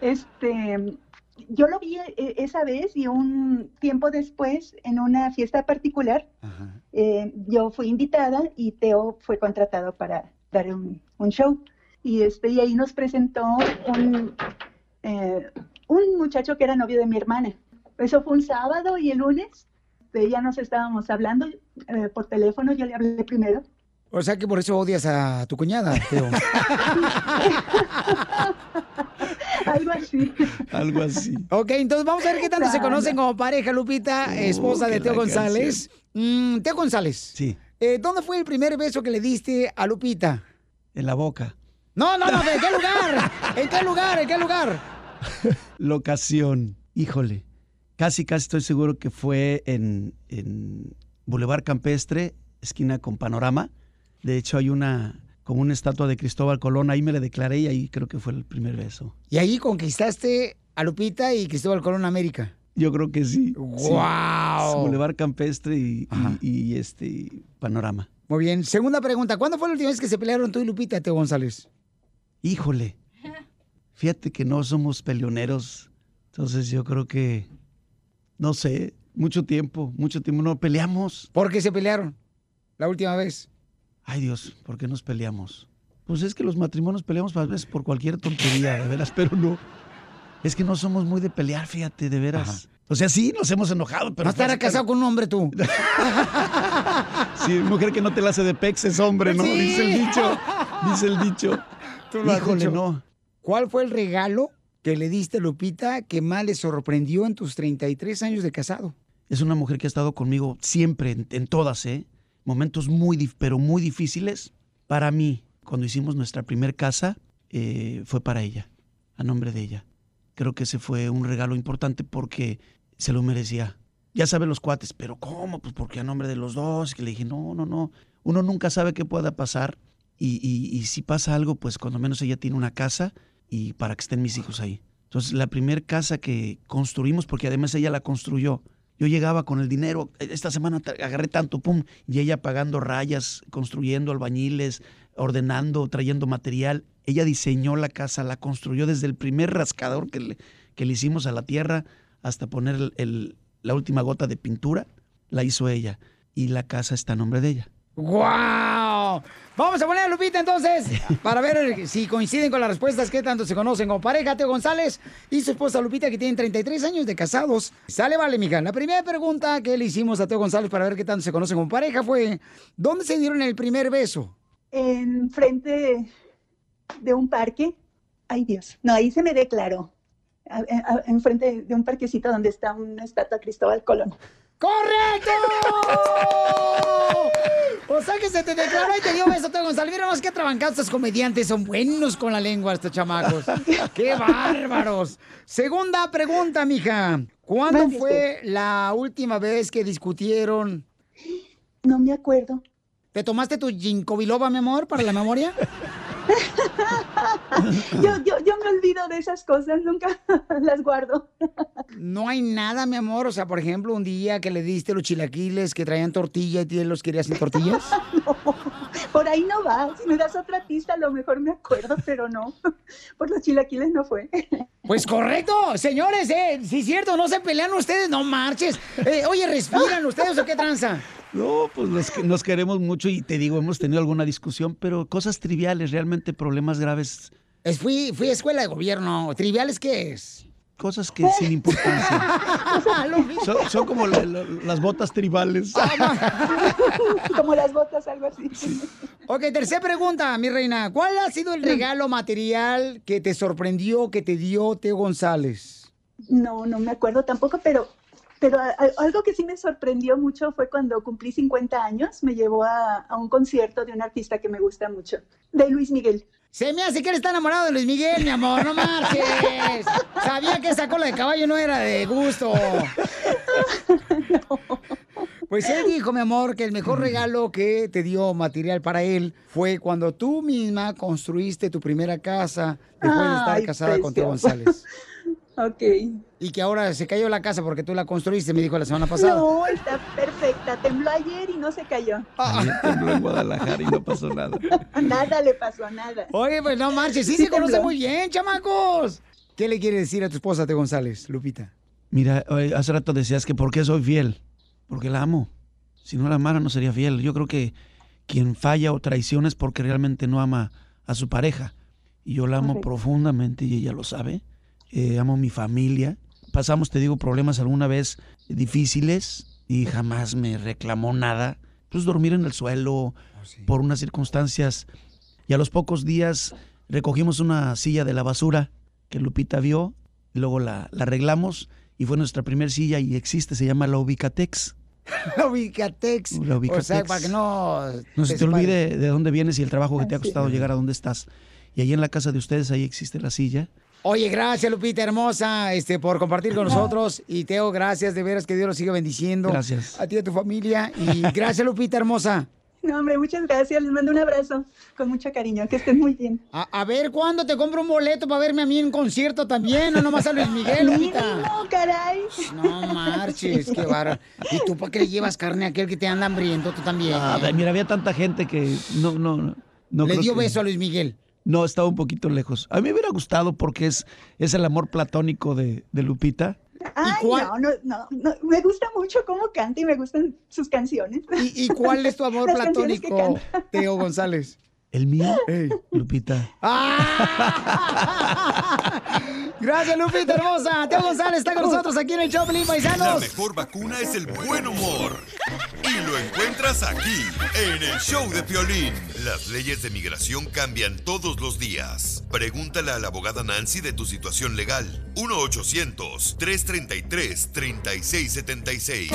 [SPEAKER 17] Este, yo lo vi eh, esa vez y un tiempo después en una fiesta particular. eh, yo fui invitada y Teo fue contratado para dar un, un show. Y, este, y ahí nos presentó un, eh, un muchacho que era novio de mi hermana. Eso fue un sábado y el lunes este, ya nos estábamos hablando eh, por teléfono, yo le hablé primero.
[SPEAKER 2] O sea que por eso odias a tu cuñada, Teo.
[SPEAKER 17] Algo así.
[SPEAKER 16] Algo así.
[SPEAKER 2] Ok, entonces vamos a ver qué tanto se conocen como pareja, Lupita, esposa
[SPEAKER 16] Uh,
[SPEAKER 2] de
[SPEAKER 16] que
[SPEAKER 2] Teo
[SPEAKER 16] la
[SPEAKER 2] González. Mm, Teo González.
[SPEAKER 16] Sí.
[SPEAKER 2] eh, ¿Dónde fue el primer beso que le diste a Lupita?
[SPEAKER 16] En la boca.
[SPEAKER 2] No, no, no, ¿en qué lugar? ¿En qué lugar? ¿En qué lugar?
[SPEAKER 16] Locación. Híjole. Casi, casi estoy seguro que fue en, en Boulevard Campestre, esquina con panorama. De hecho, hay una, como una estatua de Cristóbal Colón. Ahí me le declaré y ahí creo que fue el primer beso.
[SPEAKER 2] Y ahí conquistaste a Lupita y Cristóbal Colón América.
[SPEAKER 16] Yo creo que sí.
[SPEAKER 2] ¡Guau!
[SPEAKER 16] Sí. Boulevard Campestre y, y- y, este y panorama.
[SPEAKER 2] Muy bien. Segunda pregunta. ¿Cuándo fue la última vez que se pelearon tú y Lupita, Teo Este González?
[SPEAKER 16] Híjole. Fíjate que no somos peleoneros. Entonces yo creo que, no sé, mucho tiempo, mucho tiempo no peleamos.
[SPEAKER 2] ¿Por qué se pelearon la última vez?
[SPEAKER 16] Ay Dios, ¿por qué nos peleamos? Pues es que los matrimonios peleamos a veces por cualquier tontería, de veras, pero no. Es que no somos muy de pelear, fíjate, de veras. O sea, sí, nos hemos enojado, pero...
[SPEAKER 2] no estarás casado con un hombre tú.
[SPEAKER 16] Sí, mujer que no te la hace de pex es hombre, ¿no?
[SPEAKER 2] Sí.
[SPEAKER 16] Dice el dicho. Dice el dicho.
[SPEAKER 2] Tú lo has
[SPEAKER 16] Híjole,
[SPEAKER 2] dicho.
[SPEAKER 16] no.
[SPEAKER 2] ¿Cuál fue el regalo que le diste a Lupita que más le sorprendió en tus 33 años de casado?
[SPEAKER 16] Es una mujer que ha estado conmigo siempre, en, en todas, ¿eh? Momentos muy, dif- pero muy difíciles para mí. cuando hicimos nuestra primer casa, eh, fue para ella, a nombre de ella. Creo que ese fue un regalo importante porque se lo merecía. Ya sabe los cuates, pero ¿cómo? Pues porque a nombre de los dos. Que le dije, no, no, no. Uno nunca sabe qué pueda pasar. Y, y- y si pasa algo, pues cuando menos ella tiene una casa y para que estén mis hijos ahí. Entonces, la primera casa que construimos, porque además ella la construyó, yo llegaba con el dinero, e-, esta semana tra- agarré tanto, pum, y ella pagando rayas, construyendo albañiles, ordenando, trayendo material. Ella diseñó la casa, la construyó desde el primer rascador que le, que le hicimos a la tierra hasta poner el- el- la última gota de pintura, la hizo ella. Y la casa está a nombre de ella.
[SPEAKER 2] ¡Wow! Vamos a poner a Lupita entonces para ver si coinciden con las respuestas que tanto se conocen como pareja. Teo González y su esposa Lupita que tienen 33 años de casados. Sale, vale, mija. La primera pregunta que le hicimos a Teo González para ver qué tanto se conocen como pareja fue ¿dónde se dieron el primer beso?
[SPEAKER 17] En frente de, de un parque. Ay, Dios. No, ahí se me declaró. A- a- a- Enfrente de un parquecito donde está una estatua de Cristóbal Colón.
[SPEAKER 2] ¡Correcto! O sea que se te declaró y te dio beso, Teo González. Mira más que trabancados estos comediantes. Son buenos con la lengua estos chamacos. ¡Qué bárbaros! Segunda pregunta, mija. ¿Cuándo
[SPEAKER 17] Mande
[SPEAKER 2] fue la última vez que discutieron?
[SPEAKER 17] No me acuerdo.
[SPEAKER 2] ¿Te tomaste tu ginkgo biloba, mi amor, para la memoria?
[SPEAKER 17] Yo, yo, yo me olvido de esas cosas, nunca las guardo.
[SPEAKER 2] No hay nada, mi amor. O sea, por ejemplo, un día que le diste los chilaquiles que traían tortilla y tú los querías sin tortillas.
[SPEAKER 17] Por ahí no va. Si me das otra pista, a lo mejor me acuerdo, pero no. Por los chilaquiles no fue.
[SPEAKER 2] Pues correcto, señores, ¿eh? Sí, es cierto, no se pelean ustedes, no marches. Eh, oye, ¿respiran ustedes o qué tranza?
[SPEAKER 16] No, pues nos, que- nos queremos mucho y te digo, hemos tenido alguna discusión, pero cosas triviales, realmente problemas graves.
[SPEAKER 2] fui, fui a escuela de gobierno. ¿Triviales qué es?
[SPEAKER 16] Cosas que sin importancia.
[SPEAKER 2] Lo mismo.
[SPEAKER 16] Son, son como la- la- las botas tribales.
[SPEAKER 2] Ah,
[SPEAKER 17] Como las botas, algo así.
[SPEAKER 2] Ok, tercera pregunta, mi reina. ¿Cuál ha sido el regalo material que te sorprendió, que te dio Teo González?
[SPEAKER 17] No, no me acuerdo tampoco, pero, pero a- a- algo que sí me sorprendió mucho fue cuando cumplí 50 años, me llevó a, a un concierto de un artista que me gusta mucho, de Luis Miguel.
[SPEAKER 2] Se me hace que eres tan enamorado de Luis Miguel, mi amor, no marches. Sabía que esa cola de caballo no era de gusto. Pues él dijo, mi amor, que el mejor regalo que te dio material para él fue cuando tú misma construiste tu primera casa después de estar
[SPEAKER 17] Ay,
[SPEAKER 2] casada con Teo
[SPEAKER 17] precioso.
[SPEAKER 2] González.
[SPEAKER 17] Ok.
[SPEAKER 2] Y que ahora se cayó la casa porque tú la construiste, me dijo la semana pasada.
[SPEAKER 17] No, está perfecta. Tembló ayer y no se cayó.
[SPEAKER 2] Ah.
[SPEAKER 16] en Guadalajara y no pasó nada.
[SPEAKER 17] Nada le pasó, nada.
[SPEAKER 2] Oye, pues no marches, sí,
[SPEAKER 17] Sí
[SPEAKER 2] se conoce
[SPEAKER 17] tembló.
[SPEAKER 2] muy bien, chamacos. ¿Qué le quiere decir a tu esposa, Teo González, Lupita?
[SPEAKER 16] Mira, oye, hace rato decías que por qué soy fiel. Porque la amo. Si no la amara no sería fiel. Yo creo que quien falla o traiciona es porque realmente no ama a su pareja. Y yo la amo
[SPEAKER 4] Correcto.
[SPEAKER 16] profundamente y ella lo sabe. Eh, amo a mi familia. Pasamos, te digo, problemas alguna vez difíciles y jamás me reclamó nada. Pues dormir en el suelo por unas circunstancias. Y a los pocos días recogimos una silla de la basura que Lupita vio, y luego la, la arreglamos y fue nuestra primer silla y existe, se llama la Ubicatex.
[SPEAKER 2] La Ubicatex.
[SPEAKER 16] La
[SPEAKER 2] O sea,
[SPEAKER 16] Ubicatex.
[SPEAKER 2] para que no...
[SPEAKER 16] No se te
[SPEAKER 2] separes.
[SPEAKER 16] olvide de dónde vienes y el trabajo que te ha
[SPEAKER 2] Así es.
[SPEAKER 16] costado llegar a donde estás. Y ahí en la casa de ustedes, ahí existe la silla.
[SPEAKER 2] Oye, gracias Lupita hermosa, este, por compartir con nosotros. Y Teo, gracias, de veras que Dios lo siga bendiciendo.
[SPEAKER 16] Gracias.
[SPEAKER 2] A ti y a tu familia. Y gracias, Lupita hermosa.
[SPEAKER 17] No, hombre, muchas gracias. Les mando un abrazo con mucho cariño. Que estén muy bien.
[SPEAKER 2] A, a ver, ¿cuándo te compro un boleto para verme a mí en un concierto también? No nomás a Luis Miguel, Lupita.
[SPEAKER 17] No, caray.
[SPEAKER 2] No marches, qué vara. ¿Y tú para qué le llevas carne a aquel que te anda hambriento tú también?
[SPEAKER 16] Ah, mira, había tanta gente que no, no, no. no
[SPEAKER 2] Le
[SPEAKER 16] creo
[SPEAKER 2] dio
[SPEAKER 16] que-
[SPEAKER 2] beso a Luis Miguel.
[SPEAKER 16] No, estaba un poquito lejos. A mí me hubiera gustado porque es, es el amor platónico de, de Lupita.
[SPEAKER 17] Ay, no, no, no, no. Me gusta mucho cómo canta y me gustan sus canciones.
[SPEAKER 2] ¿Y, cuál es tu amor platónico, Teo González?
[SPEAKER 16] ¿El mío? Lupita.
[SPEAKER 2] Gracias, Lupita hermosa. Teo González está con nosotros aquí en el Choplin
[SPEAKER 6] La
[SPEAKER 2] Paisanos.
[SPEAKER 6] mejor vacuna es el buen humor. Y lo encuentras aquí, en el show de Piolín. Las leyes de migración cambian todos los días. Pregúntale a la abogada Nancy de tu situación legal. 1-800-333-3676.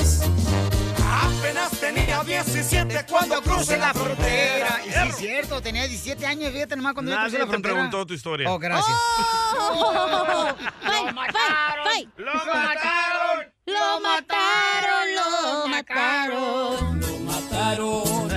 [SPEAKER 19] Apenas tenía 17 cuando crucé la frontera. Y si
[SPEAKER 2] cierto, tenía 17 años, fíjate nomás cuando yo crucé
[SPEAKER 3] Nadie
[SPEAKER 2] la
[SPEAKER 3] te
[SPEAKER 2] frontera.
[SPEAKER 3] preguntó tu historia.
[SPEAKER 2] Oh, gracias.
[SPEAKER 10] ¡Lo mataron! ¡Lo mataron! ¡Lo mataron! ¡Lo mataron! ¡Lo mataron! ¡Lo mataron!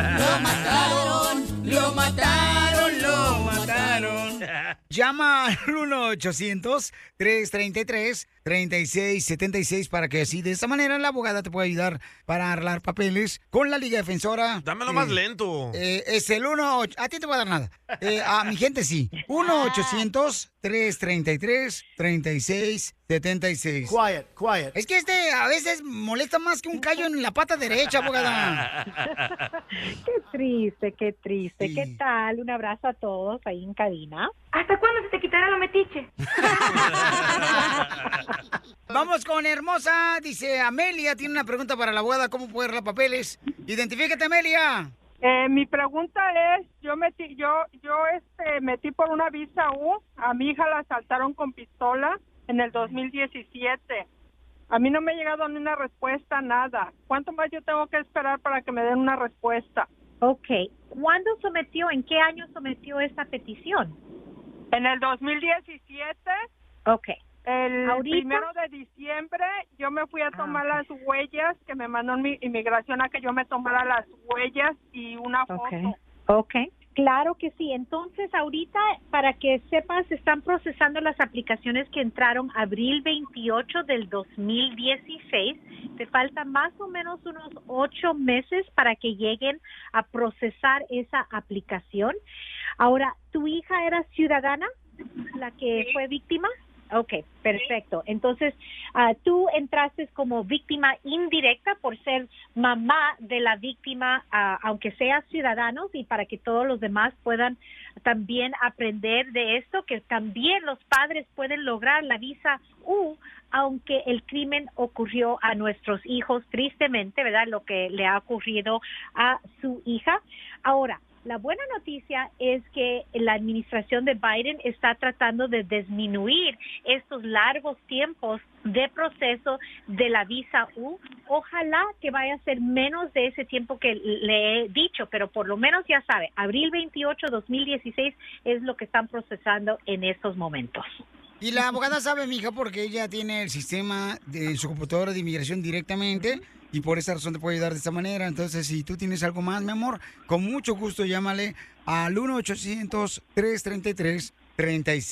[SPEAKER 10] ¡Lo mataron! ¡Lo mataron!
[SPEAKER 2] Llama al 1-800-333-3676 para que así de esta manera la abogada te pueda ayudar para arreglar papeles con la Liga Defensora.
[SPEAKER 3] Dámelo más lento.
[SPEAKER 2] Eh, es el 1 8 A ti te voy a dar nada. Eh, a mi gente sí. 1-800-333-3676.
[SPEAKER 4] Quiet, quiet.
[SPEAKER 2] Es que este a veces molesta más que un callo en la pata derecha, abogada.
[SPEAKER 20] Qué triste, qué triste. ¿Qué tal? Un abrazo a todos ahí en cabina. ¿Hasta cuándo se te quitará lo metiche?
[SPEAKER 2] Vamos con hermosa. Dice Amelia, tiene una pregunta para la abogada. ¿Cómo puede arreglar papeles? Identifícate, Amelia.
[SPEAKER 21] mi pregunta es, yo metí, yo, yo este, metí por una visa U, a mi hija la asaltaron con pistola en el 2017. A mí no me ha llegado ni una respuesta, nada. ¿Cuánto más yo tengo que esperar para que me den una respuesta?
[SPEAKER 20] Ok. ¿Cuándo sometió, en qué año sometió esta petición?
[SPEAKER 21] En el 2017,
[SPEAKER 20] Ok.
[SPEAKER 21] el
[SPEAKER 20] ¿Ahorita? Ah,
[SPEAKER 21] primero de diciembre, yo me fui a tomar las huellas que me mandó mi inmigración a que yo me tomara las huellas y una foto.
[SPEAKER 20] Ok. Claro que sí. Entonces, ahorita, para que sepas, están procesando las aplicaciones que entraron abril 28 del 2016. Te faltan más o menos unos ocho meses para que lleguen a procesar esa aplicación. Ahora, ¿tu hija era ciudadana, la que fue víctima? Ok, perfecto. Entonces, ah, tú entraste como víctima indirecta por ser mamá de la víctima, ah, aunque seas ciudadanos, y para que todos los demás puedan también aprender de esto, que también los padres pueden lograr la visa U, aunque el crimen ocurrió a nuestros hijos, tristemente, ¿verdad? Lo que le ha ocurrido a su hija. Ahora, la buena noticia es que la administración de Biden está tratando de disminuir estos largos tiempos de proceso de la visa U. Ojalá que vaya a ser menos de ese tiempo que le he dicho, pero por lo menos ya sabe, abril 28, 2016 es lo que están procesando en estos momentos.
[SPEAKER 2] Y la abogada sabe, mija, porque ella tiene el sistema de su computadora de inmigración directamente y por esa razón te puede ayudar de esta manera. Entonces, si tú tienes algo más, mi amor, con mucho gusto llámale al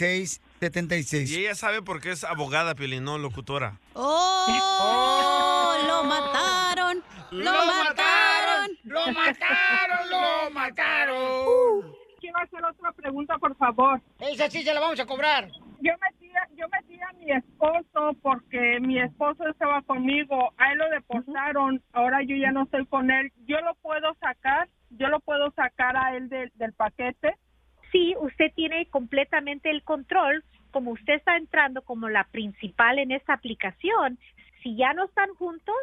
[SPEAKER 2] 1-800-333-3676.
[SPEAKER 3] Y ella sabe por qué es abogada, Piolín, no locutora.
[SPEAKER 11] ¡Oh! ¡Lo mataron! ¡Lo mataron!
[SPEAKER 2] ¡Lo mataron! ¡Lo mataron!
[SPEAKER 21] Quiero hacer otra pregunta, por favor.
[SPEAKER 2] Esa sí se la vamos a cobrar.
[SPEAKER 21] Yo metí, a- yo metí a mi esposo porque mi esposo estaba conmigo. A él lo deportaron. Ahora yo ya no estoy con él. Yo lo puedo sacar. Yo lo puedo sacar a él del, del paquete.
[SPEAKER 20] Sí, usted tiene completamente el control, como usted está entrando como la principal en esta aplicación, si ya no están juntos,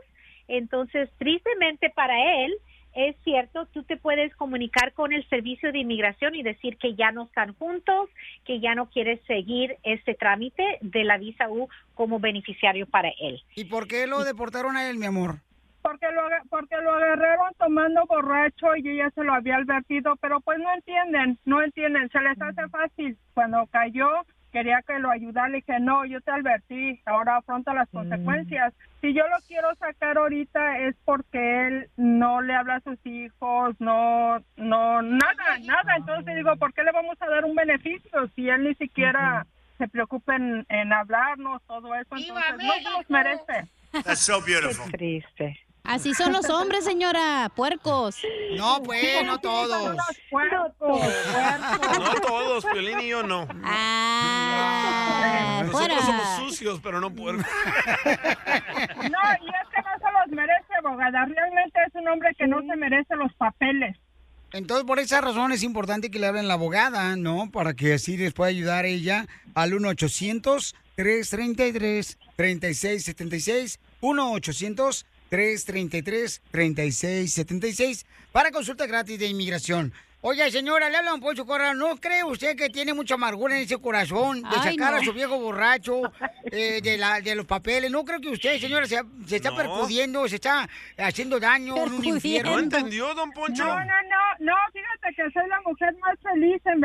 [SPEAKER 20] entonces tristemente para él, es cierto, tú te puedes comunicar con el servicio de inmigración y decir que ya no están juntos, que ya no quieres seguir este trámite de la visa U como beneficiario para él.
[SPEAKER 2] ¿Y por qué lo deportaron a él, mi amor?
[SPEAKER 21] Porque lo, aga- porque lo agarraron tomando borracho y yo ya se lo había advertido, pero pues no entienden, no entienden, se les hace fácil. Cuando cayó, quería que lo ayudara, le dije, no, yo te advertí, ahora afronta
[SPEAKER 2] Mm.
[SPEAKER 21] las consecuencias. Si yo lo quiero sacar ahorita es porque él no le habla a sus hijos, no, no, nada, nada. Entonces digo, ¿por qué le vamos a dar un beneficio si él ni siquiera se preocupa en, en hablarnos, todo eso? Entonces, no se los merece.
[SPEAKER 4] That's so beautiful.
[SPEAKER 20] triste.
[SPEAKER 11] Así son los hombres, señora. Puercos.
[SPEAKER 2] No, pues, no todos.
[SPEAKER 11] No
[SPEAKER 3] No todos, Piolín y yo no. Nosotros
[SPEAKER 2] Ah,
[SPEAKER 21] fuera.
[SPEAKER 3] somos sucios, pero no puercos.
[SPEAKER 21] No, y es que no se los merece, abogada. Realmente es un hombre que no se merece los papeles.
[SPEAKER 2] Entonces, por esa razón es importante que le hablen a la abogada, ¿no? Para que así les pueda ayudar ella al 1-800-333-3676. 1-800-333-3676 para consulta gratis de inmigración. Oiga, señora, le habla un Poncho Corral. ¿No cree usted que tiene mucha amargura en ese corazón de
[SPEAKER 10] Ay,
[SPEAKER 2] sacar
[SPEAKER 10] no.
[SPEAKER 2] a su viejo borracho eh, de, la- de los papeles? ¿No creo que usted, señora, se, se está
[SPEAKER 21] No.
[SPEAKER 2] percudiendo, se está haciendo daño en un infierno?
[SPEAKER 21] No, no, no, no, fíjate que soy la mujer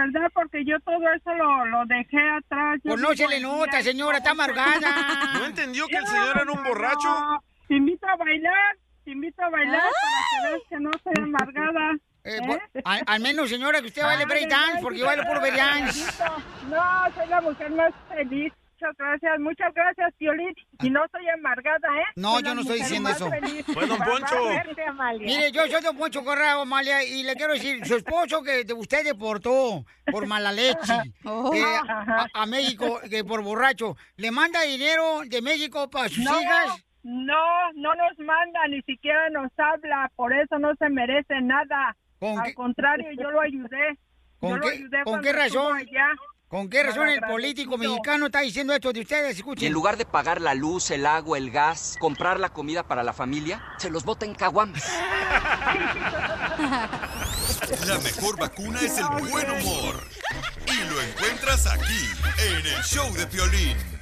[SPEAKER 21] verdad, porque yo todo eso lo, lo dejé atrás. Yo
[SPEAKER 2] Pues no se
[SPEAKER 21] digo,
[SPEAKER 2] le nota, señora, está amargada.
[SPEAKER 3] ¿No entendió que el señor era un borracho?
[SPEAKER 21] no, te invito a bailar, te invito a bailar para que veas que no soy amargada.
[SPEAKER 2] Ah. Eh,
[SPEAKER 21] ¿eh?
[SPEAKER 2] por- al, al menos, señora, que usted baile
[SPEAKER 21] Ah,
[SPEAKER 2] break dance,
[SPEAKER 21] ¿verdad?
[SPEAKER 2] porque yo bailo puro break dance.
[SPEAKER 21] No, soy la mujer más feliz. Muchas gracias, muchas gracias, Violín. Y no soy amargada, ¿eh?
[SPEAKER 2] Ah. No,
[SPEAKER 21] Soy la
[SPEAKER 2] yo no estoy
[SPEAKER 21] mujer
[SPEAKER 2] diciendo
[SPEAKER 21] más
[SPEAKER 2] eso.
[SPEAKER 21] feliz.
[SPEAKER 2] Pues, don
[SPEAKER 21] Va- va a
[SPEAKER 2] Poncho.
[SPEAKER 21] verte, Amalia.
[SPEAKER 2] Mire, yo soy Don Poncho Correa, Amalia, y le quiero decir, su esposo que de- usted deportó por mala leche
[SPEAKER 21] Oh.
[SPEAKER 2] eh, a, a México, que por borracho, ¿le manda dinero de México para sus
[SPEAKER 21] No,
[SPEAKER 2] hijas?
[SPEAKER 21] no, no nos manda, ni siquiera nos habla, por eso no se merece nada. Al contrario, yo lo ayudé.
[SPEAKER 2] ¿Con
[SPEAKER 21] Yo lo
[SPEAKER 2] qué-
[SPEAKER 21] ayudé
[SPEAKER 2] con
[SPEAKER 21] cuando
[SPEAKER 2] qué
[SPEAKER 21] estuvo
[SPEAKER 2] razón?
[SPEAKER 21] allá.
[SPEAKER 2] ¿Con qué razón el político
[SPEAKER 21] Malagradecido.
[SPEAKER 2] mexicano está diciendo esto de ustedes? Escuchen.
[SPEAKER 1] Y en lugar de pagar la luz, el agua, el gas, comprar la comida para la familia, se los bota en caguamas.
[SPEAKER 6] La mejor vacuna es el buen humor. Y lo encuentras aquí, en el show de Piolín.